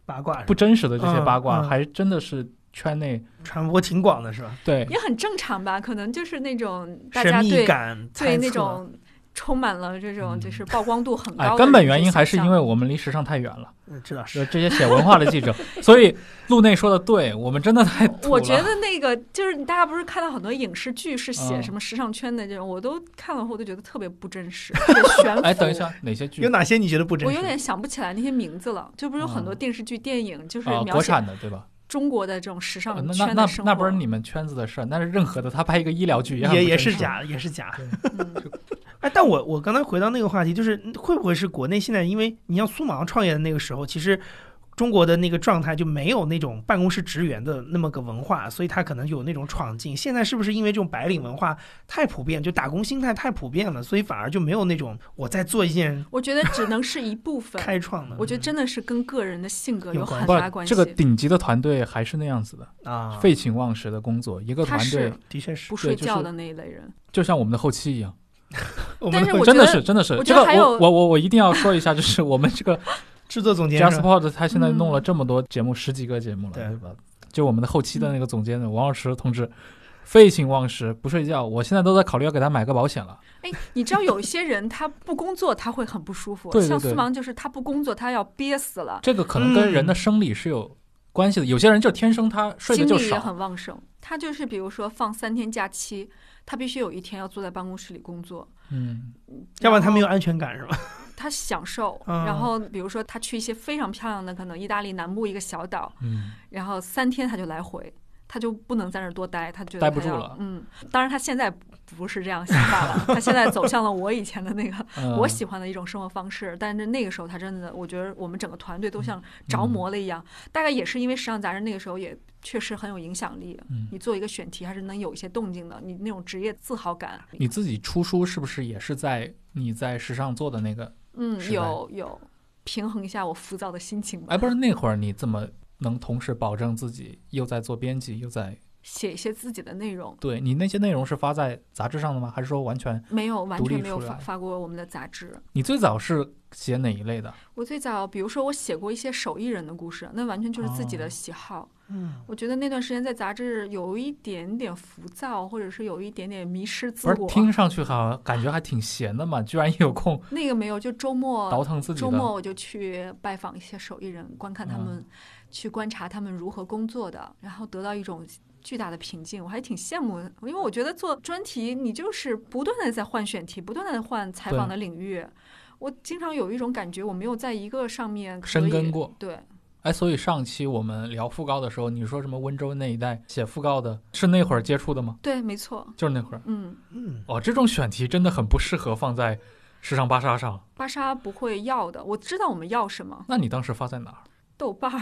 [SPEAKER 4] 八卦
[SPEAKER 3] 不真实的这些八卦，
[SPEAKER 4] 嗯嗯
[SPEAKER 3] 还真的是圈内
[SPEAKER 4] 传播挺广的是吧？
[SPEAKER 3] 对
[SPEAKER 2] 也很正常吧，可能就是那种大
[SPEAKER 4] 神
[SPEAKER 2] 家
[SPEAKER 4] 秘
[SPEAKER 2] 对
[SPEAKER 4] 感，
[SPEAKER 2] 对
[SPEAKER 4] 猜测
[SPEAKER 2] 那种充满了这种就是曝光度很高
[SPEAKER 3] 嗯
[SPEAKER 2] 的
[SPEAKER 3] 哎
[SPEAKER 2] 人，
[SPEAKER 3] 根本原因还是因为
[SPEAKER 2] 这些
[SPEAKER 3] 我们离时尚太远了，
[SPEAKER 4] 嗯知道
[SPEAKER 3] 就是这些写文化的记者。所以路内说的对，我们真的太土
[SPEAKER 2] 像
[SPEAKER 3] 了
[SPEAKER 2] 我觉得那个就是大家不是看到很多影视剧是写
[SPEAKER 3] 嗯
[SPEAKER 2] 什么时尚圈的这种，我都看了后都觉得特别不 真实，特别悬浮。
[SPEAKER 3] 哎，等一，下，哪些剧
[SPEAKER 4] 有？哪些你觉得不真
[SPEAKER 2] 我
[SPEAKER 4] 实？
[SPEAKER 2] 有点想不起来那些名字了。就不是有很多
[SPEAKER 3] 嗯
[SPEAKER 2] 电视剧、电影就是
[SPEAKER 3] 啊，
[SPEAKER 2] 描
[SPEAKER 3] 国
[SPEAKER 2] 写
[SPEAKER 3] 产的对吧？
[SPEAKER 2] 中国的这种时
[SPEAKER 3] 呃
[SPEAKER 2] 尚
[SPEAKER 3] 那那
[SPEAKER 2] 啊圈
[SPEAKER 3] 那
[SPEAKER 2] 的生活。
[SPEAKER 3] 那不是你们圈子的事儿，那是任何的。他拍一个医疗剧很
[SPEAKER 4] 也
[SPEAKER 3] 不
[SPEAKER 4] 也
[SPEAKER 3] 真
[SPEAKER 4] 是
[SPEAKER 3] 实，
[SPEAKER 2] 啊
[SPEAKER 4] 假，也是假。
[SPEAKER 2] 嗯
[SPEAKER 4] 哎，但我我刚才回到那个话题，就是嗯会不会是国内现在，因为你像苏芒创业的那个时候，其实中国的那个状态就没有那种办公室职员的那么个文化，所以他可能有那种闯劲。现在是不是因为这种白领文化太普遍，就打工心态太普遍了，所以反而就没有那种我在做一件
[SPEAKER 2] 我觉得只能是一部 分。
[SPEAKER 4] 开创的？
[SPEAKER 2] 我觉得真的是跟个人的性格
[SPEAKER 4] 有
[SPEAKER 2] 有
[SPEAKER 4] 关
[SPEAKER 2] 很大
[SPEAKER 3] 不，
[SPEAKER 2] 关
[SPEAKER 3] 这
[SPEAKER 2] 系。
[SPEAKER 3] 个顶级的团队还是那样子的，
[SPEAKER 4] 啊，
[SPEAKER 3] 废寝忘食的工作。一个
[SPEAKER 2] 他
[SPEAKER 3] 团队
[SPEAKER 2] 是
[SPEAKER 4] 的确是
[SPEAKER 2] 不。睡
[SPEAKER 3] 就是
[SPEAKER 2] 觉的那一类人，
[SPEAKER 3] 就像我们的后期一样，
[SPEAKER 4] 我
[SPEAKER 2] 但
[SPEAKER 4] 们
[SPEAKER 2] 是我
[SPEAKER 3] 真的
[SPEAKER 2] 觉得
[SPEAKER 3] 是真的是
[SPEAKER 2] 我
[SPEAKER 3] 这
[SPEAKER 2] 觉
[SPEAKER 3] 个
[SPEAKER 2] 得还有
[SPEAKER 3] 我我我我一定要说一下，就是我们这 个
[SPEAKER 4] 制作总监是
[SPEAKER 3] JustPod
[SPEAKER 4] 吧
[SPEAKER 3] 他现在
[SPEAKER 2] 嗯
[SPEAKER 3] 弄了这么多节目，十几个节目了，
[SPEAKER 4] 对
[SPEAKER 3] 对吧？就我们的后期
[SPEAKER 2] 嗯
[SPEAKER 3] 的那个总监王老师同志，废寝忘食不睡觉，我现在都在考虑要给他买个保险了。
[SPEAKER 2] 哎，你知道有一些人他不工作他会很不舒服，
[SPEAKER 3] 对对
[SPEAKER 2] 像
[SPEAKER 3] 对
[SPEAKER 2] 苏芒就是他不工作他要憋死了，
[SPEAKER 3] 这个可能跟
[SPEAKER 4] 嗯
[SPEAKER 3] 人的生理是有关系的，有些人就天生他睡得
[SPEAKER 2] 精
[SPEAKER 3] 就
[SPEAKER 2] 力也
[SPEAKER 3] 少，
[SPEAKER 2] 很旺盛。他就是比如说放三天假期，他必须有一天要坐在办公室里工作，
[SPEAKER 3] 嗯，
[SPEAKER 4] 要不然他没有
[SPEAKER 2] 后
[SPEAKER 4] 安全感是吧？
[SPEAKER 2] 他享受。
[SPEAKER 4] 嗯
[SPEAKER 2] 然后比如说他去一些非常漂亮的，可能意大利南部一个小岛，
[SPEAKER 3] 嗯，
[SPEAKER 2] 然后三天他就来回。他就不能在那儿多待，他觉得
[SPEAKER 3] 待不
[SPEAKER 2] 他要
[SPEAKER 3] 住了
[SPEAKER 2] 嗯，当然他现在不是这样想法了，他现在走向了我以前的那个
[SPEAKER 3] 呃
[SPEAKER 2] 我喜欢的一种生活方式，但是那个时候他真的，我觉得我们整个团队都
[SPEAKER 3] 嗯
[SPEAKER 2] 像着魔了一样。大概也是因为时尚杂志那个时候也确实很有影响力，
[SPEAKER 3] 嗯
[SPEAKER 2] 你做一个选题还是能有一些动静的，你那种职业自豪感。
[SPEAKER 3] 你自己出书是不是也是在你在时尚做的那个？
[SPEAKER 2] 嗯，
[SPEAKER 3] 时代
[SPEAKER 2] 有有平衡一下我浮躁的心情吧，
[SPEAKER 3] 哎，不是那会儿你怎么能同时保证自己又在做编辑又在？
[SPEAKER 2] 写一些自己的内容，
[SPEAKER 3] 对你那些内容是发在杂志上的吗？还是说完全？
[SPEAKER 2] 没有完
[SPEAKER 3] 独立
[SPEAKER 2] 全没有
[SPEAKER 3] 出
[SPEAKER 2] 发
[SPEAKER 3] 来
[SPEAKER 2] 发过我们的杂志。
[SPEAKER 3] 你最早是写哪一类的？
[SPEAKER 2] 我最早，比如说我写过一些手艺人的故事，那完全就是自己
[SPEAKER 3] 哦
[SPEAKER 2] 的喜好。
[SPEAKER 4] 嗯，
[SPEAKER 2] 我觉得那段时间在杂志有一点点浮躁，或者是有一点点迷失自
[SPEAKER 3] 不是
[SPEAKER 2] 我。
[SPEAKER 3] 听上去好像感觉还挺闲的嘛，居然有空
[SPEAKER 2] 那个没有，就周
[SPEAKER 3] 倒
[SPEAKER 2] 末
[SPEAKER 3] 腾自己
[SPEAKER 2] 哦周末
[SPEAKER 3] 的。
[SPEAKER 2] 我就去拜访一些手艺人，观看他
[SPEAKER 3] 嗯
[SPEAKER 2] 们，去观察他们如何工作的，然后得到一种巨大的平静。我还挺羡慕，因为我觉得做专题，你就是不断的在换选题，不断的换采访的领域。我经常有一种感觉，我没有在一个上面可以
[SPEAKER 3] 深耕过。
[SPEAKER 2] 对，
[SPEAKER 3] 哎，所以上期我们聊讣告的时候，你说什么温州那一带写讣告的，是那会儿接触的吗？
[SPEAKER 2] 对，没错，
[SPEAKER 3] 就是那会儿。
[SPEAKER 2] 嗯。
[SPEAKER 4] 嗯，
[SPEAKER 3] 哦，这种选题真的很不适合放在时尚芭莎上。
[SPEAKER 2] 芭莎不会要的，我知道我们要什么，
[SPEAKER 3] 那你当时发在哪儿？
[SPEAKER 2] 豆瓣儿，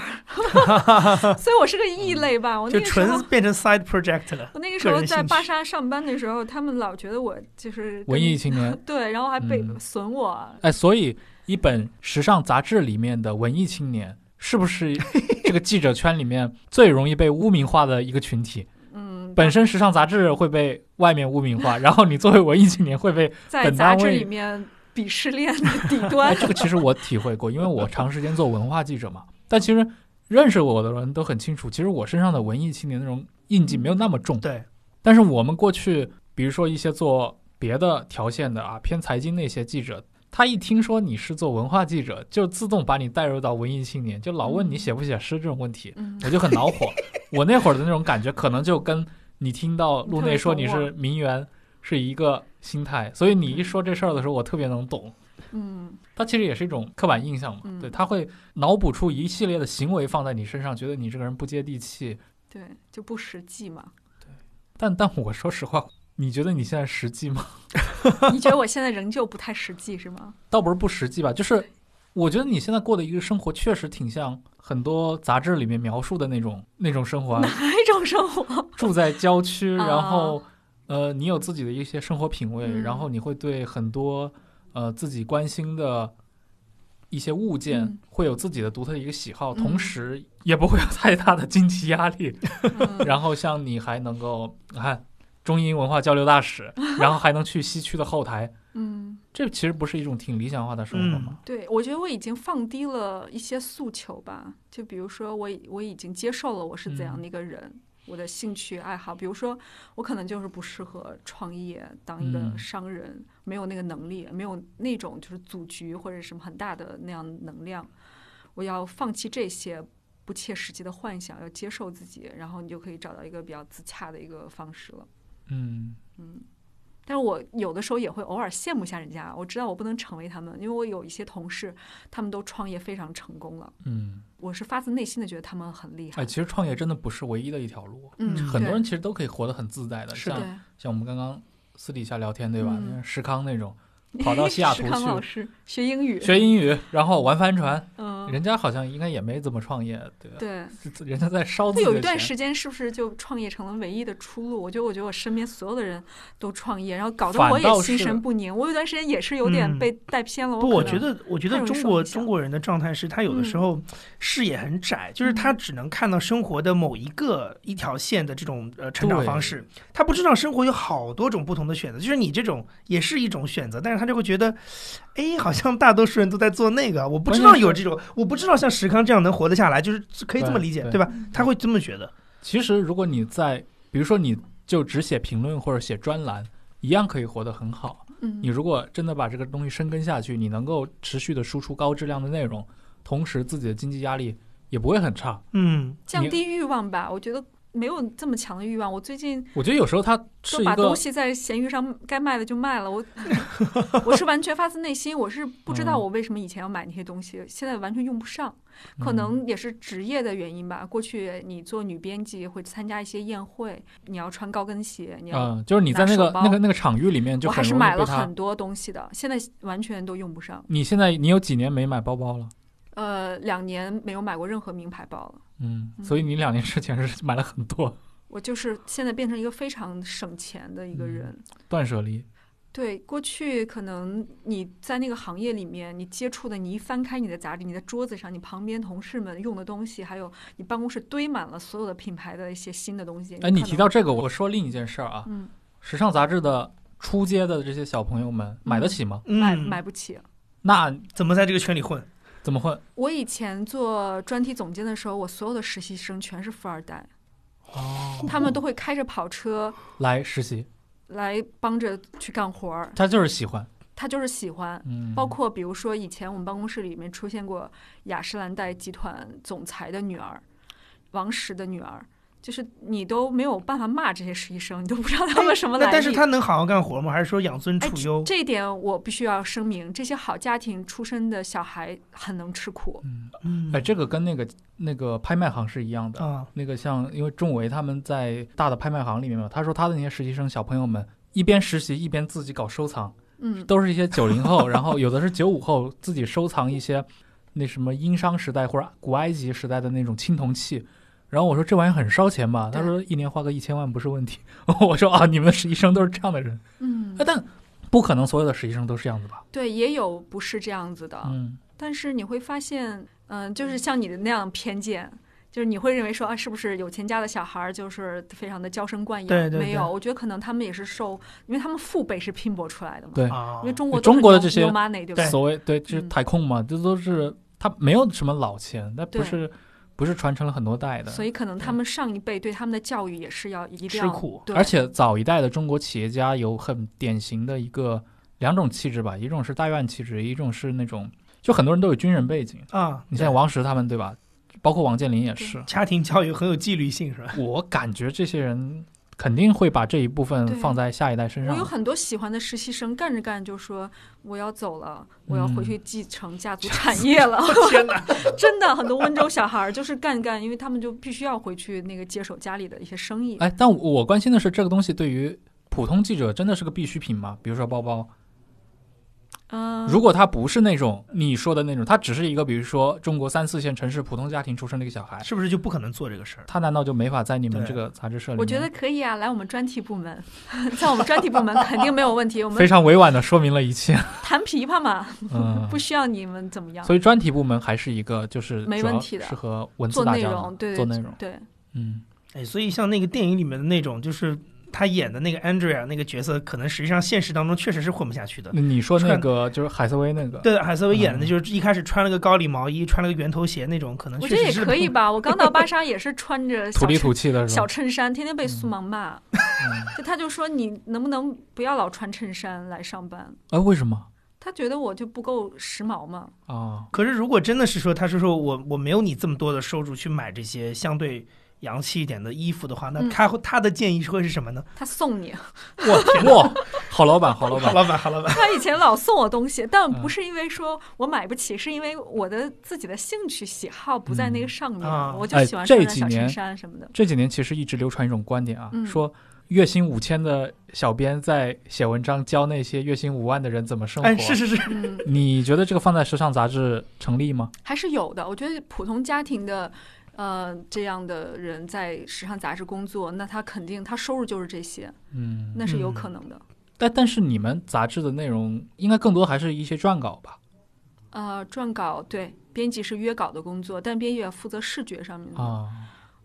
[SPEAKER 2] 所以我是个异类吧。我那
[SPEAKER 4] 就
[SPEAKER 2] 个时候
[SPEAKER 4] 纯变成 side project 了。
[SPEAKER 2] 我那个
[SPEAKER 4] 个
[SPEAKER 2] 时候
[SPEAKER 4] 人
[SPEAKER 2] 在
[SPEAKER 4] 兴
[SPEAKER 2] 芭
[SPEAKER 4] 趣
[SPEAKER 2] 莎上班的时候，他们老觉得我就是
[SPEAKER 3] 文
[SPEAKER 2] 跟
[SPEAKER 3] 艺青年。
[SPEAKER 2] 对，然后还被
[SPEAKER 3] 嗯
[SPEAKER 2] 损我。
[SPEAKER 3] 哎，所以一本时尚杂志里面的文艺青年，是不是这个记者圈里面最容易被污名化的一个群体？
[SPEAKER 2] 嗯，
[SPEAKER 3] 本身时尚杂志会被外面污名化，然后你作为文艺青年会被
[SPEAKER 2] 在
[SPEAKER 3] 本
[SPEAKER 2] 杂
[SPEAKER 3] 单
[SPEAKER 2] 志
[SPEAKER 3] 位
[SPEAKER 2] 里面鄙视链的底端
[SPEAKER 3] 哎，这个其实我体会过，因为我长时间做文化记者嘛。但其实认识我的人都很清楚，其实我身上的文艺青年那种印记没有那么重。
[SPEAKER 4] 对，
[SPEAKER 3] 但是我们过去，比如说一些做别的条线的啊，偏财经那些记者，他一听说你是做文化记者，就自动把你带入到文艺青年，就老问你写不写诗这种问 题，
[SPEAKER 2] 嗯，
[SPEAKER 3] 我就很恼火。我那会儿的那种感觉，可能就跟你听到路内说你
[SPEAKER 2] 特别
[SPEAKER 3] 是名媛是一个心态，所以你一说这事儿的时候，我特别能懂。
[SPEAKER 2] 嗯，
[SPEAKER 3] 它其实也是一种刻板印象嘛，
[SPEAKER 2] 嗯
[SPEAKER 3] 对，他会脑补出一系列的行为放在你身上，觉得你这个人不接地气。
[SPEAKER 2] 对，就不实际嘛。
[SPEAKER 3] 但但我说实话，你觉得你现在实际吗？
[SPEAKER 2] 你觉得我现在仍旧不太实际是吗？
[SPEAKER 3] 倒不是不实际吧，就是我觉得你现在过的一个生活，确实挺像很多杂志里面描述的那种那种生活啊，
[SPEAKER 2] 哪一种生活？
[SPEAKER 3] 住在郊 区，
[SPEAKER 2] 啊
[SPEAKER 3] 然后呃，你有自己的一些生活品味，
[SPEAKER 2] 嗯
[SPEAKER 3] 然后你会对很多呃自己关心的一些物件、
[SPEAKER 2] 嗯
[SPEAKER 3] 会有自己的独特的一个喜好，
[SPEAKER 2] 嗯
[SPEAKER 3] 同时也不会有太大的经济压力。
[SPEAKER 2] 嗯
[SPEAKER 3] 然后像你还能够看中英文化交流大使，然后还能去西区的后台，
[SPEAKER 2] 嗯，
[SPEAKER 3] 这其实不是一种挺理想化的生活吗？
[SPEAKER 2] 对，我觉得我已经放低了一些诉求吧。就比如说我，已我已经接受了我是怎样的一个人，我的兴趣爱好。比如说，我可能就是不适合创业，当一个
[SPEAKER 3] 嗯
[SPEAKER 2] 商人，没有那个能力，没有那种就是组局或者什么很大的那样能量。我要放弃这些不切实际的幻想，要接受自己，然后你就可以找到一个比较自洽的一个方式了。
[SPEAKER 3] 嗯
[SPEAKER 2] 但是我有的时候也会偶尔羡慕一下人家，我知道我不能成为他们，因为我有一些同事，他们都创业非常成功了，
[SPEAKER 3] 嗯，
[SPEAKER 2] 我是发自内心的觉得他们很厉害。
[SPEAKER 3] 哎，其实创业真的不是唯一的一条路，
[SPEAKER 2] 嗯，
[SPEAKER 3] 很多
[SPEAKER 2] 对
[SPEAKER 3] 人其实都可以活得很自在的，
[SPEAKER 2] 对
[SPEAKER 3] 像像我们刚刚私底下聊天对吧？
[SPEAKER 2] 嗯
[SPEAKER 3] 像石康那种跑到西雅 图
[SPEAKER 2] 石康老
[SPEAKER 3] 去
[SPEAKER 2] 师学英语，
[SPEAKER 3] 学英语，然后玩帆船，
[SPEAKER 2] 嗯，
[SPEAKER 3] 人家好像应该也没怎么创业，对吧？
[SPEAKER 2] 对。
[SPEAKER 3] 对，人家在烧自
[SPEAKER 2] 那
[SPEAKER 3] 己的
[SPEAKER 2] 有
[SPEAKER 3] 钱。
[SPEAKER 2] 一段时间是不是就创业成了唯一的出路？我觉得，我觉得我身边所有的人都创业，然后搞得
[SPEAKER 3] 反
[SPEAKER 2] 我也
[SPEAKER 3] 倒
[SPEAKER 2] 心
[SPEAKER 3] 是
[SPEAKER 2] 神不宁。我有段时间也是有点
[SPEAKER 4] 嗯
[SPEAKER 2] 被带偏了。
[SPEAKER 4] 不，
[SPEAKER 2] 我
[SPEAKER 4] 我
[SPEAKER 2] 可
[SPEAKER 4] 觉
[SPEAKER 2] 能
[SPEAKER 4] 得，我觉
[SPEAKER 2] 太
[SPEAKER 4] 得
[SPEAKER 2] 容易
[SPEAKER 4] 中
[SPEAKER 2] 受
[SPEAKER 4] 国
[SPEAKER 2] 影响
[SPEAKER 4] 中国人的状态是他有的时
[SPEAKER 2] 嗯
[SPEAKER 4] 候视野很窄，就是他
[SPEAKER 2] 嗯
[SPEAKER 4] 只能看到生活的某一个一条线的这种呃成长
[SPEAKER 3] 对
[SPEAKER 4] 方式，他不知道生活有好多种不同的选择。就是你这种也是一种选择，但是他就会觉得，哎，好像大多数人都在做那个，我不
[SPEAKER 3] 关
[SPEAKER 4] 知
[SPEAKER 3] 键
[SPEAKER 4] 道有
[SPEAKER 3] 是
[SPEAKER 4] 这种，我不知道像石康这样能活得下来，就是可以这么
[SPEAKER 3] 对
[SPEAKER 4] 理解，
[SPEAKER 3] 对
[SPEAKER 4] 对吧？
[SPEAKER 2] 嗯
[SPEAKER 4] 他会这么觉得，
[SPEAKER 3] 其实，如果你在，比如说你就只写评论或者写专栏，一样可以活得很好。
[SPEAKER 2] 嗯
[SPEAKER 3] 你如果真的把这个东西深耕下去，你能够持续的输出高质量的内容，同时自己的经济压力也不会很差。
[SPEAKER 4] 嗯，
[SPEAKER 2] 降
[SPEAKER 3] 你
[SPEAKER 2] 低欲望吧，我觉得没有这么强的欲望。我最近
[SPEAKER 3] 我觉得有时候它是
[SPEAKER 2] 就
[SPEAKER 3] 一
[SPEAKER 2] 把东
[SPEAKER 3] 个，
[SPEAKER 2] 西在闲鱼上该卖的就卖 了，我我是完全发自内心，我是不知道
[SPEAKER 3] 嗯
[SPEAKER 2] 我为什么以前要买那些东西，现在完全用不上，
[SPEAKER 3] 嗯
[SPEAKER 2] 可能也是职业的原因吧。过去你做女编辑会参加一些宴会，你要穿高跟鞋，你要，
[SPEAKER 3] 嗯，就是你在那
[SPEAKER 2] 拿
[SPEAKER 3] 个
[SPEAKER 2] 手包
[SPEAKER 3] 那个那个场域里面就
[SPEAKER 2] 我还
[SPEAKER 3] 很
[SPEAKER 2] 是
[SPEAKER 3] 容易
[SPEAKER 2] 买
[SPEAKER 3] 被
[SPEAKER 2] 了
[SPEAKER 3] 它
[SPEAKER 2] 很。多东西的，现在完全都用不上。
[SPEAKER 3] 你现在你有几年没买包包了？
[SPEAKER 2] 呃，两年没有买过任何名牌包了。
[SPEAKER 3] 嗯，
[SPEAKER 2] 嗯
[SPEAKER 3] 所以你两年之前是买了很多，
[SPEAKER 2] 我就是现在变成一个非常省钱的一个
[SPEAKER 3] 嗯
[SPEAKER 2] 人，
[SPEAKER 3] 断舍离。
[SPEAKER 2] 对，过去可能你在那个行业里面，你接触的，你一翻开你的杂志，你的桌子上，你旁边同事们用的东西，还有你办公室堆满了所有的品牌的一些新的东西。
[SPEAKER 3] 哎，你
[SPEAKER 2] 可
[SPEAKER 3] 提
[SPEAKER 2] 能
[SPEAKER 3] 到，这个，我说另一件事儿啊，
[SPEAKER 2] 嗯，
[SPEAKER 3] 时尚杂志的初阶的这些小朋友们买得起吗？
[SPEAKER 2] 买
[SPEAKER 4] 嗯
[SPEAKER 2] 买不起。
[SPEAKER 3] 那
[SPEAKER 4] 怎么在这个圈里混？
[SPEAKER 3] 怎么会？
[SPEAKER 2] 我以前做专题总监的时候，我所有的实习生全是富二代，
[SPEAKER 3] 哦，
[SPEAKER 2] 他们都会开着跑车
[SPEAKER 3] 来实习，
[SPEAKER 2] 来帮着去干活儿，
[SPEAKER 3] 他就是喜欢，
[SPEAKER 2] 他就是喜欢。
[SPEAKER 3] 嗯，
[SPEAKER 2] 包括比如说，以前我们办公室里面出现过雅诗兰黛集团总裁的女儿，王石的女儿，就是你都没有办法骂这些实习生，你都不知道他们什么来
[SPEAKER 4] 哎那但
[SPEAKER 2] 历。
[SPEAKER 4] 是他能好好干活吗？还是说养尊
[SPEAKER 2] 哎
[SPEAKER 4] 处优？
[SPEAKER 2] 这一点我必须要声明，这些好家庭出身的小孩很能吃苦。
[SPEAKER 4] 嗯
[SPEAKER 3] 哎，这个跟那个那个拍卖行是一样的。
[SPEAKER 4] 啊，
[SPEAKER 3] 那个像，因为仲维他们在大的拍卖行里面嘛，他说他的那些实习生小朋友们一边实习一边自己搞收藏，
[SPEAKER 2] 嗯，
[SPEAKER 3] 都是一些九零后， 然后有的是九五后自己收藏一些那什么殷商时代或者古埃及时代的那种青铜器。然后我说这玩意儿很烧钱吧？他
[SPEAKER 2] 对
[SPEAKER 3] 说一年花个一千万不是问题。 我说啊，你们的实习生都是这样的人，
[SPEAKER 2] 嗯
[SPEAKER 3] 哎，，但不可能所有的实习生都是这样子吧？
[SPEAKER 2] 对，也有不是这样子的，
[SPEAKER 3] 嗯，
[SPEAKER 2] 但是你会发现，嗯、就是像你的那样偏见。就是你会认为说啊，是不是有钱家的小孩儿就是非常的娇生惯养？
[SPEAKER 4] 对对
[SPEAKER 2] 没有，
[SPEAKER 4] 对
[SPEAKER 2] 我觉得可能他们也是受，因为他们父辈是拼搏出来的嘛。
[SPEAKER 3] 对
[SPEAKER 4] 啊
[SPEAKER 2] 因为中国
[SPEAKER 3] 中国的
[SPEAKER 2] 都
[SPEAKER 3] 这
[SPEAKER 2] 是
[SPEAKER 3] 些
[SPEAKER 2] new money 对吧？
[SPEAKER 3] 所谓对，就是
[SPEAKER 2] 嗯
[SPEAKER 3] 台控嘛，这都是他没有什么老钱，那不
[SPEAKER 2] 对
[SPEAKER 3] 是不是传承了很多代的。
[SPEAKER 2] 所以可能他们上一辈对他们的教育也是要一定
[SPEAKER 4] 吃
[SPEAKER 2] 要
[SPEAKER 4] 苦
[SPEAKER 2] 对
[SPEAKER 3] 而且早一代的中国企业家有很典型的一个两种气质吧，一种是大院气质，一种是那种就很多人都有军人背景。
[SPEAKER 4] 啊，
[SPEAKER 3] 你像王石他们对吧？包括王健林也是，
[SPEAKER 4] 家庭教育很有纪律性是吧？
[SPEAKER 3] 我感觉这些人肯定会把这一部分
[SPEAKER 2] 对
[SPEAKER 3] 放在下一代身
[SPEAKER 2] 我有
[SPEAKER 3] 上。
[SPEAKER 2] 很多喜欢的实习生，干着干着就说我要走了，我要回去继承家族产业了。
[SPEAKER 4] 天哪，
[SPEAKER 2] 真的，很多温州小孩儿就是干干，因为他们就必须要回去那个接手家里的一些生意。
[SPEAKER 3] 哎，但我我关心的是这个东西对于普通记者真的是个必需品吗？比如说包包，
[SPEAKER 2] 嗯，
[SPEAKER 3] 如果他不是那种你说的那种，他只是一个比如说中国三四线城市普通家庭出身的一个小孩，
[SPEAKER 4] 是不是就不可能做这个事儿？
[SPEAKER 3] 他难道就没法在你们
[SPEAKER 4] 对
[SPEAKER 3] 这个杂志社里面？
[SPEAKER 2] 我觉得可以啊，来我们专题部门， 在我们专题部门肯定没有问题。我
[SPEAKER 3] 非
[SPEAKER 2] 们
[SPEAKER 3] 常委婉的说明了一切。
[SPEAKER 2] 弹琵琶嘛，
[SPEAKER 3] 嗯，
[SPEAKER 2] 不需要你们怎么样
[SPEAKER 3] 所以专题部门还是一个就是
[SPEAKER 2] 没
[SPEAKER 3] 主要
[SPEAKER 2] 问题的
[SPEAKER 3] 适合文字
[SPEAKER 2] 做
[SPEAKER 3] 大
[SPEAKER 2] 内
[SPEAKER 3] 家
[SPEAKER 2] 容，对
[SPEAKER 3] 做内容，
[SPEAKER 2] 对，
[SPEAKER 3] 嗯，
[SPEAKER 4] 哎，所以像那个电影里面的那种，就是他演的那个 Andrea 那个角色，可能实际上现实当中确实是混不下去的。
[SPEAKER 3] 那你说那
[SPEAKER 4] 穿
[SPEAKER 3] 个就是海瑟薇那个，
[SPEAKER 4] 对，海瑟薇
[SPEAKER 3] 嗯
[SPEAKER 4] 演的就是一开始穿了个高领毛衣，穿了个圆头鞋那种，可能
[SPEAKER 2] 我
[SPEAKER 4] 确
[SPEAKER 2] 觉得
[SPEAKER 4] 实
[SPEAKER 2] 也
[SPEAKER 4] 是
[SPEAKER 2] 可 以吧。我刚到巴莎也是穿着
[SPEAKER 3] 土
[SPEAKER 2] 小
[SPEAKER 3] 里
[SPEAKER 2] 衬
[SPEAKER 3] 土气的是嗯吧
[SPEAKER 2] 小？衬衫，天天
[SPEAKER 4] 嗯
[SPEAKER 2] 被苏芒骂，就他就说你能不能不要老穿衬衫来上班？
[SPEAKER 3] 哎，为什么
[SPEAKER 2] 他觉得我就不够时髦嘛。
[SPEAKER 3] 啊？
[SPEAKER 4] 可是如果真的是说，他是说我我没有你这么多的收入去买这些相对洋气一点的衣服的话，那
[SPEAKER 2] 嗯
[SPEAKER 4] 他会他的建议是会是什么呢？
[SPEAKER 2] 他 送你，
[SPEAKER 3] 哇哇，好老板，好老
[SPEAKER 4] 好
[SPEAKER 3] 板，
[SPEAKER 4] 老板，好老板，
[SPEAKER 2] 他以前老送我东西，但
[SPEAKER 3] 嗯
[SPEAKER 2] 不是因为说我买不起，是因为我的自己的兴趣喜好不在那个上面，
[SPEAKER 4] 嗯啊
[SPEAKER 2] 我就
[SPEAKER 3] 哎
[SPEAKER 2] 喜欢
[SPEAKER 3] 这
[SPEAKER 2] 穿着
[SPEAKER 3] 几
[SPEAKER 2] 小
[SPEAKER 3] 年
[SPEAKER 2] 衬衫什么的。
[SPEAKER 3] 这几年其实一直流传一种观点啊，
[SPEAKER 2] 嗯
[SPEAKER 3] 说月薪五千的小编在写文章教那些月薪五万的人怎么生活。
[SPEAKER 4] 哎，是是是，
[SPEAKER 2] 嗯，
[SPEAKER 3] 你觉得这个放在时尚杂志成立吗？
[SPEAKER 2] 还是有的。我觉得普通家庭的，呃，这样的人在时尚杂志工作，那他肯定他收入就是这些，
[SPEAKER 3] 嗯，
[SPEAKER 2] 那是有可能的。
[SPEAKER 3] 但但是你们杂志的内容应该更多还是一些撰稿吧？
[SPEAKER 2] 呃，撰稿对，编辑是约稿的工作，但编辑也负责视觉上面的。
[SPEAKER 3] 啊，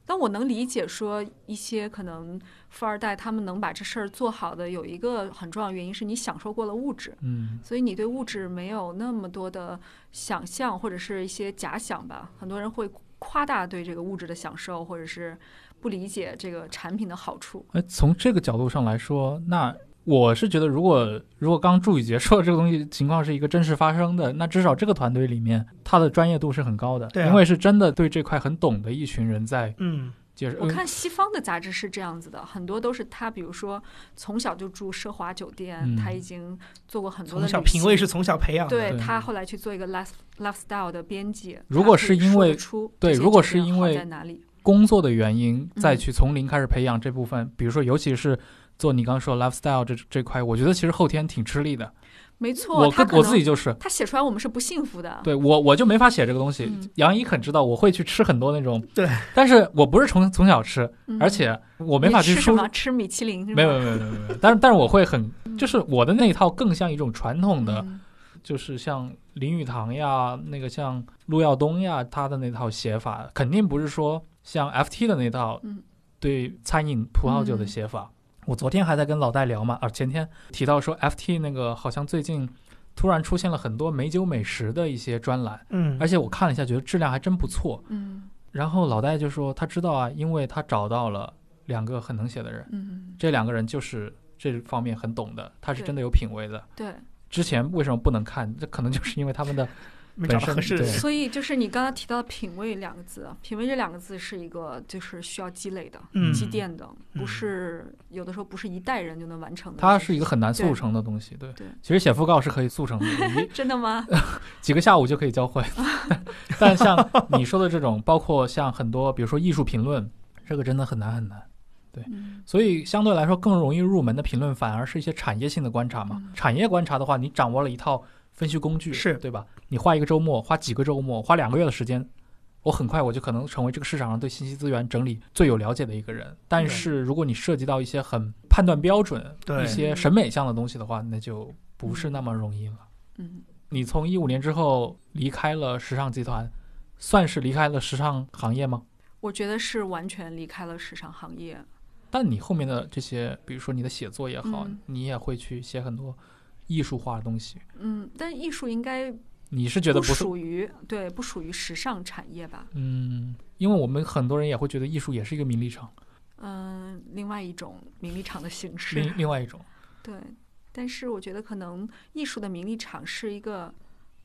[SPEAKER 2] 但我能理解说一些可能富二代他们能把这事儿做好的，有一个很重要的原因是你享受过了物质，
[SPEAKER 3] 嗯，
[SPEAKER 2] 所以你对物质没有那么多的想象或者是一些假想吧。很多人会夸大对这个物质的享受，或者是不理解这个产品的好处。
[SPEAKER 3] 哎，从这个角度上来说，那我是觉得，如果如果刚刚祝宇杰说的这个东西情况是一个真实发生的，那至少这个团队里面他的专业度是很高的，
[SPEAKER 4] 对啊
[SPEAKER 3] 因为是真的对这块很懂的一群人在
[SPEAKER 4] 嗯，
[SPEAKER 3] 介绍。嗯
[SPEAKER 2] 我看西方的杂志是这样子的，很多都是他，比如说从小就住奢华酒店，
[SPEAKER 3] 嗯
[SPEAKER 2] 他已经做过很多
[SPEAKER 4] 从
[SPEAKER 2] 的
[SPEAKER 4] 小
[SPEAKER 2] 旅行
[SPEAKER 4] 品味是从小培养的，
[SPEAKER 2] 对
[SPEAKER 3] 对
[SPEAKER 2] 他后来去做一个 life lifestyle 的编辑，
[SPEAKER 3] 如果
[SPEAKER 2] 他可
[SPEAKER 3] 是
[SPEAKER 2] 以
[SPEAKER 3] 因
[SPEAKER 2] 说
[SPEAKER 3] 为
[SPEAKER 2] 得出
[SPEAKER 3] 对
[SPEAKER 2] 这些
[SPEAKER 3] 如果
[SPEAKER 2] 酒
[SPEAKER 3] 是
[SPEAKER 2] 店
[SPEAKER 3] 因
[SPEAKER 2] 好
[SPEAKER 3] 为
[SPEAKER 2] 在哪里，
[SPEAKER 3] 工作的原因，
[SPEAKER 2] 嗯
[SPEAKER 3] 再去从零开始培养这部分，比如说，尤其是做你刚刚说的 lifestyle 这这块，我觉得其实后天挺吃力的。
[SPEAKER 2] 没错，
[SPEAKER 3] 我
[SPEAKER 2] 他
[SPEAKER 3] 跟
[SPEAKER 2] 可
[SPEAKER 3] 我自己
[SPEAKER 2] 能
[SPEAKER 3] 就是，
[SPEAKER 2] 他写出来我们是不幸福的，
[SPEAKER 3] 对我我就没法写这个东西
[SPEAKER 2] 嗯。
[SPEAKER 3] 杨一肯知道我会去吃很多那种，
[SPEAKER 4] 对，
[SPEAKER 3] 但是我不是从从小吃，
[SPEAKER 2] 嗯
[SPEAKER 3] 而且我
[SPEAKER 2] 你
[SPEAKER 3] 没法去
[SPEAKER 2] 吃什
[SPEAKER 3] 输入
[SPEAKER 2] 么，吃米其林是吗？
[SPEAKER 3] 没有没有没有没有没有，但 是但是我会很，就是我的那一套更像一种传统的，
[SPEAKER 2] 嗯
[SPEAKER 3] 就是像林语堂呀，那个像陆耀东呀，他的那套写法，肯定不是说像 FT 的那套
[SPEAKER 2] 嗯
[SPEAKER 3] 对餐饮葡萄酒的写法。我昨天还在跟老戴聊嘛，啊，前天提到说 FT 那个好像最近突然出现了很多美酒美食的一些专栏，
[SPEAKER 4] 嗯，
[SPEAKER 3] 而且我看了一下，觉得质量还真不错。
[SPEAKER 2] 嗯
[SPEAKER 3] 然后老戴就说他知道啊，因为他找到了两个很能写的人。
[SPEAKER 2] 嗯，
[SPEAKER 3] 这两个人就是这方面很懂的，他是
[SPEAKER 2] 对
[SPEAKER 3] 真的有品位的。
[SPEAKER 2] 对，
[SPEAKER 3] 之前为什么不能看？这可能就是因为他们的
[SPEAKER 4] 没找
[SPEAKER 3] 本
[SPEAKER 4] 到
[SPEAKER 3] 身
[SPEAKER 4] 合适的
[SPEAKER 3] 对
[SPEAKER 4] 人，
[SPEAKER 2] 所以就是你刚刚提到“品味”两个字，“啊品味”这两个字是一个就是需要积累的、
[SPEAKER 4] 嗯，
[SPEAKER 2] 积淀的，
[SPEAKER 4] 嗯
[SPEAKER 2] 不是有的时候不是一代人就能完成的。
[SPEAKER 3] 它
[SPEAKER 2] 就是
[SPEAKER 3] 一个很难速成的东西。对，
[SPEAKER 2] 对
[SPEAKER 3] 其实写讣告是可以速成的，一
[SPEAKER 2] 真的吗？
[SPEAKER 3] 几个下午就可以教会。但像你说的这种，包括像很多，比如说艺术评论，这个真的很难很难。
[SPEAKER 2] 嗯
[SPEAKER 3] 所以相对来说更容易入门的评论，反而是一些产业性的观察嘛。产业观察的话，你掌握了一套分析工具，
[SPEAKER 4] 嗯是
[SPEAKER 3] 对吧？你花一个周末，花几个周末，花两个月的时间，我很快我就可能成为这个市场上对信息资源整理最有了解的一个人。但是如果你涉及到一些很判断标准、
[SPEAKER 4] 对
[SPEAKER 3] 一些审美上的东西的话，那就不是那么容易了。
[SPEAKER 2] 嗯，
[SPEAKER 3] 你从一五年之后离开了时尚集团，算是离开了时尚行业吗？
[SPEAKER 2] 我觉得是完全离开了时尚行业。
[SPEAKER 3] 但你后面的这些，比如说你的写作也好，
[SPEAKER 2] 嗯
[SPEAKER 3] 你也会去写很多艺术化的东西。
[SPEAKER 2] 嗯，但艺术应该
[SPEAKER 3] 你是觉得
[SPEAKER 2] 不
[SPEAKER 3] 不是？
[SPEAKER 2] 属于对不属于时尚产业吧？
[SPEAKER 3] 嗯，因为我们很多人也会觉得艺术也是一个名利场，
[SPEAKER 2] 嗯、另外一种名利场的形式。
[SPEAKER 3] 另另外一种。
[SPEAKER 2] 对，但是我觉得可能艺术的名利场是一个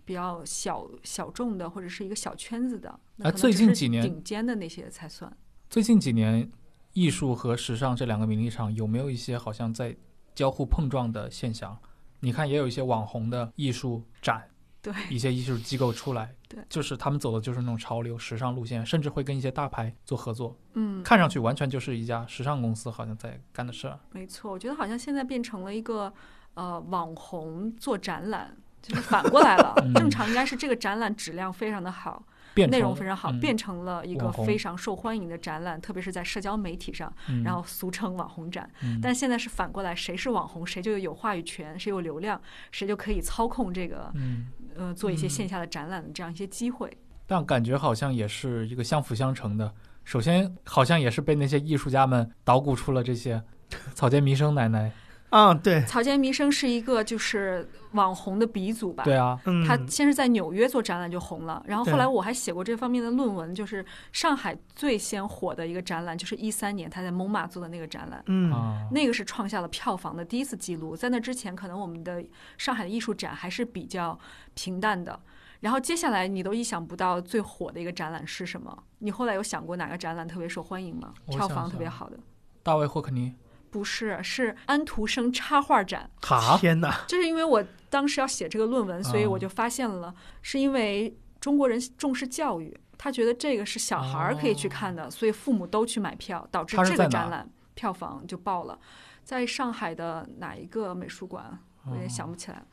[SPEAKER 2] 比较小小众的，或者是一个小圈子的。那
[SPEAKER 3] 哎
[SPEAKER 2] 可能
[SPEAKER 3] 最
[SPEAKER 2] 只
[SPEAKER 3] 近
[SPEAKER 2] 是
[SPEAKER 3] 几年
[SPEAKER 2] 顶尖的那些才算。
[SPEAKER 3] 最近几年，艺术和时尚这两个名利场有没有一些好像在交互碰撞的现象？你看，也有一些网红的艺术展，
[SPEAKER 2] 对
[SPEAKER 3] 一些艺术机构出来，
[SPEAKER 2] 对
[SPEAKER 3] 就是他们走的就是那种潮流时尚路线，甚至会跟一些大牌做合作，
[SPEAKER 2] 嗯，
[SPEAKER 3] 看上去完全就是一家时尚公司好像在干的事儿。
[SPEAKER 2] 没错，我觉得好像现在变成了一个呃网红做展览，就是反过来了。正常应该是这个展览质量非常的好，
[SPEAKER 3] 嗯变
[SPEAKER 2] 内
[SPEAKER 3] 成
[SPEAKER 2] 容非常好，
[SPEAKER 3] 嗯
[SPEAKER 2] 变成了一个
[SPEAKER 3] 网红
[SPEAKER 2] 非常受欢迎的展览，特别是在社交媒体上，
[SPEAKER 3] 嗯
[SPEAKER 2] 然后俗称网红展。
[SPEAKER 3] 嗯
[SPEAKER 2] 但现在是反过来，谁是网红，谁就有话语权，谁有流量，谁就可以操控这个
[SPEAKER 3] 嗯，
[SPEAKER 2] 呃做一些线下的展览的这样一些机会。
[SPEAKER 3] 但感觉好像也是一个相辅相成的。首先，好像也是被那些艺术家们捣鼓出了这些 草间弥生奶奶，
[SPEAKER 4] 啊，对，
[SPEAKER 2] 草间弥生是一个就是网红的鼻祖吧。
[SPEAKER 3] 对啊，
[SPEAKER 4] 嗯，
[SPEAKER 2] 他先是在纽约做展览就红了，然后后
[SPEAKER 4] 对
[SPEAKER 2] 来我还写过这方面的论文，就是上海最先火的一个展览，就是一三年他在蒙马做的那个展览，
[SPEAKER 4] 嗯
[SPEAKER 3] 啊，
[SPEAKER 2] 那个是创下了票房的第一次记录。在那之前，可能我们的上海的艺术展还是比较平淡的。然后接下来你都意想不到最火的一个展览是什么？你后来有想过哪个展览特别受欢迎吗？
[SPEAKER 3] 我
[SPEAKER 2] 票
[SPEAKER 3] 想
[SPEAKER 2] 房特
[SPEAKER 3] 想
[SPEAKER 2] 别好的？
[SPEAKER 3] 大卫霍克尼，
[SPEAKER 2] 不是，是安徒生插画展。
[SPEAKER 3] 哈，
[SPEAKER 4] 天哪，
[SPEAKER 2] 就是因为我当时要写这个论文，所以
[SPEAKER 3] 嗯
[SPEAKER 2] 我就发现了，是因为中国人重视教育，他觉得这个是小孩儿可以去看的，所以父母都去买票，导致
[SPEAKER 3] 它哦是
[SPEAKER 2] 这
[SPEAKER 3] 在
[SPEAKER 2] 个
[SPEAKER 3] 哪
[SPEAKER 2] 展览票房就爆了，在上海的哪一个美术馆，我也
[SPEAKER 3] 哦
[SPEAKER 2] 想不起来了。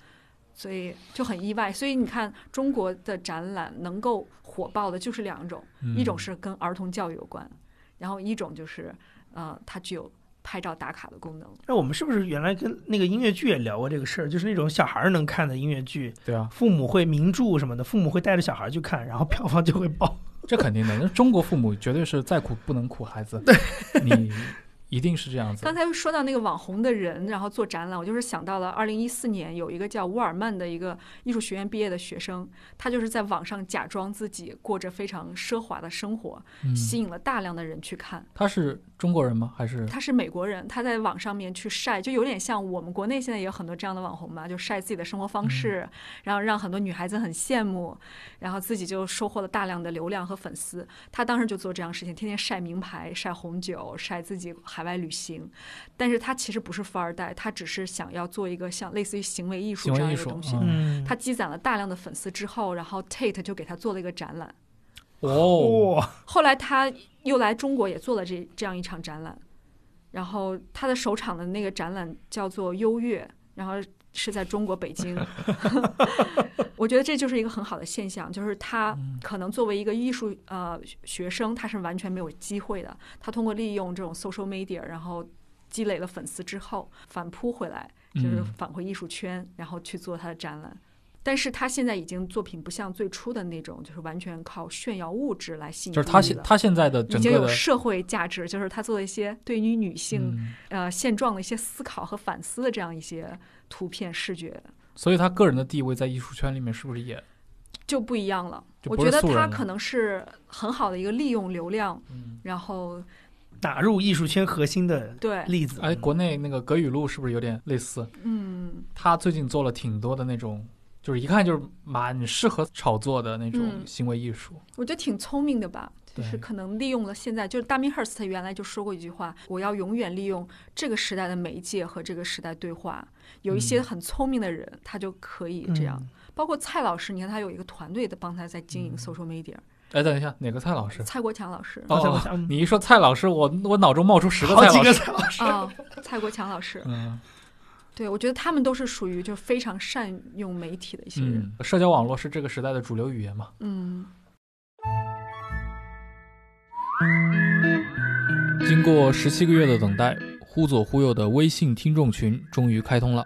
[SPEAKER 2] 所以就很意外，所以你看，中国的展览能够火爆的就是两种，一
[SPEAKER 3] 嗯
[SPEAKER 2] 种是跟儿童教育有关，然后一种就是，呃，它具有拍照打卡的功能。
[SPEAKER 4] 那我们是不是原来跟那个音乐剧也聊过这个事儿？就是那种小孩儿能看的音乐剧，
[SPEAKER 3] 对啊，
[SPEAKER 4] 父母会名著什么的，父母会带着小孩儿去看，然后票房就会爆。
[SPEAKER 3] 这肯定的。那中国父母绝对是再苦不能苦孩子，对，你一定是这样子。
[SPEAKER 2] 刚才说到那个网红的人，然后做展览，我就是想到了二零一四年有一个叫沃尔曼的一个艺术学院毕业的学生，他就是在网上假装自己过着非常奢华的生活，
[SPEAKER 3] 嗯，
[SPEAKER 2] 吸引了大量的人去看。
[SPEAKER 3] 他是中国人吗？还是
[SPEAKER 2] 他是美国人，他在网上面去晒，就有点像我们国内现在也有很多这样的网红嘛，就晒自己的生活
[SPEAKER 3] 嗯
[SPEAKER 2] 方式，然后让很多女孩子很羡慕，然后自己就收获了大量的流量和粉丝。他当时就做这样的事情，天天晒名牌、晒红酒、晒自己海外旅行，但是他其实不是富二代，他只是想要做一个像类似于行为艺术
[SPEAKER 3] 行
[SPEAKER 2] 这
[SPEAKER 3] 为
[SPEAKER 2] 样
[SPEAKER 3] 艺
[SPEAKER 2] 一个
[SPEAKER 3] 术
[SPEAKER 2] 东西。
[SPEAKER 3] 嗯
[SPEAKER 4] 嗯，
[SPEAKER 2] 他积攒了大量的粉丝之后，然后 Tate 就给他做了一个展览。
[SPEAKER 3] 哦，
[SPEAKER 4] 哇，
[SPEAKER 2] 后来他又来中国也做了这这样一场展览，然后他的首场的那个展览叫做《优越》，然后是在中国北京。我觉得这就是一个很好的现象，就是他可能作为一个艺术呃学生，他是完全没有机会的。他通过利用这种 social media，然后积累了粉丝之后，反扑回来，就是
[SPEAKER 3] 嗯
[SPEAKER 2] 返回艺术圈，然后去做他的展览。但是他现在已经作品不像最初的那种，就是完全靠炫耀物质来吸引
[SPEAKER 3] 就是
[SPEAKER 2] 注
[SPEAKER 3] 他
[SPEAKER 2] 意
[SPEAKER 3] 现
[SPEAKER 2] 了
[SPEAKER 3] 他现在的
[SPEAKER 2] 已
[SPEAKER 3] 整
[SPEAKER 2] 经
[SPEAKER 3] 个
[SPEAKER 2] 有
[SPEAKER 3] 的
[SPEAKER 2] 社会价值，就是他做的一些对于女性、
[SPEAKER 3] 嗯，
[SPEAKER 2] 呃现状的一些思考和反思的这样一些图片视觉
[SPEAKER 3] 所以他个人的地位在艺术圈里面是不是也
[SPEAKER 2] 就不一样了。
[SPEAKER 3] 就
[SPEAKER 2] 我
[SPEAKER 3] 不
[SPEAKER 2] 觉
[SPEAKER 3] 是
[SPEAKER 2] 得
[SPEAKER 3] 素
[SPEAKER 2] 他
[SPEAKER 3] 人了
[SPEAKER 2] 可能是很好的一个利用流量，然后
[SPEAKER 4] 打入艺术圈核心的
[SPEAKER 2] 对，
[SPEAKER 4] 例子。
[SPEAKER 3] 哎，国内那个葛雨露是不是有点类似？
[SPEAKER 2] 嗯
[SPEAKER 3] 他最近做了挺多的那种，就是一看就是蛮适合炒作的那种
[SPEAKER 2] 嗯
[SPEAKER 3] 行为艺术。
[SPEAKER 2] 我觉得挺聪明的吧，就是
[SPEAKER 3] 对
[SPEAKER 2] 可能利用了现在，就是大明赫斯特原来就说过一句话：我要永远利用这个时代的媒介和这个时代对话。有一些很聪明的人，他就可
[SPEAKER 4] 嗯
[SPEAKER 2] 以这样。包括蔡老师，你看他有一个团队的帮他在经营 social media，、
[SPEAKER 3] 哎，等一下，哪个蔡老师？
[SPEAKER 2] 蔡国强老师
[SPEAKER 4] 哦蔡
[SPEAKER 3] 哦
[SPEAKER 4] 国强，
[SPEAKER 3] 你一说蔡老师，我我脑中冒出十个
[SPEAKER 4] 好
[SPEAKER 3] 蔡
[SPEAKER 4] 几
[SPEAKER 3] 老
[SPEAKER 4] 个
[SPEAKER 3] 师。
[SPEAKER 4] 蔡老师，
[SPEAKER 2] 啊，蔡国强老师，
[SPEAKER 3] 嗯
[SPEAKER 2] 对我觉得他们都是属于就是非常善用媒体的一些人。
[SPEAKER 3] 嗯，社交网络是这个时代的主流语言嘛？
[SPEAKER 2] 嗯
[SPEAKER 3] 经过十七个月的等待，忽左忽右的微信听众群终于开通了。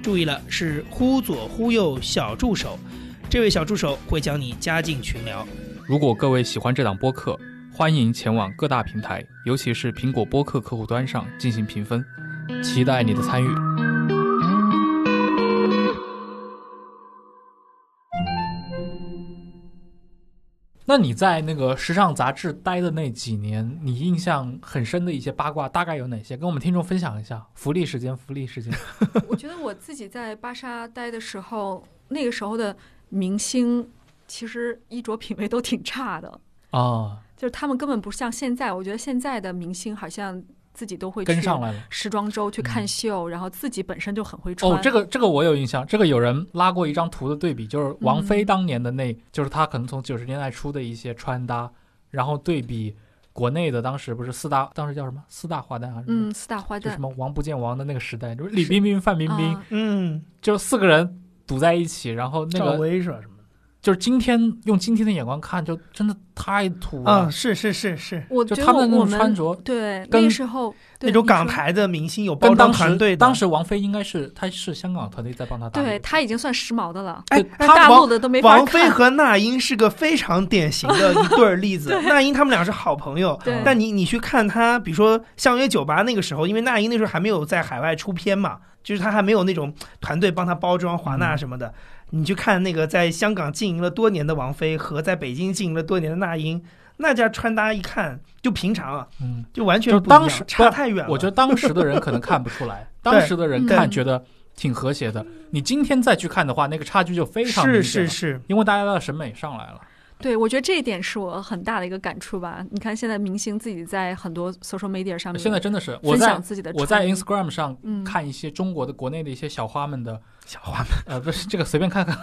[SPEAKER 4] 注意了，是忽左忽右小助手，这位小助手会将你加进群聊。
[SPEAKER 3] 如果各位喜欢这档播客，欢迎前往各大平台，尤其是苹果播客客户端上进行评分，期待你的参与。那你在那个时尚杂志待的那几年，你印象很深的一些八卦大概有哪些？跟我们听众分享一下。福利时间，福利 时间。
[SPEAKER 2] 嗯我觉得我自己在巴莎待的时候，那个时候的明星其实衣着品味都挺差的，
[SPEAKER 3] 啊，
[SPEAKER 2] 就是他们根本不像现在。我觉得现在的明星好像自己都会
[SPEAKER 3] 跟
[SPEAKER 2] 去
[SPEAKER 3] 上来了。嗯
[SPEAKER 2] 时装周去看秀，然后自己本身就很会穿。
[SPEAKER 3] 哦，这个这个我有印象，这个有人拉过一张图的对比，
[SPEAKER 2] 嗯
[SPEAKER 3] 就是王菲当年的那，就是她可能从九十年代初的一些穿搭，然后对比国内的当时不是四大，当时叫什么四大花旦啊，
[SPEAKER 2] 嗯，四大花
[SPEAKER 3] 就
[SPEAKER 2] 旦
[SPEAKER 3] 什么王不见王的那个时代，就是李冰冰、范冰冰，
[SPEAKER 2] 啊
[SPEAKER 4] 嗯，
[SPEAKER 3] 就四个人堵在一起，然后那
[SPEAKER 4] 赵
[SPEAKER 3] 个
[SPEAKER 4] 薇是吧？什么
[SPEAKER 3] 就是今天用今天的眼光看，就真的太土
[SPEAKER 4] 的？啊，
[SPEAKER 3] 了，
[SPEAKER 4] 是是是是，
[SPEAKER 2] 我
[SPEAKER 3] 就
[SPEAKER 2] 觉
[SPEAKER 3] 他
[SPEAKER 2] 得
[SPEAKER 3] 们那
[SPEAKER 2] 我
[SPEAKER 3] 种穿
[SPEAKER 2] 们
[SPEAKER 3] 着。
[SPEAKER 2] 对
[SPEAKER 3] 跟
[SPEAKER 2] 那个时候对
[SPEAKER 4] 那种
[SPEAKER 2] 你
[SPEAKER 4] 港
[SPEAKER 2] 说
[SPEAKER 4] 台的明星有包
[SPEAKER 3] 跟
[SPEAKER 4] 装
[SPEAKER 3] 当时
[SPEAKER 4] 团队的，
[SPEAKER 3] 当时王菲应该是，她是香港团队在帮她打理的，
[SPEAKER 2] 对他已经算时髦的了，
[SPEAKER 4] 哎
[SPEAKER 3] 对
[SPEAKER 4] 哎，
[SPEAKER 2] 大
[SPEAKER 4] 王
[SPEAKER 2] 陆的都没法
[SPEAKER 4] 王菲
[SPEAKER 2] 看。
[SPEAKER 4] 和那英是个非常典型 的一对儿例子。那英他们俩是好朋友，
[SPEAKER 3] 嗯
[SPEAKER 2] 对
[SPEAKER 4] 但你你去看她，比如说《相约酒吧》那个时候，因为那英那时候还没有在海外出片嘛，就是她还没有那种团队帮她包装华纳什么的。
[SPEAKER 3] 嗯
[SPEAKER 4] 你去看那个在香港经营了多年的王菲和在北京经营了多年的那英，那家穿搭一看就平常啊，
[SPEAKER 3] 嗯，
[SPEAKER 4] 就完全
[SPEAKER 3] 就
[SPEAKER 4] 不一样
[SPEAKER 3] 当时
[SPEAKER 4] 差太 远了。
[SPEAKER 3] 我觉得当时的人可能看不出 来，当时的
[SPEAKER 4] 嗯
[SPEAKER 3] 人看觉得挺和谐的。你今天再去看的话，那个差距就非常明
[SPEAKER 4] 是
[SPEAKER 3] 显
[SPEAKER 4] 是
[SPEAKER 3] 了，
[SPEAKER 4] 是，
[SPEAKER 3] 因为大家的审美上来了。
[SPEAKER 2] 对，我觉得这一点是我很大的一个感触吧。你看现在明星自己在很多 social media 上面
[SPEAKER 3] 现在真的是我
[SPEAKER 2] 分
[SPEAKER 3] 在
[SPEAKER 2] 享自己的穿，
[SPEAKER 3] 我在 Instagram 上
[SPEAKER 2] 嗯
[SPEAKER 3] 看一些中国的国内的一些小花们的，
[SPEAKER 4] 小花
[SPEAKER 3] 呃，不是这个随便看 看，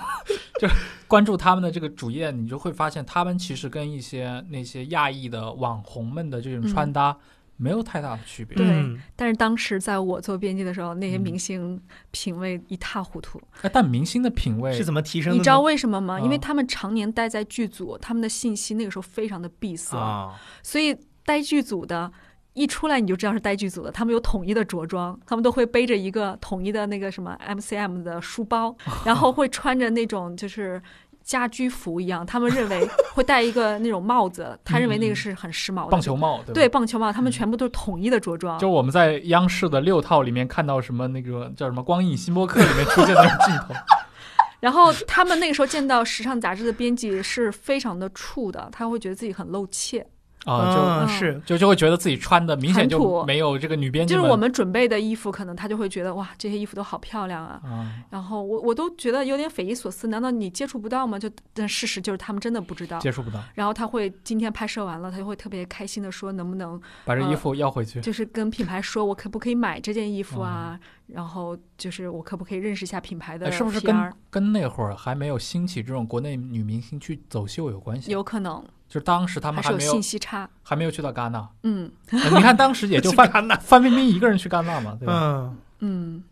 [SPEAKER 3] 就是关注他们的这个主页，你就会发现他们其实跟一些那些亚裔的网红们的这
[SPEAKER 2] 嗯
[SPEAKER 3] 种穿搭没有太大的区别。
[SPEAKER 2] 对
[SPEAKER 4] 嗯
[SPEAKER 2] 但是当时在我做编辑的时候，那些
[SPEAKER 3] 嗯
[SPEAKER 2] 明星品味一塌糊涂。
[SPEAKER 3] 哎但明星的品味
[SPEAKER 4] 是怎么提升的呢？
[SPEAKER 2] 你知道为什么吗？
[SPEAKER 3] 嗯
[SPEAKER 2] 因为他们常年待在剧组，他们的信息那个时候非常的闭塞，
[SPEAKER 4] 啊，
[SPEAKER 2] 所以待剧组的。一出来你就知道是待剧组的，他们有统一的着装，他们都会背着一个统一的那个什么 MCM 的书 包，然后会穿着那种就是家居服一样，他们认 为会戴一个那种帽子，他认为那个是很时髦
[SPEAKER 3] 嗯
[SPEAKER 2] 的
[SPEAKER 3] 棒球帽对吧？嗯
[SPEAKER 2] 对棒球帽，他们全部都是统一的着装，
[SPEAKER 3] 就我们在央视的六套里面看到什么那个叫什么“光影新播客”里面出现的那种镜头，
[SPEAKER 2] 然后他们那个时候见到时尚杂志的编辑是非常的怵的，他会觉得自己很露怯。
[SPEAKER 3] 啊，
[SPEAKER 4] 嗯
[SPEAKER 2] 就是
[SPEAKER 3] 就就就会觉得自己穿的明显
[SPEAKER 2] 很
[SPEAKER 3] 就
[SPEAKER 2] 土
[SPEAKER 3] 没有这个女编辑
[SPEAKER 2] 就是我们准备的衣服，可能他就会觉得哇，这些衣服都好漂亮啊。
[SPEAKER 3] 啊，
[SPEAKER 2] 然后我我都觉得有点匪夷所思，难道你接触不到吗？就但事实就是他们真的不知道。
[SPEAKER 3] 接触不到，
[SPEAKER 2] 然后他会今天拍摄完了，他就会特别开心的说，能不能
[SPEAKER 3] 把这
[SPEAKER 2] 嗯
[SPEAKER 3] 衣服要回去。
[SPEAKER 2] 就是跟品牌说，我可不可以买这件衣服啊？然后就是我可不可以认识一下品牌
[SPEAKER 3] 嗯
[SPEAKER 2] 的
[SPEAKER 3] 哎
[SPEAKER 2] PR？
[SPEAKER 3] 是不是跟跟那会儿还没有兴起这种国内女明星去走秀有关系？，
[SPEAKER 2] 有可能
[SPEAKER 3] 就是当时他们
[SPEAKER 2] 还
[SPEAKER 3] 还没
[SPEAKER 2] 是有
[SPEAKER 3] 有
[SPEAKER 2] 信息差？
[SPEAKER 3] 还没有去到戛纳，
[SPEAKER 2] 嗯
[SPEAKER 3] 呃你看当时也就
[SPEAKER 4] 去
[SPEAKER 3] 范
[SPEAKER 4] 戛纳
[SPEAKER 3] 范冰冰一个人去戛纳嘛，对吧？
[SPEAKER 4] 嗯。
[SPEAKER 2] 嗯，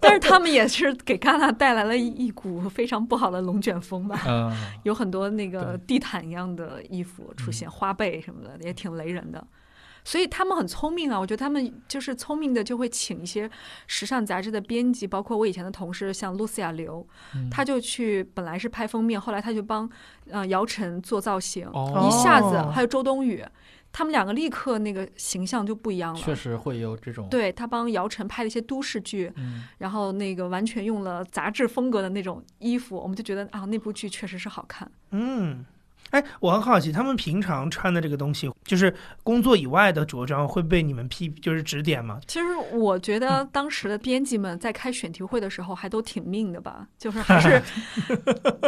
[SPEAKER 2] 但是他们也是给戛纳带来了一股非常不好的龙卷风吧。
[SPEAKER 3] 嗯，
[SPEAKER 2] 有很多那个
[SPEAKER 3] 对嗯
[SPEAKER 2] 地毯一样的衣服出现，花呗什么的也挺雷人的。所以他们很聪明啊，我觉得他们就是聪明的，就会请一些时尚杂志的编辑，包括我以前的同事，像露西亚刘，
[SPEAKER 3] 嗯
[SPEAKER 2] 他就去本来是拍封面，后来他就帮呃姚晨做造型，
[SPEAKER 3] 哦
[SPEAKER 2] 一下子
[SPEAKER 4] 哦
[SPEAKER 2] 还有周冬雨，他们两个立刻那个形象就不一样了。
[SPEAKER 3] 确实会有这种，
[SPEAKER 2] 对他帮姚晨拍了一些都市剧，
[SPEAKER 3] 嗯，
[SPEAKER 2] 然后那个完全用了杂志风格的那种衣服，我们就觉得啊，那部剧确实是好看。
[SPEAKER 4] 嗯，哎，我很好奇，他们平常穿的这个东西，就是工作以外的着装，会被你们批，就是指点吗？
[SPEAKER 2] 其实我觉得
[SPEAKER 3] 嗯
[SPEAKER 2] 当时的编辑们在开选题会的时候还都挺命的吧， 就是还是，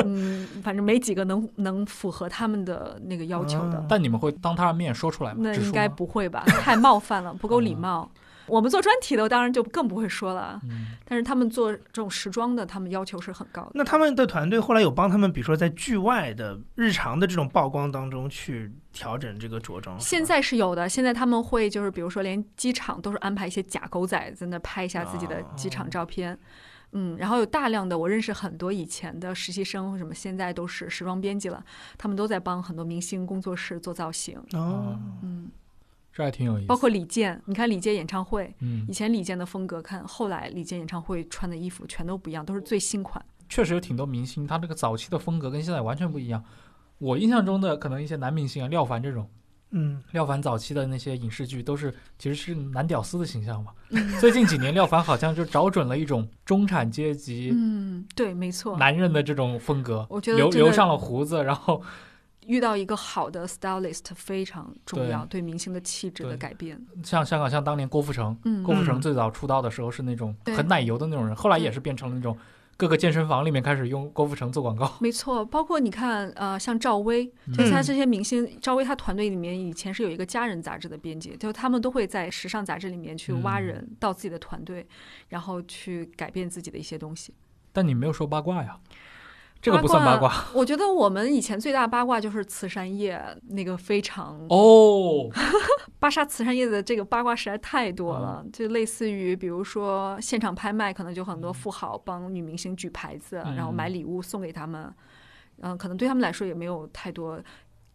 [SPEAKER 2] 嗯，反正没几个能能符合他们的那个要求的。
[SPEAKER 4] 嗯
[SPEAKER 3] 嗯但你们会当他的面说出来吗？
[SPEAKER 2] 那
[SPEAKER 3] 直
[SPEAKER 2] 应
[SPEAKER 3] 说
[SPEAKER 2] 该
[SPEAKER 3] 吗
[SPEAKER 2] 不会吧？太冒犯了，不够礼貌。我们做专题的当然就更不会说了，
[SPEAKER 3] 嗯
[SPEAKER 2] 但是他们做这种时装的，他们要求是很高的。
[SPEAKER 4] 那他们的团队后来有帮他们，比如说在剧外的日常的这种曝光当中去调整这个着
[SPEAKER 3] 哦
[SPEAKER 4] 装。
[SPEAKER 2] 现在是有的，现在他们会就是比如说连机场都是安排一些假狗仔在那拍一下自己
[SPEAKER 3] 啊
[SPEAKER 2] 的机场照片。嗯，然后有大量的我认识很多以前的实习生或什么，现在都是时装编辑了，他们都在帮很多明星工作室做造型，
[SPEAKER 4] 哦，
[SPEAKER 2] 嗯，
[SPEAKER 3] 这还挺有意思。
[SPEAKER 2] 包括李健，你看李健演唱会，
[SPEAKER 3] 嗯
[SPEAKER 2] 以，前李健的风格看，后来李健演唱会穿的衣服全都不一样，都是最新款。
[SPEAKER 3] 确实有挺多明星，他这个早期的风格跟现在完全不一样。我印象中的可能一些男明星啊，廖凡这种，
[SPEAKER 4] 嗯，
[SPEAKER 3] 廖凡早期的那些影视剧都是其实是男屌丝的形象嘛。
[SPEAKER 2] 嗯
[SPEAKER 3] 最近几年，廖凡好像就找准了一种中产阶级
[SPEAKER 2] 嗯，对，没错。
[SPEAKER 3] 男人的这种风格，
[SPEAKER 2] 我觉得
[SPEAKER 3] 留
[SPEAKER 2] 真的
[SPEAKER 3] 留上了胡子，然后
[SPEAKER 2] 遇到一个好的 stylist 非常重
[SPEAKER 3] 对
[SPEAKER 2] 要，对明星的气质的
[SPEAKER 3] 对
[SPEAKER 2] 改变。
[SPEAKER 3] 像香港像当年郭富城，
[SPEAKER 2] 嗯，
[SPEAKER 3] 郭富城
[SPEAKER 4] 嗯
[SPEAKER 3] 最早出道的时候是那种
[SPEAKER 2] 对
[SPEAKER 3] 很奶油的那种人，后来
[SPEAKER 2] 对
[SPEAKER 3] 也是变成了那种各个健身房里面开始用郭富城做广告。
[SPEAKER 2] 没错，包括你看，呃，像赵薇，
[SPEAKER 3] 嗯
[SPEAKER 2] 就是他这些明星，赵薇她团队里面以前是有一个家人杂志的编辑，就是他们都会在时尚杂志里面去挖
[SPEAKER 3] 嗯
[SPEAKER 2] 人到自己的团队，然后去改变自己的一些东西。
[SPEAKER 3] 但你没有说八卦呀，这个不算八卦
[SPEAKER 2] 卦。我觉得我们以前最大八卦就是慈善业那个非常，
[SPEAKER 3] 哦。
[SPEAKER 2] 巴莎慈善业的这个八卦实在太多
[SPEAKER 3] 哦
[SPEAKER 2] 了，就类似于比如说现场拍卖，可能就很多富豪帮女明星举牌子，然后
[SPEAKER 3] 嗯
[SPEAKER 2] 买礼物送给他们，嗯、可能对他们来说也没有太多。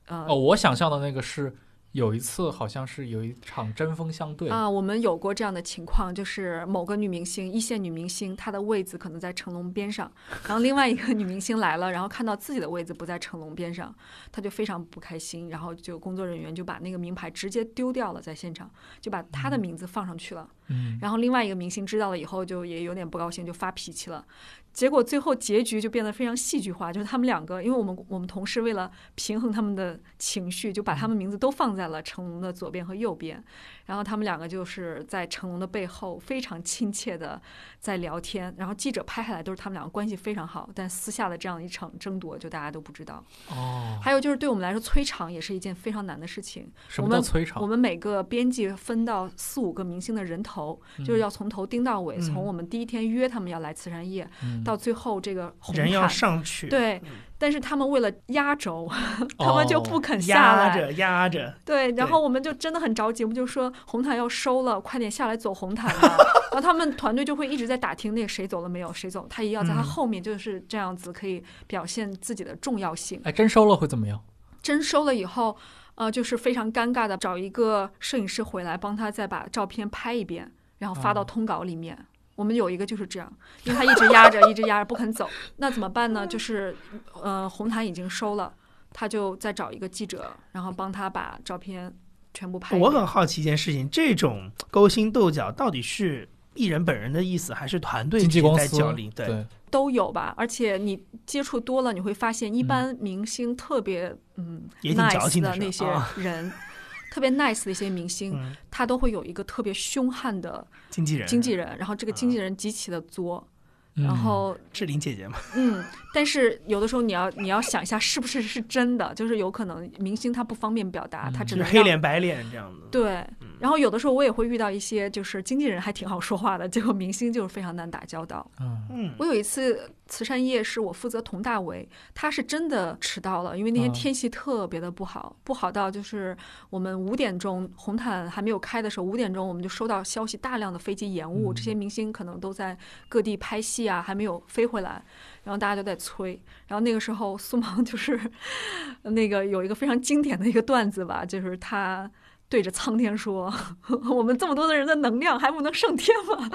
[SPEAKER 2] 呃
[SPEAKER 3] 哦，我想象的那个是有一次，好像是有一场针锋相对，
[SPEAKER 2] 啊，我们有过这样的情况，就是某个女明星，一线女明星，她的位子可能在成龙边上，然后另外一个 女明星来了，然后看到自己的位子不在成龙边上，她就非常不开心，然后就工作人员就把那个名牌直接丢掉了，在现场就把她的名字放上去了。
[SPEAKER 3] 嗯，
[SPEAKER 2] 然后另外一个明星知道了以后，就也有点不高兴，就发脾气了。结果最后结局就变得非常戏剧化，就是他们两个，因为我们我们同事为了平衡他们的情绪，就把他们名字都放在了成龙的左边和右边，然后他们两个就是在成龙的背后非常亲切的在聊天，然后记者拍下来都是他们两个关系非常好，但私下的这样一场争夺就大家都不知道。
[SPEAKER 3] 哦，
[SPEAKER 2] 还有就是对我们来说，催场也是一件非常难的事情，
[SPEAKER 3] 什
[SPEAKER 2] 我
[SPEAKER 3] 么叫
[SPEAKER 2] 们
[SPEAKER 3] 催
[SPEAKER 2] 我
[SPEAKER 3] 场？
[SPEAKER 2] 们每个编辑分到四五个明星的人头，就是要从头盯到尾，
[SPEAKER 4] 嗯
[SPEAKER 2] 从我们第一天约他们要来慈善夜，
[SPEAKER 3] 嗯
[SPEAKER 2] 到最后这个红
[SPEAKER 4] 人要
[SPEAKER 2] 毯。
[SPEAKER 4] 上去，，嗯哦
[SPEAKER 2] 对，但是他们为了压轴，
[SPEAKER 3] 嗯
[SPEAKER 2] 他们就不
[SPEAKER 3] 哦
[SPEAKER 2] 肯下
[SPEAKER 4] 压
[SPEAKER 2] 来。
[SPEAKER 4] 着压着，
[SPEAKER 2] 对，然
[SPEAKER 4] 对
[SPEAKER 2] 后我们就真的很着急，我们就说红毯要收了，快点下来走红毯 吧。然后他们团队就会一直在打听那个谁走了没有，谁走，他也要在他
[SPEAKER 4] 嗯
[SPEAKER 2] 后面，就是这样子可以表现自己的重要性。
[SPEAKER 3] 哎，真收了会怎么样？
[SPEAKER 2] 征收了以后，呃，就是非常尴尬的找一个摄影师回来帮他再把照片拍一遍，然后发到
[SPEAKER 3] 哦
[SPEAKER 2] 通稿里面。我们有一个就是这样，因为他一直压着，一直压着不肯走，那怎么办呢？就是，呃，红毯已经收了，他就再找一个记者，然后帮他把照片全部拍一
[SPEAKER 4] 我
[SPEAKER 2] 遍。
[SPEAKER 4] 很好奇一件事情，这种勾心斗角到底是艺人本人的意思，还是团队
[SPEAKER 3] 经纪公
[SPEAKER 4] 在
[SPEAKER 3] 司
[SPEAKER 4] 角力？对，
[SPEAKER 3] 对，
[SPEAKER 2] 都有吧，而且你接触多了，你会发现一般明星特别嗯
[SPEAKER 4] 嗯也挺矫
[SPEAKER 2] nice
[SPEAKER 4] 情的
[SPEAKER 2] 的那
[SPEAKER 4] 是
[SPEAKER 2] 些
[SPEAKER 4] 吧啊
[SPEAKER 2] 人，特别 nice 的一些明星，
[SPEAKER 4] 嗯，
[SPEAKER 2] 他都会有一个特别凶悍的
[SPEAKER 4] 经纪人，
[SPEAKER 2] 经纪人，然后
[SPEAKER 4] 嗯
[SPEAKER 2] 这个经纪人极其的作，
[SPEAKER 3] 嗯
[SPEAKER 2] 然后
[SPEAKER 4] 志玲姐姐嘛，
[SPEAKER 2] 嗯，但是有的时候你要你要想一下是不是是真的，就是有可能明星他不方便表达，
[SPEAKER 3] 嗯
[SPEAKER 2] 他只
[SPEAKER 4] 就是
[SPEAKER 2] 能
[SPEAKER 4] 黑
[SPEAKER 2] 让
[SPEAKER 4] 脸嗯白脸这样子。
[SPEAKER 2] 对。然后有的时候我也会遇到一些就是经纪人还挺好说话的，结果明星就是非常难打交道。
[SPEAKER 3] 嗯，
[SPEAKER 4] 嗯，
[SPEAKER 2] 我有一次慈善夜是我负责佟大为，他是真的迟到了，因为那天
[SPEAKER 3] 嗯
[SPEAKER 2] 天气特别的不好，不好到就是我们五点钟红毯还没有开的时候，五点钟我们就收到消息，大量的飞机延误，
[SPEAKER 3] 嗯
[SPEAKER 2] 这些明星可能都在各地拍戏啊，还没有飞回来，然后大家就在催，然后那个时候苏芒就是那个有一个非常经典的一个段子吧，就是他。对着苍天说：“ 我们这么多的人的能量还不能胜天吗？”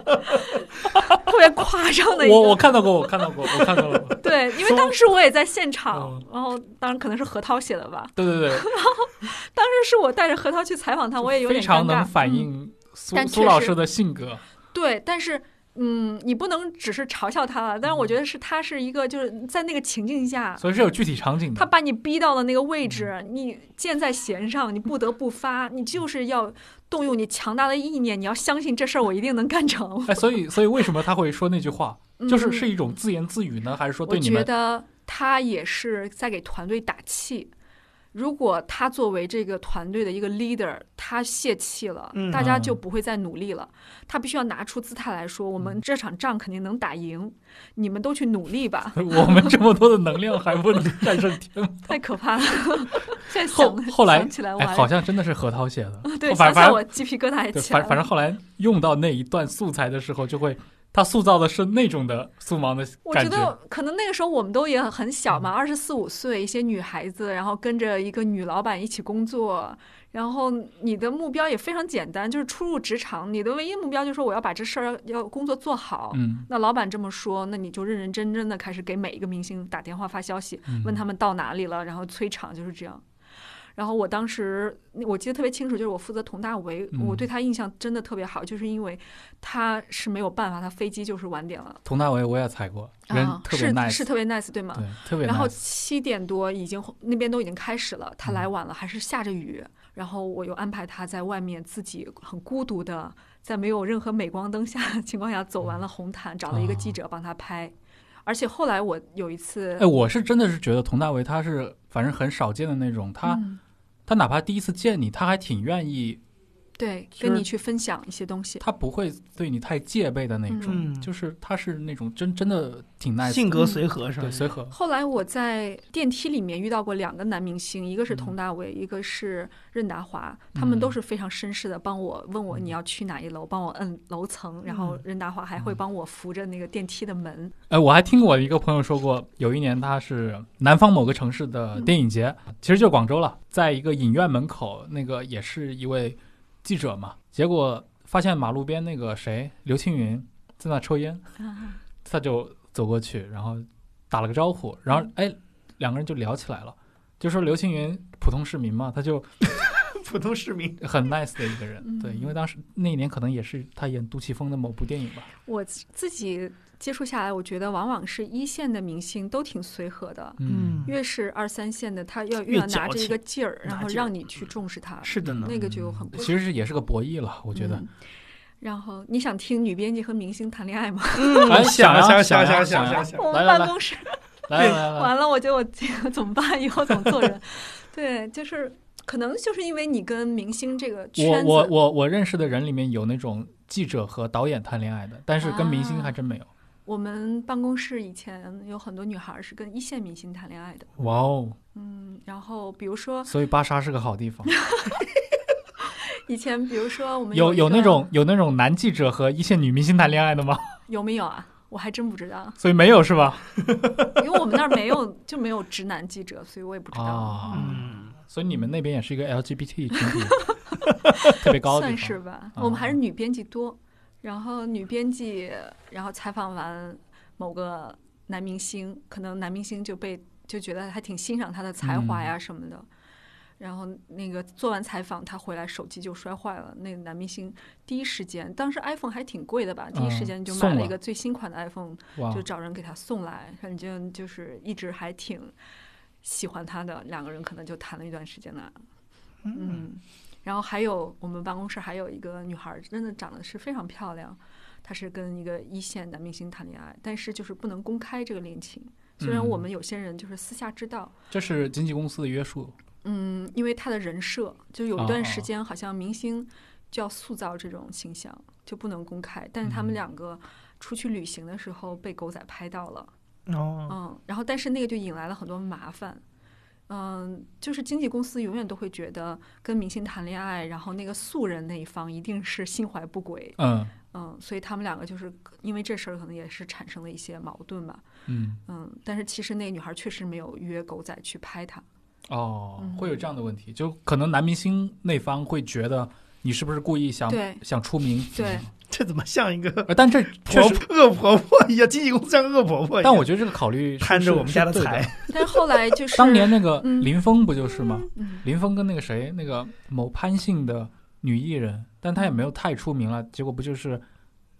[SPEAKER 2] 特别夸张的一个，
[SPEAKER 3] 我我看到过，我看到过，我看到过。
[SPEAKER 2] 对，因为当时我也在现场
[SPEAKER 3] 嗯，
[SPEAKER 2] 然后当然可能是何涛写的吧。
[SPEAKER 3] 对对对，
[SPEAKER 2] 当时是我带着何涛去采访他，我也有
[SPEAKER 3] 非
[SPEAKER 2] 点尴
[SPEAKER 3] 常能
[SPEAKER 2] 尬。嗯
[SPEAKER 3] 反映苏
[SPEAKER 2] 但确
[SPEAKER 3] 苏
[SPEAKER 2] 实
[SPEAKER 3] 老师的性格。
[SPEAKER 2] 对，但是嗯，你不能只是嘲笑他了。但是我觉得是他是一个就是在那个情境下，
[SPEAKER 3] 嗯所以是有具体场景的。
[SPEAKER 2] 他把你逼到了那个位置，你箭在弦上，你不得不发，你就是要动用你强大的意念，你要相信这事儿我一定能干成。
[SPEAKER 3] 哎，所以所以为什么他会说那句话？就是
[SPEAKER 2] 嗯
[SPEAKER 3] 是一种自言自语呢，还是说
[SPEAKER 2] 我
[SPEAKER 3] 对你
[SPEAKER 2] 觉
[SPEAKER 3] 们
[SPEAKER 2] 得他也是在给团队打气。如果他作为这个团队的一个 leader，他泄气了，
[SPEAKER 4] 嗯
[SPEAKER 2] 大家
[SPEAKER 3] 嗯。
[SPEAKER 2] 就不会再努力了。他必须要拿出姿态来说，我们这场仗肯定能打赢，你们都去努力吧
[SPEAKER 3] 我们这么多的能量还不能战胜天吗？
[SPEAKER 2] 太可怕了！现在
[SPEAKER 3] 后
[SPEAKER 2] 想
[SPEAKER 3] 后来
[SPEAKER 2] 想起来 我
[SPEAKER 3] 哎，
[SPEAKER 2] 还，
[SPEAKER 3] 好像真的是何涛写的
[SPEAKER 2] 对，
[SPEAKER 3] 反反
[SPEAKER 2] 想想
[SPEAKER 3] 正
[SPEAKER 2] 我鸡皮疙瘩也
[SPEAKER 3] 对
[SPEAKER 2] 起来
[SPEAKER 3] 反
[SPEAKER 2] 了。
[SPEAKER 3] 反正后来用到那一段素材的时候，就会他塑造的是那种的素盲的
[SPEAKER 2] 我
[SPEAKER 3] 感
[SPEAKER 2] 觉
[SPEAKER 3] 觉。嗯
[SPEAKER 2] 得可能那个时候我们都也很小嘛，二十四五岁，一些女孩子，然后跟着一个女老板一起工作，然后你的目标也非常简单，就是初入职场，你的唯一目标就是说我要把这事儿要工作做好。
[SPEAKER 3] 嗯，
[SPEAKER 2] 那老板这么说，那你就认认真真的开始给每一个明星打电话发消息，
[SPEAKER 3] 嗯
[SPEAKER 2] 问他们到哪里了，然后催场，就是这样。然后我当时我记得特别清楚，就是我负责佟大为，
[SPEAKER 3] 嗯
[SPEAKER 2] 我对他印象真的特别好，就是因为他是没有办法，他飞机就是晚点了，
[SPEAKER 3] 佟大为我也踩过，人
[SPEAKER 2] 啊，
[SPEAKER 3] 特别
[SPEAKER 2] 是
[SPEAKER 3] nice，
[SPEAKER 2] 是特别 nice 对吗？
[SPEAKER 3] 对，特别
[SPEAKER 2] 然后
[SPEAKER 3] nice。
[SPEAKER 2] 七点多已经那边都已经开始了，
[SPEAKER 3] 嗯
[SPEAKER 2] 他来晚了，还是下着雨。然后我又安排他在外面自己很孤独的，在没有任何镁光灯下的情况下走完
[SPEAKER 3] 嗯
[SPEAKER 2] 了红毯，找了一个记者帮他拍。而且后来我有一次
[SPEAKER 3] 哎，，我是真的是觉得佟大为他是反正很少见的那种，他、
[SPEAKER 2] 嗯
[SPEAKER 3] 他哪怕第一次见你，他还挺愿意，
[SPEAKER 2] 对
[SPEAKER 3] 就是
[SPEAKER 2] 跟你去分享一些东西，
[SPEAKER 3] 他不会对你太戒备的那种，
[SPEAKER 4] 嗯
[SPEAKER 3] 就是他是那种真真的挺 nice，
[SPEAKER 4] 性格随和是吧
[SPEAKER 3] 对？随和，
[SPEAKER 2] 后来我在电梯里面遇到过两个男明星，一个是佟
[SPEAKER 4] 嗯
[SPEAKER 2] 大为，一个是任达华，他们都是非常绅士的，帮我问我
[SPEAKER 4] 嗯
[SPEAKER 2] 你要去哪一楼，帮我摁楼层，然后任达华还
[SPEAKER 4] 嗯
[SPEAKER 2] 会帮我扶着那个电梯的 门。
[SPEAKER 3] 哎，我还听过一个朋友说过，有一年他是南方某个城市
[SPEAKER 2] 嗯
[SPEAKER 3] 的电影节，其实就是广州了，在一个影院门口，那个也是一位记者嘛，结果发现马路边那个谁刘青云在那抽烟，
[SPEAKER 2] 啊
[SPEAKER 3] 他就走过去，然后打了个招呼，然
[SPEAKER 2] 嗯
[SPEAKER 3] 后哎，两个人就聊起来了，就说刘青云普通市民嘛，他就
[SPEAKER 4] 普通市民，
[SPEAKER 3] 很 nice 的一个人，
[SPEAKER 2] 嗯
[SPEAKER 3] 对，因为当时那一年可能也是他演杜琪峰的某部电影吧，
[SPEAKER 2] 我自己接触下来，我觉得往往是一线的明星都挺随和的，
[SPEAKER 4] 嗯，
[SPEAKER 2] 越是二三线的，他要
[SPEAKER 4] 越
[SPEAKER 2] 越要
[SPEAKER 4] 矫
[SPEAKER 2] 拿着一
[SPEAKER 4] 情
[SPEAKER 2] 个劲儿，然
[SPEAKER 4] 拿
[SPEAKER 2] 后
[SPEAKER 4] 劲儿嗯
[SPEAKER 2] 让你去重视他，
[SPEAKER 4] 是的嗯呢。
[SPEAKER 2] 那个就很不
[SPEAKER 3] 其实是也是个博弈了，我觉得。
[SPEAKER 2] 嗯然后你想听女编辑和明星谈恋爱吗？
[SPEAKER 3] 哎，
[SPEAKER 4] 想啊
[SPEAKER 3] 呀
[SPEAKER 4] 想
[SPEAKER 3] 想呀
[SPEAKER 4] 想
[SPEAKER 3] 想呀
[SPEAKER 4] 想啊
[SPEAKER 2] 我
[SPEAKER 3] 来
[SPEAKER 2] 们
[SPEAKER 3] 来
[SPEAKER 2] 办
[SPEAKER 3] 来
[SPEAKER 2] 公室
[SPEAKER 3] 来来来来，
[SPEAKER 2] 完了，我觉得我这个怎么办？以后怎么 做人？对，就是可能就是因为你跟明星这个
[SPEAKER 3] 我
[SPEAKER 2] 圈子，
[SPEAKER 3] 我我我认识的人里面有那种记者和导演谈恋爱的，但是跟明
[SPEAKER 2] 啊
[SPEAKER 3] 星还真没有。
[SPEAKER 2] 我们办公室以前有很多女孩儿是跟一线明星谈恋爱的。
[SPEAKER 3] 哇哦！
[SPEAKER 2] 嗯，然后比如说
[SPEAKER 3] 所以巴莎是个好地方，
[SPEAKER 2] 以前，比如说我们
[SPEAKER 3] 有
[SPEAKER 2] 有
[SPEAKER 3] 有
[SPEAKER 2] 一个
[SPEAKER 3] 那种有那种男记者和一线女明星谈恋爱的吗？，
[SPEAKER 2] 有没有啊？我还真不知道
[SPEAKER 3] 所以没有是吧？
[SPEAKER 2] 因为我们那儿没有就没有直男记者，所以我也不知道。
[SPEAKER 3] 啊，
[SPEAKER 4] 嗯，
[SPEAKER 3] 所以你们那边也是一个 LGBT 群 体特别高的地方
[SPEAKER 2] 算是吧。
[SPEAKER 3] 啊
[SPEAKER 2] 我们还是女编辑多，然后女编辑，然后采访完某个男明星，可能男明星就被就觉得还挺欣赏他的才华
[SPEAKER 3] 嗯
[SPEAKER 2] 呀什么的。然后那个做完采访，他回来手机就摔坏了。那个男明星第一时间，当时 iPhone 还挺贵的吧，第一时间就
[SPEAKER 3] 嗯送
[SPEAKER 2] 买了
[SPEAKER 3] 了
[SPEAKER 2] 一个最新款的 iPhone，
[SPEAKER 3] 哇哦
[SPEAKER 2] 就找人给他送来，反正就是一直还挺喜欢他的，两个人可能就谈了一段时间了。嗯，然后还有我们办公室还有一个女孩儿，真的长得是非常漂亮，她是跟一个一线男明星谈恋爱，但是就是不能公开这个恋情。虽然
[SPEAKER 3] 嗯
[SPEAKER 2] 我们有些人就是私下知道，
[SPEAKER 3] 这是经纪公司的约束。
[SPEAKER 2] 嗯，因为她的人设，就有
[SPEAKER 3] 哦
[SPEAKER 2] 一
[SPEAKER 3] 哦
[SPEAKER 2] 段时间好像明星就要塑造这种形象，就不能公开。但是他
[SPEAKER 3] 嗯
[SPEAKER 2] 们两个出去旅行的时候被狗仔拍到了，
[SPEAKER 4] 哦，
[SPEAKER 2] 嗯，然后但是那个就引来了很多麻烦。嗯，就是经纪公司永远都会觉得跟明星谈恋爱，然后那个素人那一方一定是心怀不轨，
[SPEAKER 3] 嗯
[SPEAKER 2] 嗯，所以他们两个就是因为这事儿可能也是产生了一些矛盾吧，
[SPEAKER 3] 嗯
[SPEAKER 2] 嗯，但是其实那个女孩确实没有约狗仔去拍她，
[SPEAKER 3] 哦
[SPEAKER 2] 嗯，
[SPEAKER 3] 会有这样的问题，就可能男明星那方会觉得你是不是故意想
[SPEAKER 2] 对
[SPEAKER 3] 想出名？
[SPEAKER 2] 对，
[SPEAKER 4] 这怎么像一个
[SPEAKER 3] 呃，但这确
[SPEAKER 4] 婆
[SPEAKER 3] 实
[SPEAKER 4] 婆恶婆婆一样？经纪公司像恶婆 婆一样，
[SPEAKER 3] 但我觉得这个考虑是
[SPEAKER 4] 贪着我们家的。
[SPEAKER 3] 是是对
[SPEAKER 4] 财，
[SPEAKER 2] 但是后来就是
[SPEAKER 3] 当年那个
[SPEAKER 2] 嗯
[SPEAKER 3] 林峰不就是吗？
[SPEAKER 2] 嗯，
[SPEAKER 3] 林峰跟那个谁，那个某潘姓的女艺人，但她也没有太出名了，结果不就是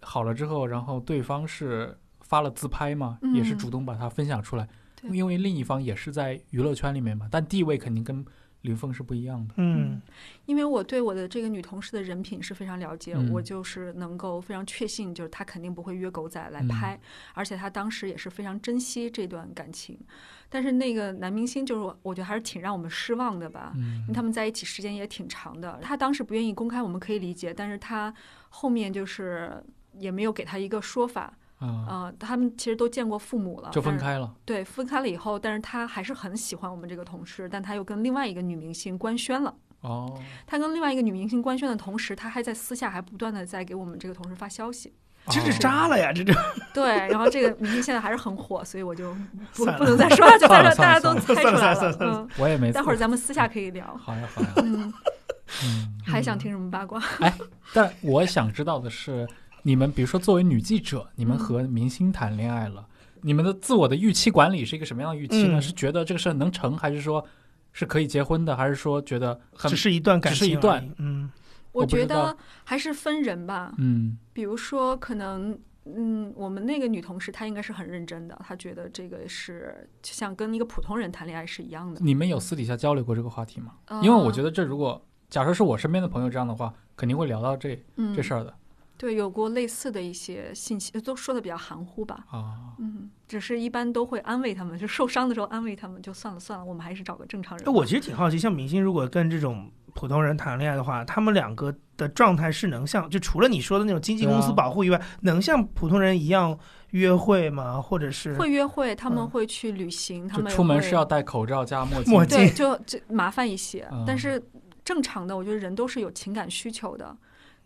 [SPEAKER 3] 好了之后，然后对方是发了自拍嘛，
[SPEAKER 2] 嗯
[SPEAKER 3] 也是主动把它分享出来，
[SPEAKER 2] 对
[SPEAKER 3] 因为另一方也是在娱乐圈里面嘛，但地位肯定跟吕凤是不一样的。
[SPEAKER 4] 嗯
[SPEAKER 2] 因为我对我的这个女同事的人品是非常了解，
[SPEAKER 3] 嗯
[SPEAKER 2] 我就是能够非常确信，就是她肯定不会约狗仔来
[SPEAKER 3] 嗯
[SPEAKER 2] 拍，而且她当时也是非常珍惜这段感情。但是那个男明星，就是我我觉得还是挺让我们失望的吧，
[SPEAKER 3] 嗯
[SPEAKER 2] 因为他们在一起时间也挺长的。他当时不愿意公开，我们可以理解，但是他后面就是也没有给他一个说法。
[SPEAKER 3] 啊，
[SPEAKER 2] 呃，他们其实都见过父母了，
[SPEAKER 3] 就分
[SPEAKER 2] 但是
[SPEAKER 3] 开了。
[SPEAKER 2] 对，分开了以后，但是他还是很喜欢我们这个同事，但他又跟另外一个女明星官宣了。
[SPEAKER 3] 哦，
[SPEAKER 2] 他跟另外一个女明星官宣的同时，他还在私下还不断的在给我们这个同事发消息。
[SPEAKER 4] 这
[SPEAKER 3] 哦
[SPEAKER 4] 是渣了呀，这这
[SPEAKER 2] 对，然后这个明星现在还是很火，所以我就不
[SPEAKER 4] 算了
[SPEAKER 2] 不能再说了，就大家
[SPEAKER 3] 算
[SPEAKER 2] 大
[SPEAKER 3] 了
[SPEAKER 2] 家
[SPEAKER 3] 算
[SPEAKER 2] 都
[SPEAKER 3] 了
[SPEAKER 2] 猜出来
[SPEAKER 4] 算了算了算了
[SPEAKER 2] 嗯，
[SPEAKER 3] 我也没。
[SPEAKER 2] 待会儿咱们私下可以聊。
[SPEAKER 3] 好呀好呀，
[SPEAKER 2] 嗯，
[SPEAKER 3] 嗯。
[SPEAKER 2] 还想听什么 八卦？
[SPEAKER 3] 但我想知道的是，你们比如说作为女记者，你们
[SPEAKER 2] 嗯
[SPEAKER 3] 和明星谈恋爱了，你们的自我的预期管理是一个什么样的预期呢？
[SPEAKER 4] 嗯
[SPEAKER 3] 是觉得这个事儿能成，还是说是可以结婚的，还是说觉得嗯很
[SPEAKER 4] 只是一段感情，
[SPEAKER 3] 只是一段，
[SPEAKER 4] 嗯
[SPEAKER 3] 我
[SPEAKER 2] 我
[SPEAKER 3] 不知
[SPEAKER 2] 觉
[SPEAKER 3] 道
[SPEAKER 2] 得还是分人吧，
[SPEAKER 3] 嗯
[SPEAKER 2] 比如说可能。嗯，我们那个女同事她应该是很认真的，她觉得这个是就像跟一个普通人谈恋爱是一样的。
[SPEAKER 3] 你们有私底下交流过这个话题吗？
[SPEAKER 2] 呃
[SPEAKER 3] 嗯因为我觉得这如果假设是我身边的朋友这样的话，肯定会聊到这
[SPEAKER 2] 嗯
[SPEAKER 3] 这事儿的
[SPEAKER 2] 对有过类似的一些信息，都说的比较含糊吧。
[SPEAKER 3] 啊。
[SPEAKER 2] 嗯，只是一般都会安慰他们，就受伤的时候安慰他们，就算了算了，我们还是找个正常人
[SPEAKER 4] 哎，
[SPEAKER 2] 吧。
[SPEAKER 4] 我其实挺好奇，像明星如果跟这种普通人谈恋爱的话，他们两个的状态是能像就除了你说的那种经纪公司
[SPEAKER 3] 对啊
[SPEAKER 4] 保护以外，能像普通人一样约会吗？或者是
[SPEAKER 2] 会约会，他们
[SPEAKER 4] 嗯
[SPEAKER 2] 会去旅行，他
[SPEAKER 3] 就
[SPEAKER 2] 们也
[SPEAKER 3] 出门
[SPEAKER 2] 会
[SPEAKER 3] 是要戴口罩加墨镜，
[SPEAKER 4] 墨镜
[SPEAKER 2] 对，就就麻烦一些。
[SPEAKER 3] 嗯
[SPEAKER 2] 但是正常的，我觉得人都是有情感需求的，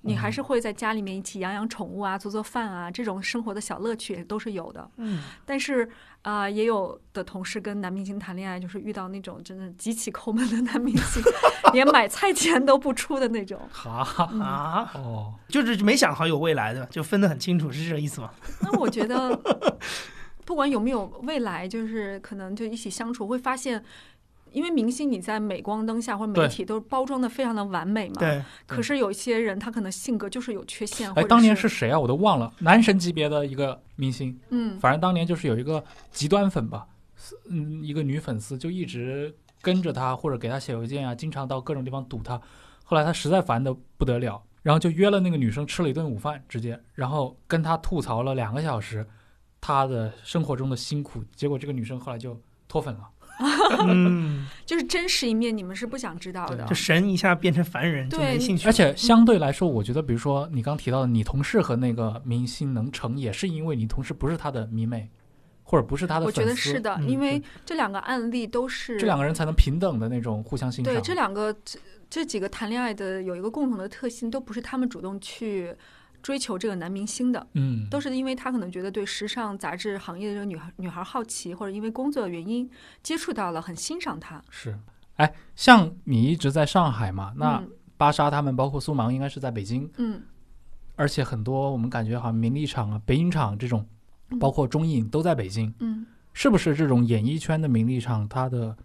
[SPEAKER 2] 你还
[SPEAKER 3] 嗯
[SPEAKER 2] 是会在家里面一起养养宠物啊，做做饭啊，这种生活的小乐趣也都是有的。
[SPEAKER 4] 嗯
[SPEAKER 2] 但是啊、呃也有的同事跟男明星谈恋爱，就是遇到那种真的极其抠门的男明星， 连买菜钱都不出的那种。
[SPEAKER 3] 哈
[SPEAKER 2] 嗯
[SPEAKER 4] 啊，
[SPEAKER 3] 哦，
[SPEAKER 4] 就是没想好有未来的，就分得很清楚，是这个意思吗？
[SPEAKER 2] 那我觉得，不管有没有未来，就是可能就一起相处，会发现，因为明星你在镁光灯下或者
[SPEAKER 3] 对
[SPEAKER 2] 媒体都包装的非常的完美嘛。。
[SPEAKER 4] 对，
[SPEAKER 2] 可是有一些人，他可能性格就是有缺陷，或
[SPEAKER 3] 哎，
[SPEAKER 2] 者
[SPEAKER 3] 当年是谁啊？我都忘了，男神级别的一个明星，
[SPEAKER 2] 嗯，
[SPEAKER 3] 反正当年就是有一个极端粉吧，嗯，一个女粉丝就一直跟着他，或者给他写邮件啊，经常到各种地方堵他。后来他实在烦的不得了，然后就约了那个女生吃了一顿午饭，直接，然后跟他吐槽了两个小时，他的生活中的辛苦。结果这个女生后来就脱粉了，
[SPEAKER 4] 嗯，
[SPEAKER 2] 就是真实一面，你们是不想知道的
[SPEAKER 4] 就。神一下变成凡人，就
[SPEAKER 2] 对
[SPEAKER 4] 没
[SPEAKER 2] 你
[SPEAKER 4] 兴趣
[SPEAKER 3] 啊而。且相对来说，我觉得，比如说你刚提到的，你同事和那个明星能成，也是因为你同事不是他的迷妹，或者不是他的
[SPEAKER 2] 我
[SPEAKER 3] 粉丝，
[SPEAKER 2] 觉得是的，
[SPEAKER 4] 嗯
[SPEAKER 2] 因为这两个案例都是
[SPEAKER 3] 这两个人才能平等的那种互相欣赏。
[SPEAKER 2] 对这两个这这几个谈恋爱的有一个共同的特性，都不是他们主动去追求这个男明星的，
[SPEAKER 3] 嗯，
[SPEAKER 2] 都是因为他可能觉得对时尚杂志行业的这个女孩女孩好奇，或者因为工作原因接触到了，很欣赏她。
[SPEAKER 3] 是。哎，像你一直在上海嘛，那
[SPEAKER 2] 嗯
[SPEAKER 3] 巴莎他们包括苏芒应该是在北京，
[SPEAKER 2] 嗯
[SPEAKER 3] 而且很多我们感觉好像名利场啊、北影厂这种，
[SPEAKER 2] 嗯
[SPEAKER 3] 包括中影都在北京，
[SPEAKER 2] 嗯，
[SPEAKER 3] 是不是这种演艺圈的名利场，它的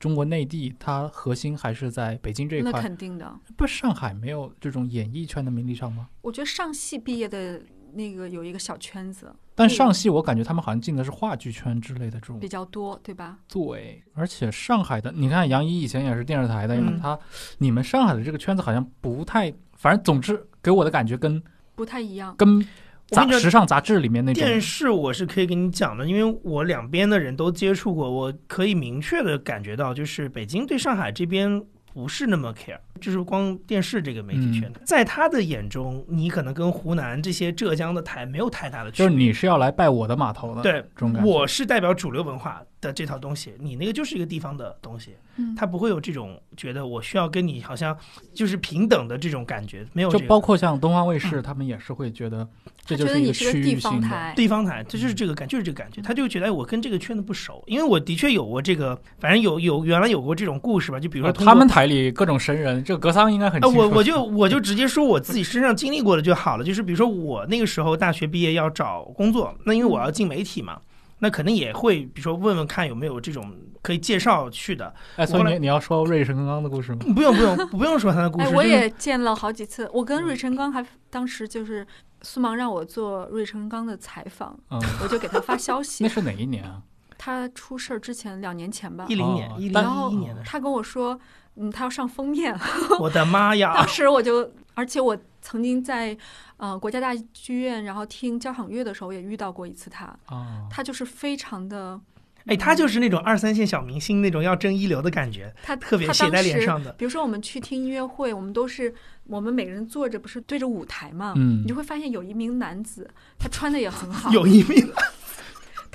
[SPEAKER 3] 中国内地它核心还是在北京这一
[SPEAKER 2] 那
[SPEAKER 3] 块？
[SPEAKER 2] 肯定的。
[SPEAKER 3] 不，上海没有这种演艺圈的名利场吗？
[SPEAKER 2] 我觉得上戏毕业的那个有一个小圈子
[SPEAKER 3] 但上戏我感觉他们好像进的是话剧圈之类的这种
[SPEAKER 2] 嗯比较多，对吧？
[SPEAKER 3] 对，而且上海的，你看杨一以前也是电视台的，
[SPEAKER 4] 嗯
[SPEAKER 3] 他你们上海的这个圈子好像不太，反正总之给我的感觉跟
[SPEAKER 2] 不太一样。
[SPEAKER 3] 跟
[SPEAKER 4] 我跟
[SPEAKER 3] 杂
[SPEAKER 4] 你
[SPEAKER 3] 时
[SPEAKER 4] 说，
[SPEAKER 3] 尚杂志里面那种
[SPEAKER 4] 电视我是可以跟你讲的，因为我两边的人都接触过，我可以明确的感觉到，就是北京对上海这边不是那么 care，就是光电视这个媒
[SPEAKER 3] 嗯
[SPEAKER 4] 体圈，在他的眼中，你可能跟湖南这些浙江的台没有太大的区
[SPEAKER 3] 就是
[SPEAKER 4] 别。
[SPEAKER 3] 你是要来拜我的码头的，
[SPEAKER 4] 对
[SPEAKER 3] 这种感觉。
[SPEAKER 4] 我是代表主流文化的这套东西，你那个就是一个地方的东西，
[SPEAKER 2] 嗯，
[SPEAKER 4] 他不会有这种觉得我需要跟你好像就是平等的这种感觉，没有
[SPEAKER 3] 就
[SPEAKER 4] 这
[SPEAKER 3] 包
[SPEAKER 4] 个嗯
[SPEAKER 3] 括像东方卫视，他们也是会觉得这就
[SPEAKER 2] 觉得
[SPEAKER 3] 是一
[SPEAKER 2] 你
[SPEAKER 3] 个
[SPEAKER 2] 是
[SPEAKER 3] 区
[SPEAKER 2] 个地
[SPEAKER 3] 域
[SPEAKER 2] 方
[SPEAKER 3] 性的，
[SPEAKER 2] 台，
[SPEAKER 4] 地方台，这就是
[SPEAKER 3] 嗯
[SPEAKER 4] 这个感，就是这个感觉，他就觉得哎，我跟这个圈子不熟，因为我的确有过这个，反正有有原来有过这种故事吧，就比如说通过
[SPEAKER 3] 哦他们。台里各种神人，这个格桑应该很
[SPEAKER 4] 啊，
[SPEAKER 3] 清楚。
[SPEAKER 4] 我我就我就直接说我自己身上经历过的就好了，就是比如说我那个时候大学毕业要找工作，那因为我
[SPEAKER 3] 嗯
[SPEAKER 4] 要进媒体嘛，那肯定也会比如说问问看有没有这种可以介绍去的，
[SPEAKER 3] 哎，所以
[SPEAKER 4] 我后
[SPEAKER 3] 你
[SPEAKER 4] 来
[SPEAKER 3] 你要说瑞神刚刚的故事吗？
[SPEAKER 4] 不用不用不用说他的故事，
[SPEAKER 2] 哎，我
[SPEAKER 4] 就是
[SPEAKER 2] 也见了好几次。我跟
[SPEAKER 3] 嗯
[SPEAKER 2] 芮成钢还当时就是苏芒让我做芮成钢的采访，
[SPEAKER 3] 嗯，
[SPEAKER 2] 我就给他发消
[SPEAKER 3] 那
[SPEAKER 2] 息。
[SPEAKER 3] 是哪一年啊？
[SPEAKER 2] 他出事儿之前两年前吧
[SPEAKER 4] 一，零年
[SPEAKER 3] 哦
[SPEAKER 4] 一
[SPEAKER 2] 然
[SPEAKER 4] 零
[SPEAKER 2] 后
[SPEAKER 4] 一年的时
[SPEAKER 2] 他跟我说，嗯，他要上封面，
[SPEAKER 4] 候，我的妈呀
[SPEAKER 2] 当！时我就，而且我曾经在呃国家大剧院，然后听交响乐的时候也遇到过一次他，
[SPEAKER 3] 啊，
[SPEAKER 2] 他就是非常的，
[SPEAKER 4] 哎，
[SPEAKER 2] 嗯
[SPEAKER 4] 他就是那种二三线小明星那种要争一流的感觉，
[SPEAKER 2] 他
[SPEAKER 4] 特别
[SPEAKER 2] 他
[SPEAKER 4] 写
[SPEAKER 2] 当
[SPEAKER 4] 在脸
[SPEAKER 2] 时
[SPEAKER 4] 上的。，
[SPEAKER 2] 比如说我们去听音乐会，我们都是我们每个人坐着，不是对着舞台嘛？
[SPEAKER 3] 嗯
[SPEAKER 2] 你就会发现有一名男子，他穿的也很好
[SPEAKER 4] 有一名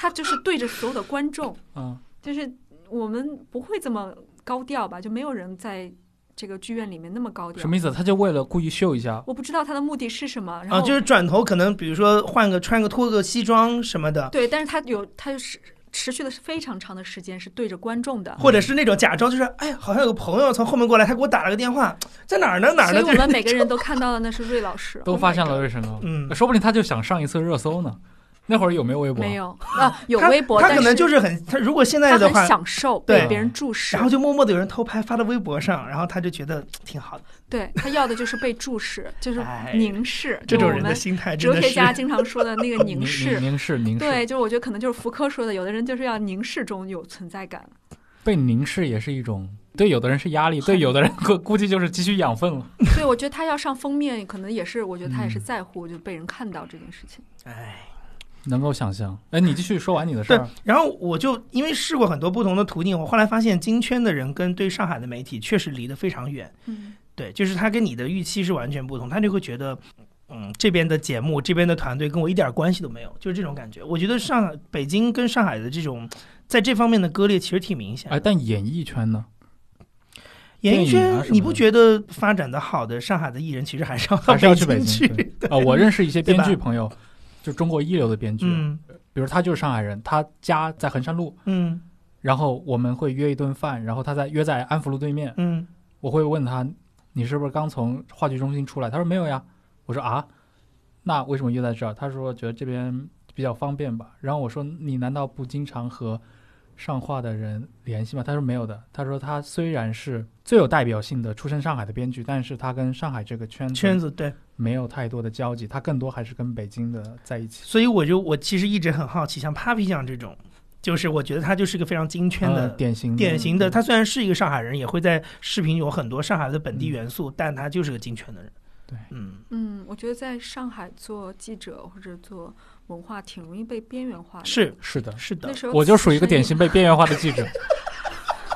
[SPEAKER 2] 他就是对着所有的观众，
[SPEAKER 3] 嗯
[SPEAKER 2] 就是我们不会这么高调吧？就没有人在这个剧院里面那么高调
[SPEAKER 3] 什。么意思？他就为了故意秀一下，
[SPEAKER 2] 我不知道他的目的是什么，然后、
[SPEAKER 4] 啊，就是转头可能比如说换个穿个脱个西装什么的，
[SPEAKER 2] 对，但是他有他就是持续的是非常长的时间是对着观众的。
[SPEAKER 4] 或者是那种假装就是哎呀，好像有个朋友从后面过来，他给我打了个电话，在哪儿呢哪儿
[SPEAKER 2] 所以
[SPEAKER 4] 呢？
[SPEAKER 2] 我
[SPEAKER 4] 就是
[SPEAKER 2] 们每个人都看到了，那是瑞 老师，
[SPEAKER 3] 都
[SPEAKER 2] Oh my
[SPEAKER 3] 发现
[SPEAKER 2] God
[SPEAKER 3] 了瑞神哥，
[SPEAKER 4] 嗯
[SPEAKER 3] 说不定他就想上一次热搜呢。那会儿有没有微博？
[SPEAKER 2] 没。有啊？有
[SPEAKER 4] 他
[SPEAKER 2] 微博，
[SPEAKER 4] 他
[SPEAKER 2] 但
[SPEAKER 4] 可能就是很他如果现在
[SPEAKER 2] 他
[SPEAKER 4] 的
[SPEAKER 2] 很
[SPEAKER 4] 话。
[SPEAKER 2] 享受
[SPEAKER 4] 对
[SPEAKER 2] 被别人注视，
[SPEAKER 4] 然后就默默的有人偷拍发到微博上，然后他就觉得挺好的。
[SPEAKER 2] 对他要的就是被注视，就是
[SPEAKER 4] 哎
[SPEAKER 2] 凝视，
[SPEAKER 4] 这
[SPEAKER 2] 就
[SPEAKER 4] 种
[SPEAKER 2] 嗯我
[SPEAKER 4] 人的
[SPEAKER 2] 们
[SPEAKER 4] 心态真
[SPEAKER 2] 哲
[SPEAKER 4] 的
[SPEAKER 2] 学
[SPEAKER 4] 是
[SPEAKER 2] 家经常说的 那个凝视。
[SPEAKER 3] 凝视凝视，
[SPEAKER 2] 对，就是我觉得可能就是福柯说的，有的人就是要凝视中有存在感。
[SPEAKER 3] 被凝视也是一种，对有的人是压力，对有的人估估计就是汲取养分了。
[SPEAKER 2] 对，我觉得他要上封面，可能也是，我觉得他也是在乎就被人看到这件事情。
[SPEAKER 4] 哎。
[SPEAKER 3] 能够想象。哎，你继续说完你的事
[SPEAKER 4] 对
[SPEAKER 3] 儿。，
[SPEAKER 4] 然后我就因为试过很多不同的途径，我后来发现金圈的人跟对上海的媒体确实离得非常远。
[SPEAKER 2] 嗯，
[SPEAKER 4] 对，就是他跟你的预期是完全不同，他就会觉得，嗯，这边的节目、这边的团队跟我一点关系都没有，就是这种感觉。我觉得上海、北京跟上海的这种在这方面的割裂其实挺明显
[SPEAKER 3] 哎，
[SPEAKER 4] 的。
[SPEAKER 3] 但演艺圈呢？
[SPEAKER 4] 演艺
[SPEAKER 3] 电影啊
[SPEAKER 4] 圈
[SPEAKER 3] 什么
[SPEAKER 4] 你
[SPEAKER 3] 的
[SPEAKER 4] 不觉得发展的好的上海的艺人其实还是要到
[SPEAKER 3] 还 是要去
[SPEAKER 4] 京
[SPEAKER 3] 北京
[SPEAKER 4] 去？
[SPEAKER 3] 啊、我认识一些
[SPEAKER 4] 对
[SPEAKER 3] 编
[SPEAKER 4] 吧
[SPEAKER 3] 剧朋友，就中国一流的编剧，
[SPEAKER 4] 嗯
[SPEAKER 3] 比如他就是上海人，他家在衡山路，
[SPEAKER 4] 嗯
[SPEAKER 3] 然后我们会约一顿饭，然后他在约在安福路对面，
[SPEAKER 4] 嗯，
[SPEAKER 3] 我会问他你是不是刚从话剧中心出来？他说没有呀。我说啊，那为什么约在这儿？他说觉得这边比较方便吧。然后我说你难道不经常和上画的人联系吗？他说没有的。他说他虽然是最有代表性的出身上海的编剧，但是他跟上海这个圈子
[SPEAKER 4] 圈子对。
[SPEAKER 3] 没有太多的交集，他更多还是跟北京的在一起。
[SPEAKER 4] 所以我就我其实一直很好奇，像 Papi 酱这种，就是我觉得他就是个非常金圈
[SPEAKER 3] 呃
[SPEAKER 4] 的、
[SPEAKER 3] 典型的
[SPEAKER 4] 典型
[SPEAKER 3] 嗯
[SPEAKER 4] 的，他虽然是一个上海人，也会在视频有很多上海的本地元素，但他就是个金圈的人。
[SPEAKER 3] 嗯对，
[SPEAKER 4] 嗯，
[SPEAKER 2] 嗯，我觉得在上海做记者或者做文化，挺容易被边缘化的。，
[SPEAKER 4] 是
[SPEAKER 3] 是的，
[SPEAKER 4] 是
[SPEAKER 2] 那
[SPEAKER 4] 的，
[SPEAKER 2] 时候
[SPEAKER 3] 我就属于一个
[SPEAKER 2] 其实
[SPEAKER 3] 典型被边缘化的记者，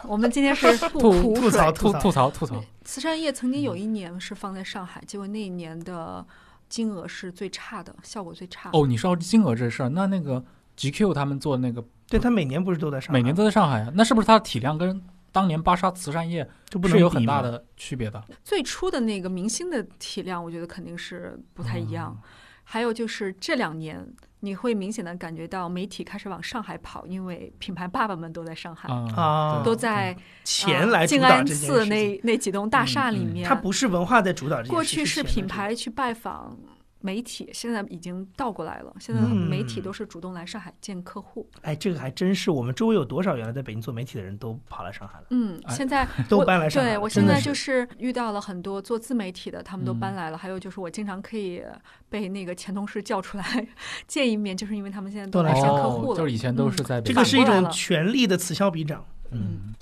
[SPEAKER 2] 我们今天 是吐
[SPEAKER 4] 吐槽
[SPEAKER 3] 吐
[SPEAKER 4] 吐槽
[SPEAKER 3] 吐槽吐槽。
[SPEAKER 2] 慈善业曾经
[SPEAKER 3] 嗯
[SPEAKER 2] 有一年是放在上海，结果那一年的金额是最差的，效果最差。
[SPEAKER 3] 哦，你说到金额这事儿，那那个 GQ 他们做那个
[SPEAKER 4] 对他每年不是都在上海，
[SPEAKER 3] 每年都在上海啊，那是不是它的体量跟当年巴沙慈善夜
[SPEAKER 4] 就不能
[SPEAKER 3] 是有
[SPEAKER 4] 比
[SPEAKER 3] 很大
[SPEAKER 4] 嘛。
[SPEAKER 3] 的区别的？
[SPEAKER 2] 最初的那个明星的体量，我觉得肯定是不太一
[SPEAKER 3] 哦
[SPEAKER 2] 样。还有就是这两年，你会明显的感觉到媒体开始往上海跑，因为品牌爸爸们都在上海，
[SPEAKER 3] 啊
[SPEAKER 4] 啊
[SPEAKER 3] 对
[SPEAKER 2] 都在
[SPEAKER 4] 钱来
[SPEAKER 2] 呃
[SPEAKER 4] 主
[SPEAKER 2] 静
[SPEAKER 4] 导
[SPEAKER 2] 安
[SPEAKER 4] 这件事
[SPEAKER 2] 寺
[SPEAKER 4] 情，
[SPEAKER 2] 那那几栋大厦里
[SPEAKER 3] 嗯嗯
[SPEAKER 2] 面，
[SPEAKER 4] 他不是文化在主导这件事情。
[SPEAKER 2] 过去是
[SPEAKER 4] 钱的
[SPEAKER 2] 品
[SPEAKER 4] 主导，
[SPEAKER 2] 牌去拜访媒体，现在已经倒过来了，现在
[SPEAKER 3] 嗯
[SPEAKER 2] 媒体都是主动来上海见客户。
[SPEAKER 4] 哎，这个还真是，我们周围有多少原来在北京做媒体的人都跑来上海了，
[SPEAKER 2] 嗯，
[SPEAKER 3] 哎
[SPEAKER 2] 现在
[SPEAKER 4] 都
[SPEAKER 2] 我
[SPEAKER 4] 搬来上海了。
[SPEAKER 2] 对我
[SPEAKER 4] 真
[SPEAKER 2] 现
[SPEAKER 4] 的
[SPEAKER 2] 在
[SPEAKER 4] 是
[SPEAKER 2] 就是遇到了很多做自媒体的，他们都
[SPEAKER 3] 嗯
[SPEAKER 2] 搬来了。还有就是我经常可以被那个前同事叫出来见一面，就是因为他们现在
[SPEAKER 4] 都
[SPEAKER 2] 都
[SPEAKER 4] 来
[SPEAKER 2] 来见
[SPEAKER 4] 上
[SPEAKER 2] 客
[SPEAKER 3] 哦
[SPEAKER 2] 户了。嗯
[SPEAKER 3] 就是以前都是在北
[SPEAKER 4] 这
[SPEAKER 3] 京
[SPEAKER 4] 个是一
[SPEAKER 2] 反过来
[SPEAKER 4] 种
[SPEAKER 2] 了
[SPEAKER 4] 权力的此消彼长。
[SPEAKER 3] 嗯，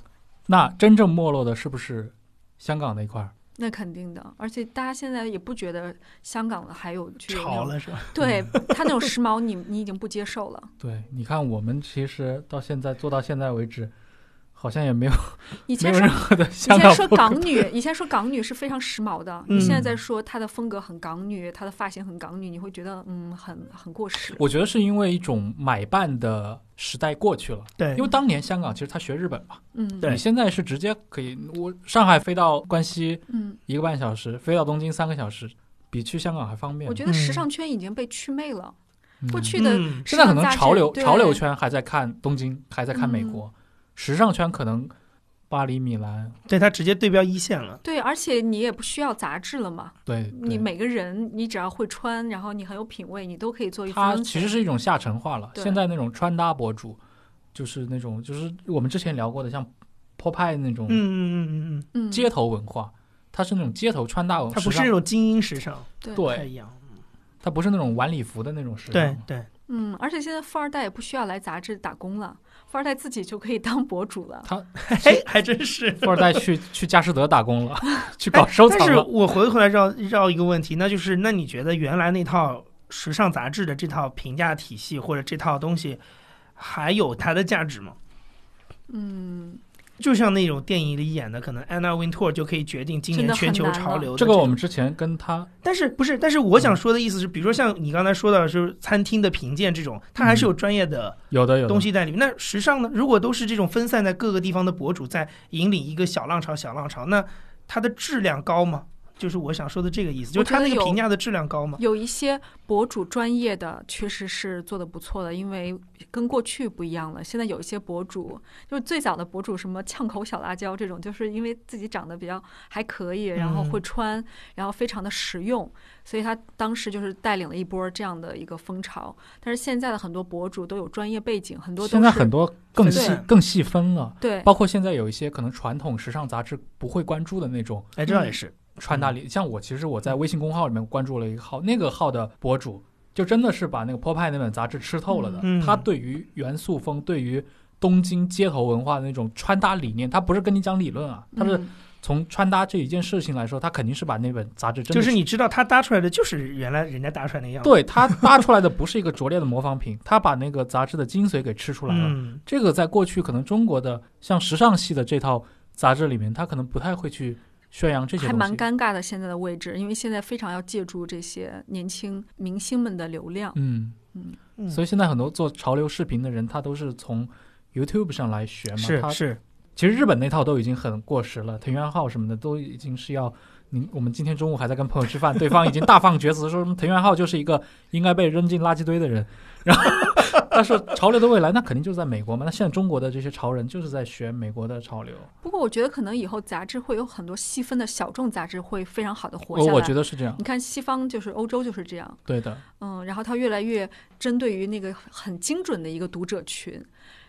[SPEAKER 3] 那真正没落的是不是香港那一块儿？
[SPEAKER 2] 那肯定的，而且大家现在也不觉得香港的还有去有那
[SPEAKER 4] 潮
[SPEAKER 2] 种，
[SPEAKER 4] 了是吧？
[SPEAKER 2] 对他那种时髦你，你已经不接受了。
[SPEAKER 3] 对，你看我们其实到现在做到现在为止，好像也没有
[SPEAKER 2] 以
[SPEAKER 3] 没
[SPEAKER 2] 前
[SPEAKER 3] 有
[SPEAKER 2] 说
[SPEAKER 3] 任何的
[SPEAKER 2] 以
[SPEAKER 3] 香
[SPEAKER 2] 前
[SPEAKER 3] 港
[SPEAKER 2] 说
[SPEAKER 3] 播客
[SPEAKER 2] 港女，以前说港女是非常时髦的，你现在
[SPEAKER 3] 嗯
[SPEAKER 2] 在说她的风格很港女，她的发型很港女，你会觉得嗯，很很过时。
[SPEAKER 3] 我觉得是因为一种买办的时代过去了，
[SPEAKER 4] 对
[SPEAKER 3] 因为当年香港其实他学日本嘛，
[SPEAKER 2] 嗯，
[SPEAKER 4] 对
[SPEAKER 3] 你现在是直接可以，我上海飞到关西
[SPEAKER 2] 嗯，
[SPEAKER 3] 一个半小时，飞到东京三个小时，比去香港还方便。
[SPEAKER 2] 我觉
[SPEAKER 3] 得
[SPEAKER 2] 得时
[SPEAKER 4] 嗯
[SPEAKER 2] 尚圈已经被祛魅了，过去的
[SPEAKER 4] 嗯，
[SPEAKER 3] 现在可能
[SPEAKER 2] 时尚杂志
[SPEAKER 3] 潮流
[SPEAKER 2] 对嗯
[SPEAKER 3] 潮流圈还在看东京，还在看美国，时尚圈可能巴黎、米兰，
[SPEAKER 4] 对他直接对标一线了。
[SPEAKER 2] 对，而且你也不需要杂志了嘛，
[SPEAKER 3] 对，
[SPEAKER 2] 你
[SPEAKER 3] 对
[SPEAKER 2] 每个人你只要会穿，然后你很有品味，你都可以做一
[SPEAKER 3] 它
[SPEAKER 2] 份。
[SPEAKER 3] 其实是一种下沉化了。
[SPEAKER 2] 对
[SPEAKER 3] 现在那种穿搭博主，就是那种就是我们之前聊过的，像 p 派那种
[SPEAKER 4] 嗯嗯嗯嗯嗯，
[SPEAKER 2] 嗯，
[SPEAKER 3] 街头文化，它是那种街头穿搭文化，
[SPEAKER 4] 他不是
[SPEAKER 3] 时
[SPEAKER 4] 那
[SPEAKER 3] 尚
[SPEAKER 4] 种精英时尚，不太
[SPEAKER 3] 对，
[SPEAKER 4] 一样。
[SPEAKER 3] 它不是那种晚礼服的那种时尚
[SPEAKER 4] 对
[SPEAKER 3] 嘛。
[SPEAKER 4] 对，
[SPEAKER 2] 嗯，而且现在富二代也不需要来杂志打工了，富二代自己就可以当博主了。
[SPEAKER 3] 哎
[SPEAKER 4] 嘿， 还真是。
[SPEAKER 3] 富二代去去佳士得打工了， 去搞收藏
[SPEAKER 4] 哎但是
[SPEAKER 3] 了。
[SPEAKER 4] 我回回来绕绕一个问题，那就是那你觉得原来那套时尚杂志的这套评价体系或者这套东西，还有它的价值吗？
[SPEAKER 2] 嗯，
[SPEAKER 4] 就像那种电影里演的，可能 Anna Wintour 就可以决定今
[SPEAKER 2] 真
[SPEAKER 4] 年
[SPEAKER 2] 的很
[SPEAKER 4] 全球
[SPEAKER 2] 难
[SPEAKER 4] 潮
[SPEAKER 2] 了
[SPEAKER 4] 流的
[SPEAKER 3] 这
[SPEAKER 4] 种
[SPEAKER 3] 个我们嗯之前跟他
[SPEAKER 4] 但是不是？但是我想说的意思是，比如说像你刚才说到，就是餐厅的评鉴这种，它还
[SPEAKER 3] 嗯
[SPEAKER 4] 是有专业的
[SPEAKER 3] 有的有的
[SPEAKER 4] 东西在里面。那时尚呢？如果都是这种分散在各个地方的博主在引领一个小浪潮、小浪潮，那它的质量高吗？就是我想说的这个意思，就
[SPEAKER 2] 我
[SPEAKER 4] 是它
[SPEAKER 2] 觉得
[SPEAKER 4] 那个
[SPEAKER 2] 有
[SPEAKER 4] 评价的质量高吗？
[SPEAKER 2] 有一些博主专业的确实是做的不错的，因为跟过去不一样了。现在有一些博主，就是最早的博主，什么呛口小辣椒这种，就是因为自己长得比较还可
[SPEAKER 3] 嗯
[SPEAKER 2] 以，然后会穿，然后非常的实用，所以他当时就是带领了一波这样的一个风潮。但是现在的很多博主都有专业背景，很多都
[SPEAKER 3] 现
[SPEAKER 2] 是
[SPEAKER 3] 在很多更
[SPEAKER 2] 分
[SPEAKER 3] 细
[SPEAKER 4] 散哎
[SPEAKER 3] 更细分了，
[SPEAKER 2] 对
[SPEAKER 3] 包括现在有一些可能传统时尚杂志不会关注的那种
[SPEAKER 4] 哎，这倒也是，
[SPEAKER 3] 穿搭理，像我其实我在微信公号里面关注了一个号，那个号的博主就真的是把那个 Pop 那本杂志吃透了的。
[SPEAKER 4] 嗯
[SPEAKER 3] 他对于元素风，对于东京街头文化的那种穿搭理念，他不是跟你讲理论啊，他是
[SPEAKER 2] 嗯
[SPEAKER 3] 从穿搭这一件事情来说，他肯定是把那本杂志真的
[SPEAKER 4] 就是你知道他搭出来的就是原来人家搭出来那个样子。
[SPEAKER 3] 对 他搭出来的不是一个拙劣的模仿品，他把那个杂志的精髓给吃出来了。
[SPEAKER 4] 嗯，
[SPEAKER 3] 这个在过去可能中国的像时尚系的这套杂志里面，他可能不太会去宣扬这些东
[SPEAKER 2] 还
[SPEAKER 3] 西。
[SPEAKER 2] 蛮尴尬的现在的位置，因为现在非常要借助这些年轻明星们的流量。
[SPEAKER 3] 嗯
[SPEAKER 2] 嗯
[SPEAKER 4] 嗯
[SPEAKER 3] 所以现在很多做潮流视频的人，他都是从 YouTube 上来学嘛。
[SPEAKER 4] 是
[SPEAKER 3] 他
[SPEAKER 4] 是，
[SPEAKER 3] 其实日本那套都已经很过时了，藤原浩什么的都已经是要。您我们今天中午还在跟朋友吃饭，对方已经大放厥词，说什么藤原浩就是一个应该被扔进垃圾堆的人。 然后他说潮流的未来，那肯定就是在美国嘛。那现在中国的这些潮人就是在学美国的潮流，
[SPEAKER 2] 不过我觉得可能以后杂志会有很多细分的小众杂志会非常好的活
[SPEAKER 3] 我
[SPEAKER 2] 下来。
[SPEAKER 3] 我觉得是这样，
[SPEAKER 2] 你看西方就是欧洲就是这样，
[SPEAKER 3] 对的。
[SPEAKER 2] 嗯，然后它越来越针对于那个很精准的一个读者群。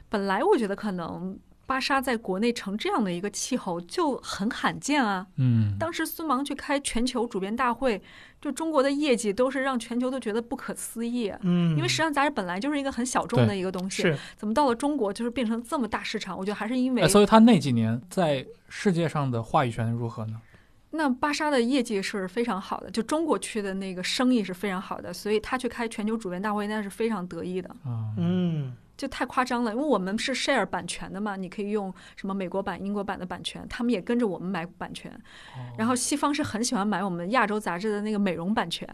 [SPEAKER 2] 本来我觉得可能芭莎在国内成这样的一个气候就很罕见啊。
[SPEAKER 3] 嗯，
[SPEAKER 2] 当时孙芒去开全球主编大会，就中国的业绩都是让全球都觉得不可思议。
[SPEAKER 4] 嗯，
[SPEAKER 2] 因为时尚杂志本来就是一个很小众
[SPEAKER 3] 对
[SPEAKER 2] 的一个东西，
[SPEAKER 4] 是
[SPEAKER 2] 怎么到了中国就是变成这么大市场？我觉得还是因为
[SPEAKER 3] 哎所以他那几年在世界上的话语权如何呢？
[SPEAKER 2] 那芭莎的业绩是非常好的，就中国区的那个生意是非常好的，所以他去开全球主编大会那是非常得意的，
[SPEAKER 3] 啊、
[SPEAKER 4] 嗯，
[SPEAKER 2] 就太夸张了。因为我们是 share 版权的嘛，你可以用什么美国版、英国版的版权，他们也跟着我们买版权。然后西方是很喜欢买我们亚洲杂志的那个美容版权。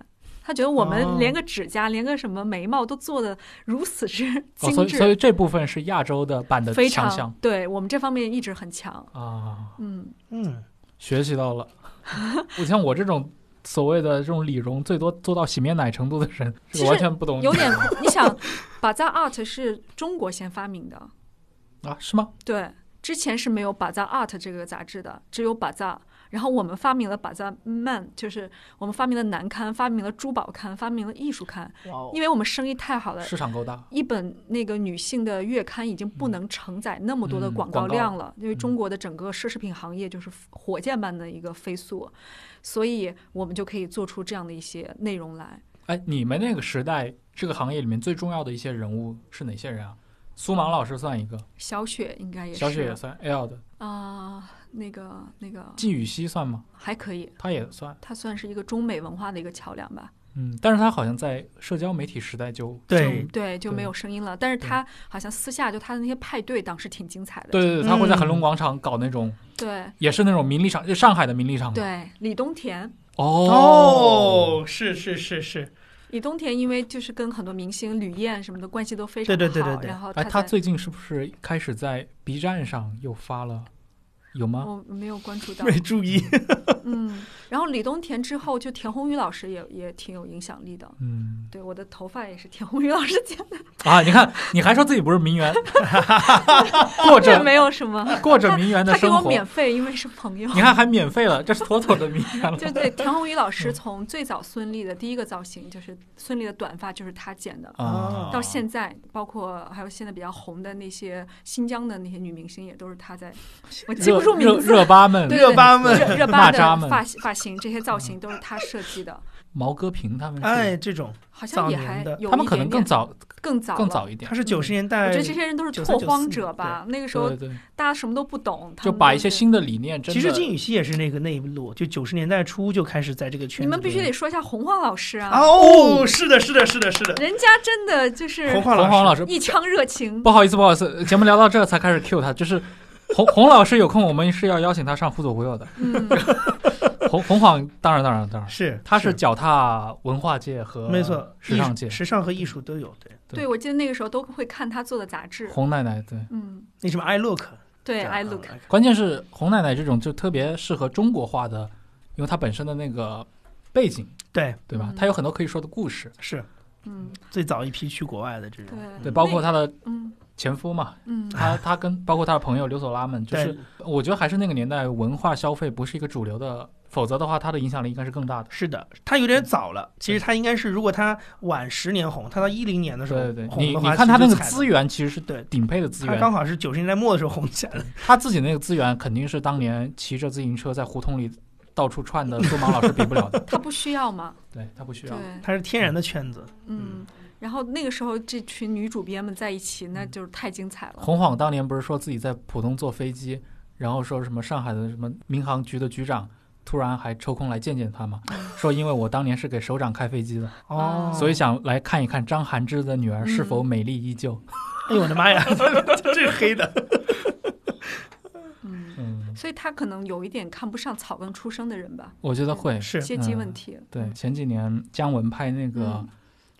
[SPEAKER 2] 他觉得我
[SPEAKER 4] 哦
[SPEAKER 2] 们连个指甲、连个什么眉毛都做的如此之
[SPEAKER 3] 哦，所
[SPEAKER 2] 精
[SPEAKER 3] 以
[SPEAKER 2] 致，
[SPEAKER 3] 所以这部分是亚洲的版的
[SPEAKER 2] 非
[SPEAKER 3] 强项
[SPEAKER 2] 常对我们这方面一直很强。
[SPEAKER 3] 啊，
[SPEAKER 2] 嗯，
[SPEAKER 4] 嗯，
[SPEAKER 3] 学习到了。 我像我这种所谓的这种理容，最多做到洗面奶程度的 人，
[SPEAKER 2] 其
[SPEAKER 3] 这
[SPEAKER 2] 实
[SPEAKER 3] 个完全不懂
[SPEAKER 2] 有 点你想，把扎 art 是中国先发明的，
[SPEAKER 3] 啊？是吗？
[SPEAKER 2] 对，之前是没有《把扎 Art》这个杂志的，只有《把扎》。然后我们发明了《把扎 Man》，就是我们发明了男刊，发明了珠宝刊，发明了艺术刊，
[SPEAKER 4] 哇哦
[SPEAKER 2] 因为我们生意太好了。
[SPEAKER 3] 市场够大。
[SPEAKER 2] 一本那个女性的月刊已经不能承载那么多的
[SPEAKER 3] 嗯
[SPEAKER 2] 广
[SPEAKER 3] 广
[SPEAKER 2] 告
[SPEAKER 3] 告
[SPEAKER 2] 量了，因为中国的整个奢侈品行业就是火箭般的一个飞速，所以我们就可以做出这样的一些内容来。
[SPEAKER 3] 哎，你们那个时代这个行业里面最重要的一些人物是哪些人啊？苏芒老师算一个，
[SPEAKER 2] 小雪应该也是，
[SPEAKER 3] 小雪也算，L 的，
[SPEAKER 2] 啊、那个那个
[SPEAKER 3] 季雨熙算吗？
[SPEAKER 2] 还可以，
[SPEAKER 3] 他也算，
[SPEAKER 2] 它算是一个中美文化的一个桥梁吧。
[SPEAKER 3] 嗯，但是他好像在社交媒体时代就
[SPEAKER 4] 对
[SPEAKER 2] 就对，就
[SPEAKER 3] 对
[SPEAKER 2] 没有声音了。但是他好像私下就他的那些派对当时挺精彩的。
[SPEAKER 3] 对对对，他会在
[SPEAKER 4] 嗯
[SPEAKER 3] 恒隆广场搞那种，
[SPEAKER 2] 对
[SPEAKER 3] 也是那种名利场，就上海的名利场嘛。哦
[SPEAKER 2] 对李东田，
[SPEAKER 4] 哦，是是是是，
[SPEAKER 2] 李东田因为就是跟很多明星吕燕什么的关系都非常好，
[SPEAKER 4] 对对对对对
[SPEAKER 2] 然后
[SPEAKER 3] 哎，
[SPEAKER 2] 哦在
[SPEAKER 3] 他最近是不是开始在 B 站上又发了？有吗？
[SPEAKER 2] 我没有关注到，
[SPEAKER 4] 没注意，
[SPEAKER 2] 嗯。然后李东田之后，就田宏宇老师也也挺有影响力的。
[SPEAKER 3] 嗯
[SPEAKER 2] 对，我的头发也是田宏宇老师剪的，
[SPEAKER 3] 啊，你看，你还说自己不是名媛， 过
[SPEAKER 2] 这
[SPEAKER 3] 着
[SPEAKER 2] 没有什么。
[SPEAKER 3] 过着名媛的
[SPEAKER 2] 他给
[SPEAKER 3] 生
[SPEAKER 2] 我
[SPEAKER 3] 活，
[SPEAKER 2] 免费，因为是朋友。
[SPEAKER 3] 你看还免费了，这是妥妥的名媛了。
[SPEAKER 2] 就对，田宏宇老师从最早孙俪的第一个造型，就是孙俪的短发，就是他剪的。
[SPEAKER 4] 哦
[SPEAKER 3] 啊，
[SPEAKER 2] 到现在， 包括还有现在比较红的那些新疆的那些女明星，也都是她在。我记不不住
[SPEAKER 3] 热
[SPEAKER 2] 名字
[SPEAKER 3] 热巴们、
[SPEAKER 2] 对
[SPEAKER 4] 热巴们
[SPEAKER 2] 热热
[SPEAKER 3] 骂
[SPEAKER 2] 巴
[SPEAKER 3] 渣
[SPEAKER 2] 的
[SPEAKER 3] 们嗯
[SPEAKER 2] 发型发型这些造型都是他设计的，
[SPEAKER 3] 毛戈平他们是，
[SPEAKER 4] 哎，这种
[SPEAKER 2] 好像也
[SPEAKER 4] 早
[SPEAKER 2] 还
[SPEAKER 4] 年的
[SPEAKER 2] 有
[SPEAKER 3] 他们
[SPEAKER 2] 一
[SPEAKER 3] 可
[SPEAKER 2] 点
[SPEAKER 3] 能更
[SPEAKER 2] 点
[SPEAKER 3] 早、
[SPEAKER 2] 更早
[SPEAKER 3] 更
[SPEAKER 2] 了
[SPEAKER 3] 早一点
[SPEAKER 4] 他。是九十年代
[SPEAKER 2] 我觉得这些人都是
[SPEAKER 4] 93
[SPEAKER 2] 拓荒者吧，那个时候
[SPEAKER 3] 对对，
[SPEAKER 2] 大家什么都不懂，他
[SPEAKER 3] 就
[SPEAKER 2] 们
[SPEAKER 3] 把
[SPEAKER 2] 都
[SPEAKER 3] 一些
[SPEAKER 2] 是。
[SPEAKER 3] 新的理念真
[SPEAKER 4] 其
[SPEAKER 3] 的，
[SPEAKER 4] 实金宇熙也是那个那一路，就九十年代初就开始在这个圈子
[SPEAKER 2] 你
[SPEAKER 4] 里。
[SPEAKER 2] 们必须得说一下洪荒老师啊，
[SPEAKER 4] 哦，是的，是的，是的，是的，
[SPEAKER 2] 人家真的就是
[SPEAKER 4] 洪
[SPEAKER 3] 黄黄
[SPEAKER 4] 老
[SPEAKER 3] 老
[SPEAKER 4] 师，
[SPEAKER 3] 师
[SPEAKER 2] 一腔热情。
[SPEAKER 3] 不好意思，不好意思，节目聊到这儿才开始 Q 他，就是 洪洪老师有空，我们是要邀请他上《忽左忽右》的。
[SPEAKER 2] 嗯，
[SPEAKER 3] 洪洪晃，当然当然当然，
[SPEAKER 4] 是
[SPEAKER 3] 他是脚踏文化界和
[SPEAKER 4] 没错，
[SPEAKER 3] 时
[SPEAKER 4] 艺
[SPEAKER 3] 尚
[SPEAKER 4] 术
[SPEAKER 3] 界。
[SPEAKER 4] 时尚和艺术都有。对，
[SPEAKER 3] 对
[SPEAKER 2] 对，我记得那个时候都会看他做的杂志。
[SPEAKER 3] 洪奶奶对，
[SPEAKER 2] 嗯，
[SPEAKER 4] 那什么 I look，
[SPEAKER 2] 对
[SPEAKER 4] 这样
[SPEAKER 2] ，I
[SPEAKER 4] 啊
[SPEAKER 2] look，
[SPEAKER 3] 关键是洪奶奶这种就特别适合中国化的，因为她本身的那个背景，
[SPEAKER 4] 对，
[SPEAKER 3] 对吧
[SPEAKER 2] 嗯？
[SPEAKER 3] 她有很多可以说的故事，
[SPEAKER 4] 是
[SPEAKER 2] 嗯，
[SPEAKER 4] 最早一批去国外的这种。
[SPEAKER 2] 对
[SPEAKER 3] 对，包括她的
[SPEAKER 2] 嗯
[SPEAKER 3] 前夫嘛，
[SPEAKER 2] 嗯，
[SPEAKER 3] 她她跟包括她的朋友刘索拉们，就是
[SPEAKER 4] 对
[SPEAKER 3] 我觉得还是那个年代文化消费不是一个主流的，否则的话她的影响力应该是更大的。
[SPEAKER 4] 是的，他有点早了。其实他应该是，如果他晚十年红，他到一零年的时候
[SPEAKER 3] 对对对，
[SPEAKER 4] 红
[SPEAKER 3] 你
[SPEAKER 4] 的
[SPEAKER 3] 你
[SPEAKER 4] 话，
[SPEAKER 3] 看
[SPEAKER 4] 其
[SPEAKER 3] 她
[SPEAKER 4] 实
[SPEAKER 3] 那个
[SPEAKER 4] 就惨
[SPEAKER 3] 资
[SPEAKER 4] 了，
[SPEAKER 3] 源其实是
[SPEAKER 4] 对
[SPEAKER 3] 顶配的资
[SPEAKER 4] 他
[SPEAKER 3] 源，
[SPEAKER 4] 刚好是九十年代末的时候红起来的。
[SPEAKER 3] 他自己那个资源肯定是当年骑着自行车在胡同里到处串的，苏芒老师比不了 的。
[SPEAKER 2] 他不需要嘛，
[SPEAKER 3] 对他不需
[SPEAKER 2] 对
[SPEAKER 3] 要，，
[SPEAKER 4] 他是天然的圈子，
[SPEAKER 2] 嗯。然后那个时候，这群女主编们在一起，
[SPEAKER 3] 嗯
[SPEAKER 2] 那就是太精彩了。
[SPEAKER 3] 洪晃当年不是说自己在浦东坐飞机，然后说什么上海的什么民航局的局长突然还抽空来见见他嘛，
[SPEAKER 2] 嗯
[SPEAKER 3] 说因为我当年是给首长开飞机的，
[SPEAKER 4] 哦，
[SPEAKER 3] 所以想来看一看张含之的女儿是否美丽依旧。
[SPEAKER 4] 哎呦我的妈呀，这是黑的，
[SPEAKER 2] 嗯，
[SPEAKER 3] 嗯，
[SPEAKER 2] 所以他可能有一点看不上草根出身的人吧，
[SPEAKER 3] 我觉得会
[SPEAKER 4] 是
[SPEAKER 2] 阶级
[SPEAKER 3] 嗯
[SPEAKER 2] 问题。
[SPEAKER 3] 对，前几年姜文拍那个
[SPEAKER 2] 嗯，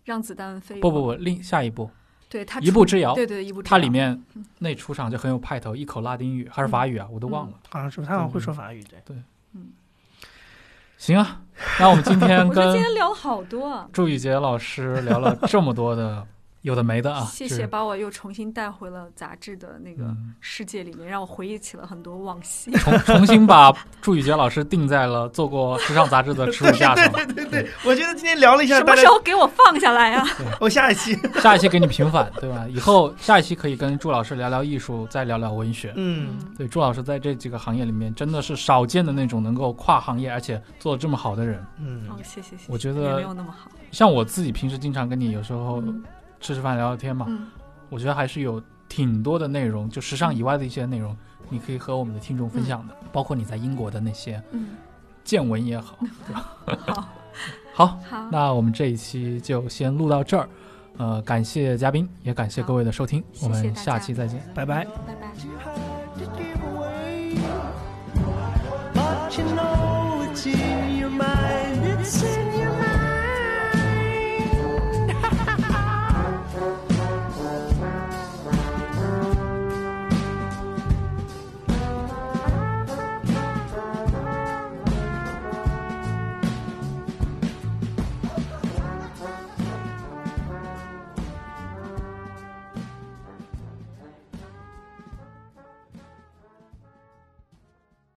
[SPEAKER 2] 让子弹飞。
[SPEAKER 3] 不不，不，另下一部
[SPEAKER 2] 对他
[SPEAKER 3] 《一
[SPEAKER 2] 出
[SPEAKER 3] 步之遥》，
[SPEAKER 2] 对对，一步之
[SPEAKER 3] 它
[SPEAKER 2] 遥
[SPEAKER 3] 里面那出场就很有派头，一口拉丁语还是法语啊，我都
[SPEAKER 2] 嗯
[SPEAKER 3] 忘了。
[SPEAKER 4] 好像是他好像会说法语，对，
[SPEAKER 3] 行啊，那我们今天
[SPEAKER 2] 我觉得
[SPEAKER 3] 跟
[SPEAKER 2] 今天聊了好多啊，
[SPEAKER 3] 祝宇杰老师聊了这么多的有的没的啊，
[SPEAKER 2] 谢
[SPEAKER 3] 就是
[SPEAKER 2] 谢把我又重新带回了杂志的那个
[SPEAKER 3] 嗯
[SPEAKER 2] 世界里面，让我回忆起了很多往 昔。
[SPEAKER 3] 重重新把祝宇杰老师定在了做过时尚杂志的耻辱架 上。
[SPEAKER 4] 对对，我觉得今天聊了一下，
[SPEAKER 2] 什
[SPEAKER 4] 大
[SPEAKER 2] 么
[SPEAKER 4] 家
[SPEAKER 2] 时，候给我放下来啊？
[SPEAKER 4] 我下一期，
[SPEAKER 3] 下一期给你平反，对吧？以后下一期可以跟祝老师聊聊艺术，再聊聊文学。
[SPEAKER 4] 嗯，
[SPEAKER 3] 对，祝老师在这几个行业里面真的是少见的那种能够跨行业而且做的这么好的人。
[SPEAKER 2] 哦
[SPEAKER 4] 嗯，，
[SPEAKER 2] 谢谢谢谢，
[SPEAKER 3] 我觉得
[SPEAKER 2] 也没有那么好。
[SPEAKER 3] 像我自己平时经常跟你有时候
[SPEAKER 2] 嗯
[SPEAKER 3] 吃吃饭聊聊天嘛，
[SPEAKER 2] 嗯，
[SPEAKER 3] 我觉得还是有挺多的内容，就时尚以外的一些
[SPEAKER 2] 嗯
[SPEAKER 3] 内容，你可以和我们的听众分享的，包括你在英国的那些
[SPEAKER 2] 嗯，
[SPEAKER 3] 见闻也 好，对吧？
[SPEAKER 2] 好，
[SPEAKER 3] 好，
[SPEAKER 2] 好，
[SPEAKER 3] 那我们这一期就先录到这儿，呃，感谢嘉宾，也感谢各位的收听，
[SPEAKER 2] 好
[SPEAKER 3] 我
[SPEAKER 2] 谢谢
[SPEAKER 3] 们
[SPEAKER 2] 大
[SPEAKER 3] 下
[SPEAKER 2] 家
[SPEAKER 3] 期再见。
[SPEAKER 4] 拜拜。
[SPEAKER 2] 拜拜。
[SPEAKER 1] you had to give away. But you know